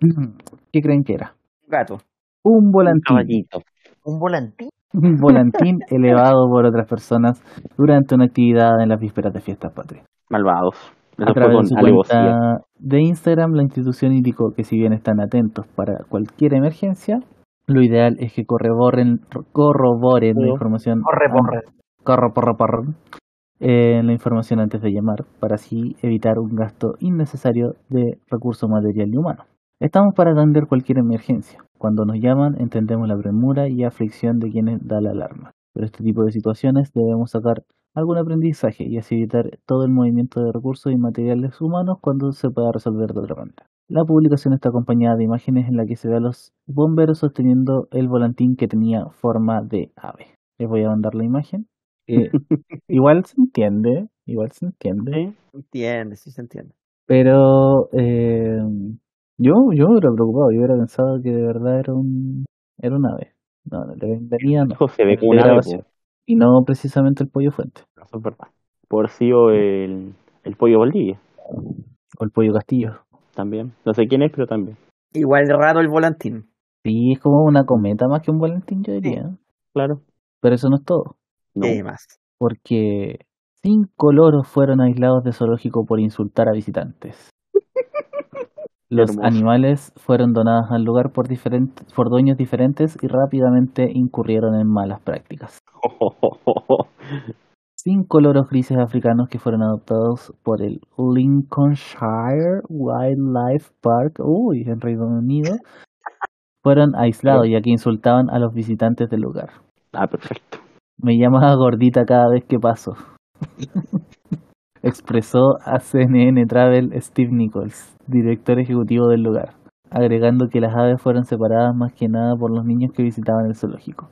B: ¿qué creen que era?
C: Un gato.
B: Un
G: Un
B: volantín
G: caballito.
F: Un volantín.
B: un volantín elevado por otras personas durante una actividad en las vísperas de fiestas patrias.
G: Malvados.
B: A
G: Eso fue
B: través de su
G: con alevosía.
B: cuenta de Instagram, la institución indicó que si bien están atentos para cualquier emergencia, lo ideal es que corroboren, corroboren la
G: Corro.
B: información
F: Corre,
B: an-
F: corre.
B: corro, porro, porro, eh, la información antes de llamar para así evitar un gasto innecesario de recurso material y humano. Estamos para atender cualquier emergencia. Cuando nos llaman entendemos la premura y aflicción de quienes da la alarma. Pero este tipo de situaciones debemos sacar algún aprendizaje y así evitar todo el movimiento de recursos y materiales humanos cuando se pueda resolver de otra manera. La publicación está acompañada de imágenes en las que se ve a los bomberos sosteniendo el volantín que tenía forma de ave. Les voy a mandar la imagen. Eh, Igual se entiende, igual se entiende.
C: Entiende, sí se entiende.
B: Pero eh, yo, yo me hubiera preocupado, yo hubiera pensado que de verdad era un, era un ave. No, no, le venía no.
G: Hijo, se ve como
B: Era
G: una ave,
B: vacío. Y no precisamente el pollo fuente,
G: po. eso es verdad. Por sido el, el pollo Valdivia,
B: o el pollo castillo.
G: también. No sé quién es, pero también.
C: Igual raro el volantín.
B: Sí, es como una cometa más que un volantín, yo diría.
G: Claro.
B: Pero eso no es todo,
G: No.
C: ¿Qué más?
B: porque cinco loros fueron aislados de zoológico por insultar a visitantes. Los
G: Hermoso.
B: animales fueron donados al lugar por, diferentes, por dueños diferentes y rápidamente incurrieron en malas prácticas. cinco loros grises africanos que fueron adoptados por el Lincolnshire Wildlife Park, uy, en Reino Unido, fueron aislados ya que insultaban a los visitantes del lugar.
G: Ah, perfecto.
B: Me llama gordita cada vez que paso. Expresó a CNN Travel Steve Nichols, director ejecutivo del lugar, agregando que las aves fueron separadas más que nada por los niños que visitaban el zoológico.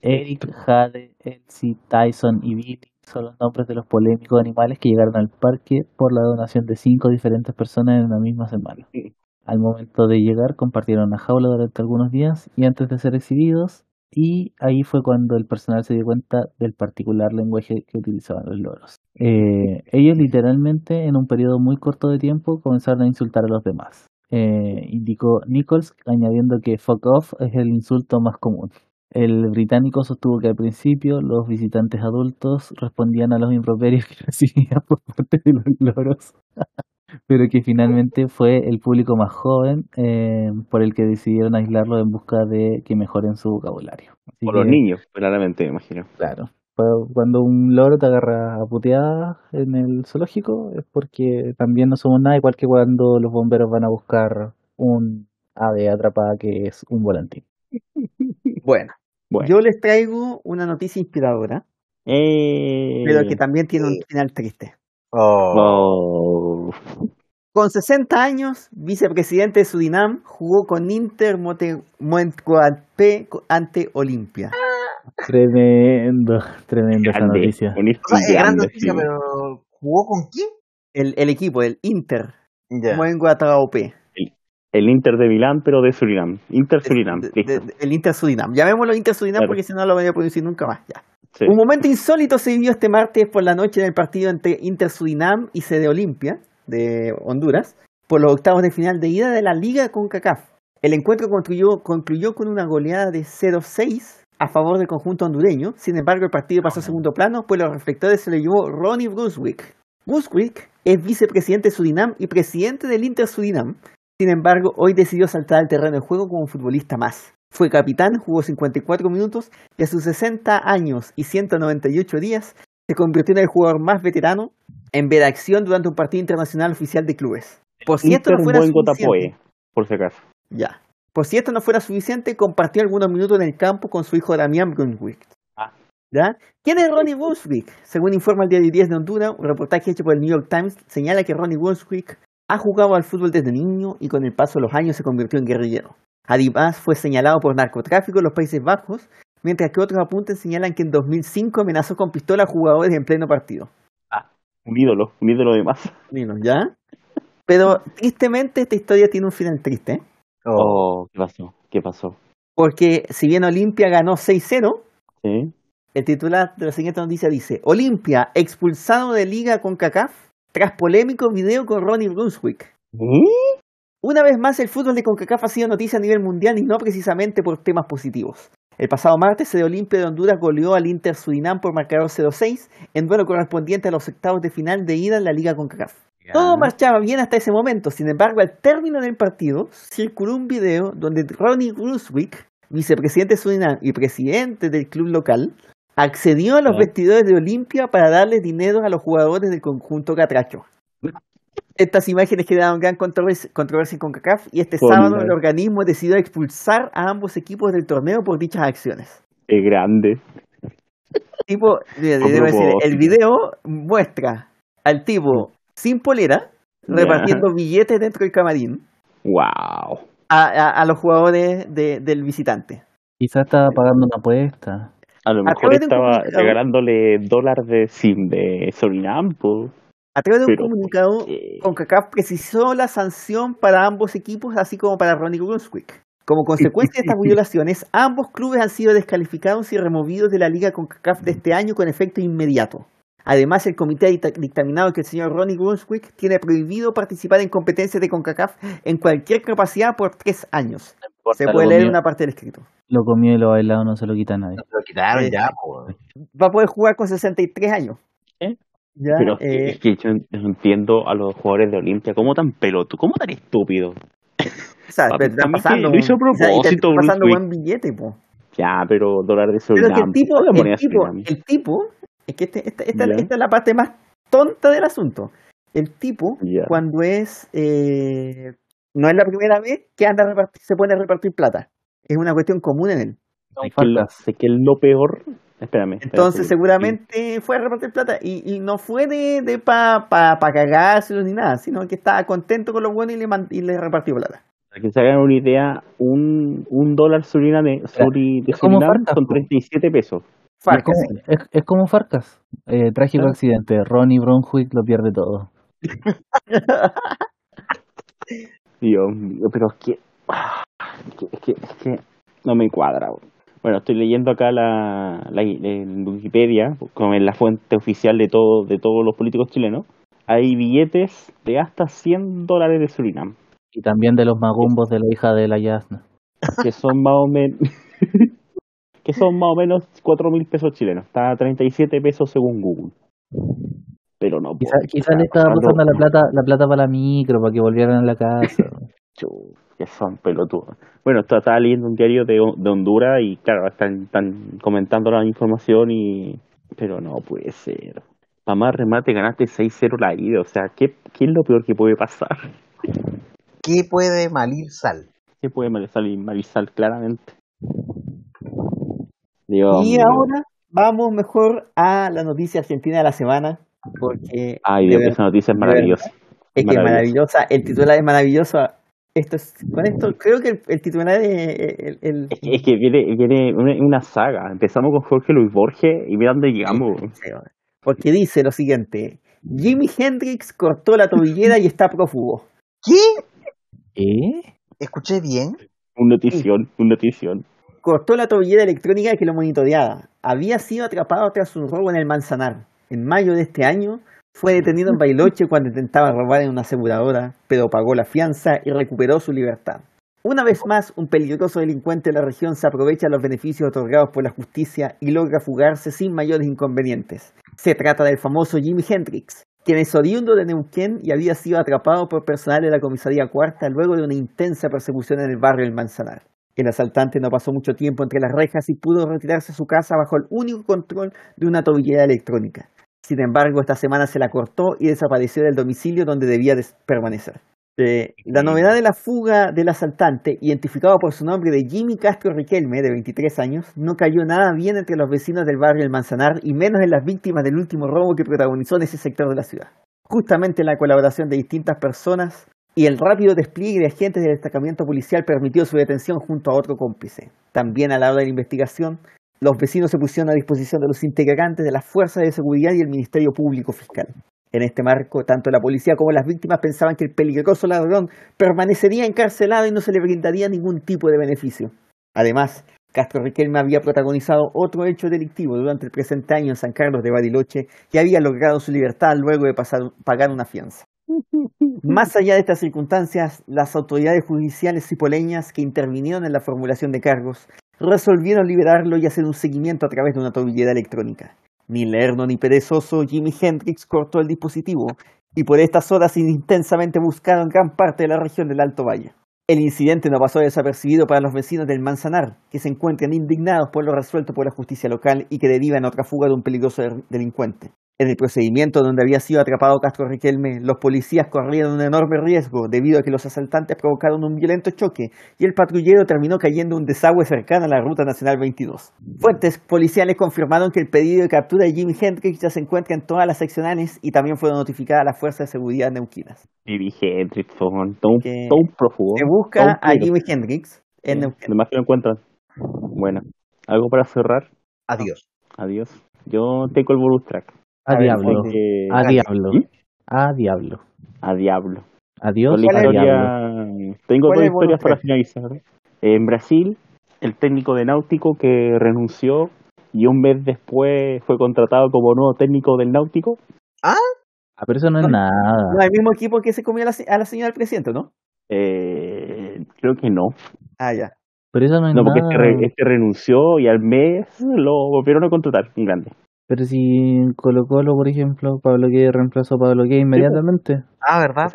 B: Eric, Jade, Elsie, Tyson y Billy son los nombres de los polémicos animales que llegaron al parque por la donación de cinco diferentes personas en una misma semana. Al momento de llegar compartieron la jaula durante algunos días y antes de ser exhibidos, y ahí fue cuando el personal se dio cuenta del particular lenguaje que utilizaban los loros. Eh, ellos literalmente en un periodo muy corto de tiempo comenzaron a insultar a los demás, eh, indicó Nichols, añadiendo que fuck off es el insulto más común. El británico sostuvo que al principio los visitantes adultos respondían a los improperios que recibían por parte de los loros, pero que finalmente fue el público más joven eh, por el que decidieron aislarlo en busca de que mejoren su vocabulario. Así
G: Por los
B: que,
G: niños, claramente, me imagino.
B: Claro. Pero Cuando un loro te agarra a puteadas en el zoológico es porque también no somos nada, igual que cuando los bomberos van a buscar un ave atrapada que es un volantín.
C: Bueno,
G: Bueno.
C: yo les traigo una noticia inspiradora,
G: Eh,
C: pero que también tiene un final triste.
F: Oh,
G: oh.
C: Con 60 años, vicepresidente de Surinam, jugó con Inter Monte- Montcoatpé ante Olimpia.
B: Tremendo, tremenda esa
G: Grande,
B: noticia.
G: un
F: o sea, es gran
G: grande,
F: noticia,
G: sí.
F: pero ¿jugó con quién?
C: El, el equipo, el Inter
F: Ya.
C: Moengoatraopé.
G: El Inter de Milán, pero de Surinam. Inter Surinam,
C: de- de-
G: listo.
C: de- El Inter Surinam. Llamémoslo Inter Surinam
G: Claro.
C: porque si no lo voy a producir nunca más. Ya.
G: Sí.
C: Un momento insólito se vivió este martes por la noche en el partido entre Inter Surinam y CD Olimpia de Honduras por los octavos de final de ida de la Liga con CACAF. El encuentro concluyó, concluyó con una goleada de 0-6 a favor del conjunto hondureño. Sin embargo, el partido pasó a segundo plano, pues los reflectores se lo llevó Ronnie Brunswick. Brunswick es vicepresidente de Surinam y presidente del Inter Surinam. Sin embargo, hoy decidió saltar al terreno de juego como un futbolista más. Fue capitán, jugó 54 minutos y a sus 60 años y 198 días se convirtió en el jugador más veterano en ver acción durante un partido internacional oficial de clubes. Por si esto
G: Inter
C: no fuera
G: buen
C: suficiente,
G: Gotapoe, por si acaso.
C: ya. Por si esto no fuera suficiente, compartió algunos minutos en el campo con su hijo Damián Brunwick.
G: Ah.
C: ¿Ya? ¿Quién es Ronnie Brunswick? Según informa el diario 10 de Honduras, un reportaje hecho por el New York Times señala que Ronnie Brunswick ha jugado al fútbol desde niño y con el paso de los años se convirtió en guerrillero. Además, fue señalado por narcotráfico en los Países Bajos, mientras que otros apuntes señalan que en 2005 amenazó con pistola a jugadores en pleno partido.
G: Un ídolo, un ídolo de más.
C: Dinos, ¿ya? Pero tristemente esta historia tiene un final triste. ¿eh?
G: Oh,
F: Oh.
G: ¿qué pasó? ¿Qué pasó?
C: Porque si bien Olimpia ganó 6-0,
G: Sí.
C: el titular de la siguiente noticia dice: Olimpia expulsado de liga con CACAF tras polémico video con Ronnie Brunswick. Una vez más, el fútbol de CONCACAF ha sido noticia a nivel mundial y no precisamente por temas positivos. El pasado martes, CD Olimpia de Honduras goleó al Inter Surinam por marcador 0-6 en duelo correspondiente a los octavos de final de ida en la Liga CONCACAF. Todo marchaba bien hasta ese momento, sin embargo, al término del partido, circuló un video donde Ronnie Gruswick, vicepresidente de Surinam y presidente del club local, accedió a los
G: Ah.
C: vestidores de Olimpia para darles dinero a los jugadores del conjunto catracho. Estas imágenes generaron gran controversia, controversia en CONCACAF y este
G: Por
C: sábado
G: la-
C: el organismo decidió expulsar a ambos equipos del torneo por dichas acciones.
G: Qué grande.
C: Tipo, mira,
G: Por
C: debo decir,
G: propósito.
C: el video muestra al tipo sin polera repartiendo billetes dentro del camarín
G: Wow.
C: a, a- a los jugadores de- del visitante.
B: Quizás estaba pagando una apuesta.
G: A lo
C: A
G: mejor
C: través de un
G: estaba
C: comunicado-
G: regalándole dólares de sim de Surinam, pues, po.
C: A través de un
E: Pero,
C: comunicado,
E: Eh,
C: CONCACAF precisó la sanción para ambos equipos, así como para Ronnie Brunswick. Como consecuencia de estas violaciones, ambos clubes han sido descalificados y removidos de la Liga CONCACAF de este año con efecto inmediato. Además, el comité ha dicta- dictaminado que el señor Ronnie Brunswick tiene prohibido participar en competencias de CONCACAF en cualquier capacidad por tres años. Se
B: Importa,
C: puede
B: lo
C: leer
B: comió-
C: una parte del escrito.
B: Lo comió y lo bailado no se lo quita a nadie.
F: Lo quitaron
C: Eh,
F: ya, pues. po, weón.
C: Va a poder jugar con 63 años.
E: ¿Eh?
C: Ya,
E: pero
C: eh,
E: es que yo no no entiendo a los jugadores de Olimpia, ¿cómo tan pelotudo? ¿Cómo tan estúpido?
C: O sea,
E: Papi,
C: pero te están
E: a mí que
C: pasando.
E: lo hizo a
C: o sea, y te
E: propósito,
C: están pasando
E: Brunswick.
C: buen billete, po.
E: Ya, pero dólar
C: Pero
E: de
C: es que el
E: Surinam.
C: tipo,
E: ¿Cómo la moneda
C: el tipo,
E: Surinam?
C: el tipo, es que este- esta, esta-
E: Ya.
C: esta es la parte más tonta del asunto. El tipo,
E: Ya.
C: cuando es, eh, no es la primera vez que anda a repartir- se pone a repartir plata. Es una cuestión común en él.
B: Son
E: Es que lo,
B: faltas.
E: sé que es lo peor. Espérame. espérame,
C: Entonces
E: porque-
C: seguramente fue a repartir plata y, y no fue de, de pa, pa, pa cagárselo ni nada, sino que estaba contento con los buenos y le, man- y le repartió plata.
E: Para que se hagan una idea, un, un dólar Surinam de, suri- de
B: es como
E: Surinam
B: Farcas,
E: son
B: po.
E: 37 pesos.
B: Es
C: Farca,
B: como,
C: sí.
B: es, es como Farcas. Eh, trágico
E: Claro.
B: accidente. Ronnie Brunswick lo pierde todo.
E: Dios mío, pero es que, ah, es que, es que, es que no me cuadra. weón. Bueno, estoy leyendo acá la, la, en Wikipedia, como es la fuente oficial de todo, de todos los políticos chilenos. Hay billetes de hasta 100 dólares de Surinam,
B: Y también de los magumbos de la hija de la Yasna.
E: que son más o menos que son más o menos 4 mil pesos chilenos. Está a 37 pesos según Google. Pero no,
B: Quizá,
E: pues,
B: quizá
E: o sea,
B: le estaba
E: pasando-
B: pasando la plata, la plata para la micro, para que volvieran a la casa.
E: Chu, que son pelotudos. Bueno, está- estaba leyendo un diario de, Ho- de Honduras y claro, están, están comentando la información y... Pero no puede ser. Para más remate ganaste 6-0 la ida. O sea, ¿qué, ¿qué es lo peor que puede pasar?
F: ¿Qué puede malir sal?
E: ¿Qué puede mal salir? Marisal, claramente. Dios
C: Y
E: mío.
C: ahora vamos mejor a la noticia argentina de la semana, porque
E: Ay,
C: de
E: Dios, que
C: ver-
E: esa noticia es
C: de
E: maravillosa.
C: es que es
E: Maravillosa.
C: maravillosa, el titular es maravilloso. Esto es, con esto creo que el, el titular es el, el-
E: Es que, es que viene, viene una, una saga. Empezamos con Jorge Luis Borges y mirando dónde llegamos.
C: porque dice lo siguiente: Jimi Hendrix cortó la tobillera y está prófugo.
F: ¿Qué?
B: ¿Eh?
F: ¿Escuché bien?
E: Un notición, un notición.
C: Cortó la tobillera electrónica que lo monitoreaba. Había sido atrapado tras un robo en el Manzanar. En mayo de este año fue detenido en Bailoche cuando intentaba robar en una aseguradora, pero pagó la fianza y recuperó su libertad. Una vez más, un peligroso delincuente de la región se aprovecha de los beneficios otorgados por la justicia y logra fugarse sin mayores inconvenientes. Se trata del famoso Jimi Hendrix, quien es oriundo de Neuquén y había sido atrapado por personal de la comisaría cuarta luego de una intensa persecución en el barrio del Manzanar. El asaltante no pasó mucho tiempo entre las rejas y pudo retirarse a su casa bajo el único control de una tobillera electrónica. Sin embargo, esta semana se la cortó y desapareció del domicilio donde debía des- permanecer. Eh, la novedad de la fuga del asaltante, identificado por su nombre de Jimmy Castro Riquelme, de 23 años, no cayó nada bien entre los vecinos del barrio El Manzanar y menos en las víctimas del último robo que protagonizó en ese sector de la ciudad. Justamente la colaboración de distintas personas y el rápido despliegue de agentes del destacamento policial permitió su detención junto a otro cómplice. También a la hora de la investigación, los vecinos se pusieron a disposición de los integrantes de las fuerzas de seguridad y el Ministerio Público Fiscal. En este marco, tanto la policía como las víctimas pensaban que el peligroso ladrón permanecería encarcelado y no se le brindaría ningún tipo de beneficio. Además, Castro Riquelme había protagonizado otro hecho delictivo durante el presente año en San Carlos de Bariloche y había logrado su libertad luego de pasar- pagar una fianza. Más allá de estas circunstancias, las autoridades judiciales cipoleñas que intervinieron en la formulación de cargos resolvieron liberarlo y hacer un seguimiento a través de una tobillera electrónica. Ni lerno ni perezoso, Jimi Hendrix cortó el dispositivo y por estas horas intensamente buscaron gran parte de la región del Alto Valle. El incidente no pasó desapercibido para los vecinos del Manzanar, que se encuentran indignados por lo resuelto por la justicia local y que deriva en otra fuga de un peligroso der- delincuente. En el procedimiento donde había sido atrapado Castro Riquelme, los policías corrieron un enorme riesgo debido a que los asaltantes provocaron un violento choque y el patrullero terminó cayendo en un desagüe cercano a la Ruta Nacional 22. Fuentes policiales confirmaron que el pedido de captura de Jimi Hendrix ya se encuentra en todas las seccionales y también fueron notificadas las fuerzas de seguridad neuquinas.
E: Y dije, Hendrix, por favor, todo un,
C: Que
E: todo un prófugo.
C: Se busca a
E: todo un
C: Jimi Hendrix en
E: Oh, Sí,
C: Neuquén.
E: Además que lo encuentran. Bueno, algo para cerrar.
F: Adiós.
E: Adiós. Yo tengo el bonus track.
B: A
C: A ver,
B: diablo.
C: ponte.
E: Eh,
B: A
C: Ah.
F: dale.
B: diablo.
E: ¿Mm?
B: A diablo.
E: A diablo.
B: Adiós.
E: Con la
C: ¿Cuál es el-
B: diablo.
E: historia- Tengo
C: cuál
E: dos
C: es el bonus
E: historias para
C: track?
E: finalizar. En Brasil, el técnico de náutico que renunció y un mes después fue contratado como nuevo técnico del náutico.
B: Ah, pero eso no es
C: No.
B: nada.
C: No, el mismo equipo que se comió a la, se- a la señora del presidente, ¿no?
E: Eh, creo que no.
C: Ah, ya.
B: Pero eso no es
E: No, porque
B: nada.
E: este, re- este renunció y al mes lo volvieron a contratar en grande.
B: Pero si Colo Colo, por ejemplo, Pablo Gueye reemplazó a Pablo Gueye inmediatamente.
F: Ah, ¿verdad?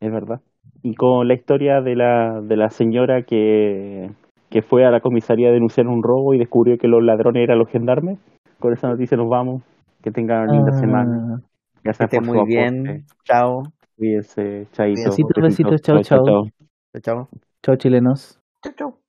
E: Es verdad. Y con la historia de la, de la señora que, que fue a la comisaría a denunciar un robo y descubrió que los ladrones eran los gendarmes. Con esa noticia nos vamos. Que tengan linda semana.
B: Ah,
E: Gracias
C: Que esté
E: por su
C: muy bien.
E: aporte.
C: Chao.
E: Cuídense. Chaito.
B: Besitos,
E: Besitos.
B: besitos, chao, chao.
C: Chao.
B: Chao, chilenos.
F: Chau, chau.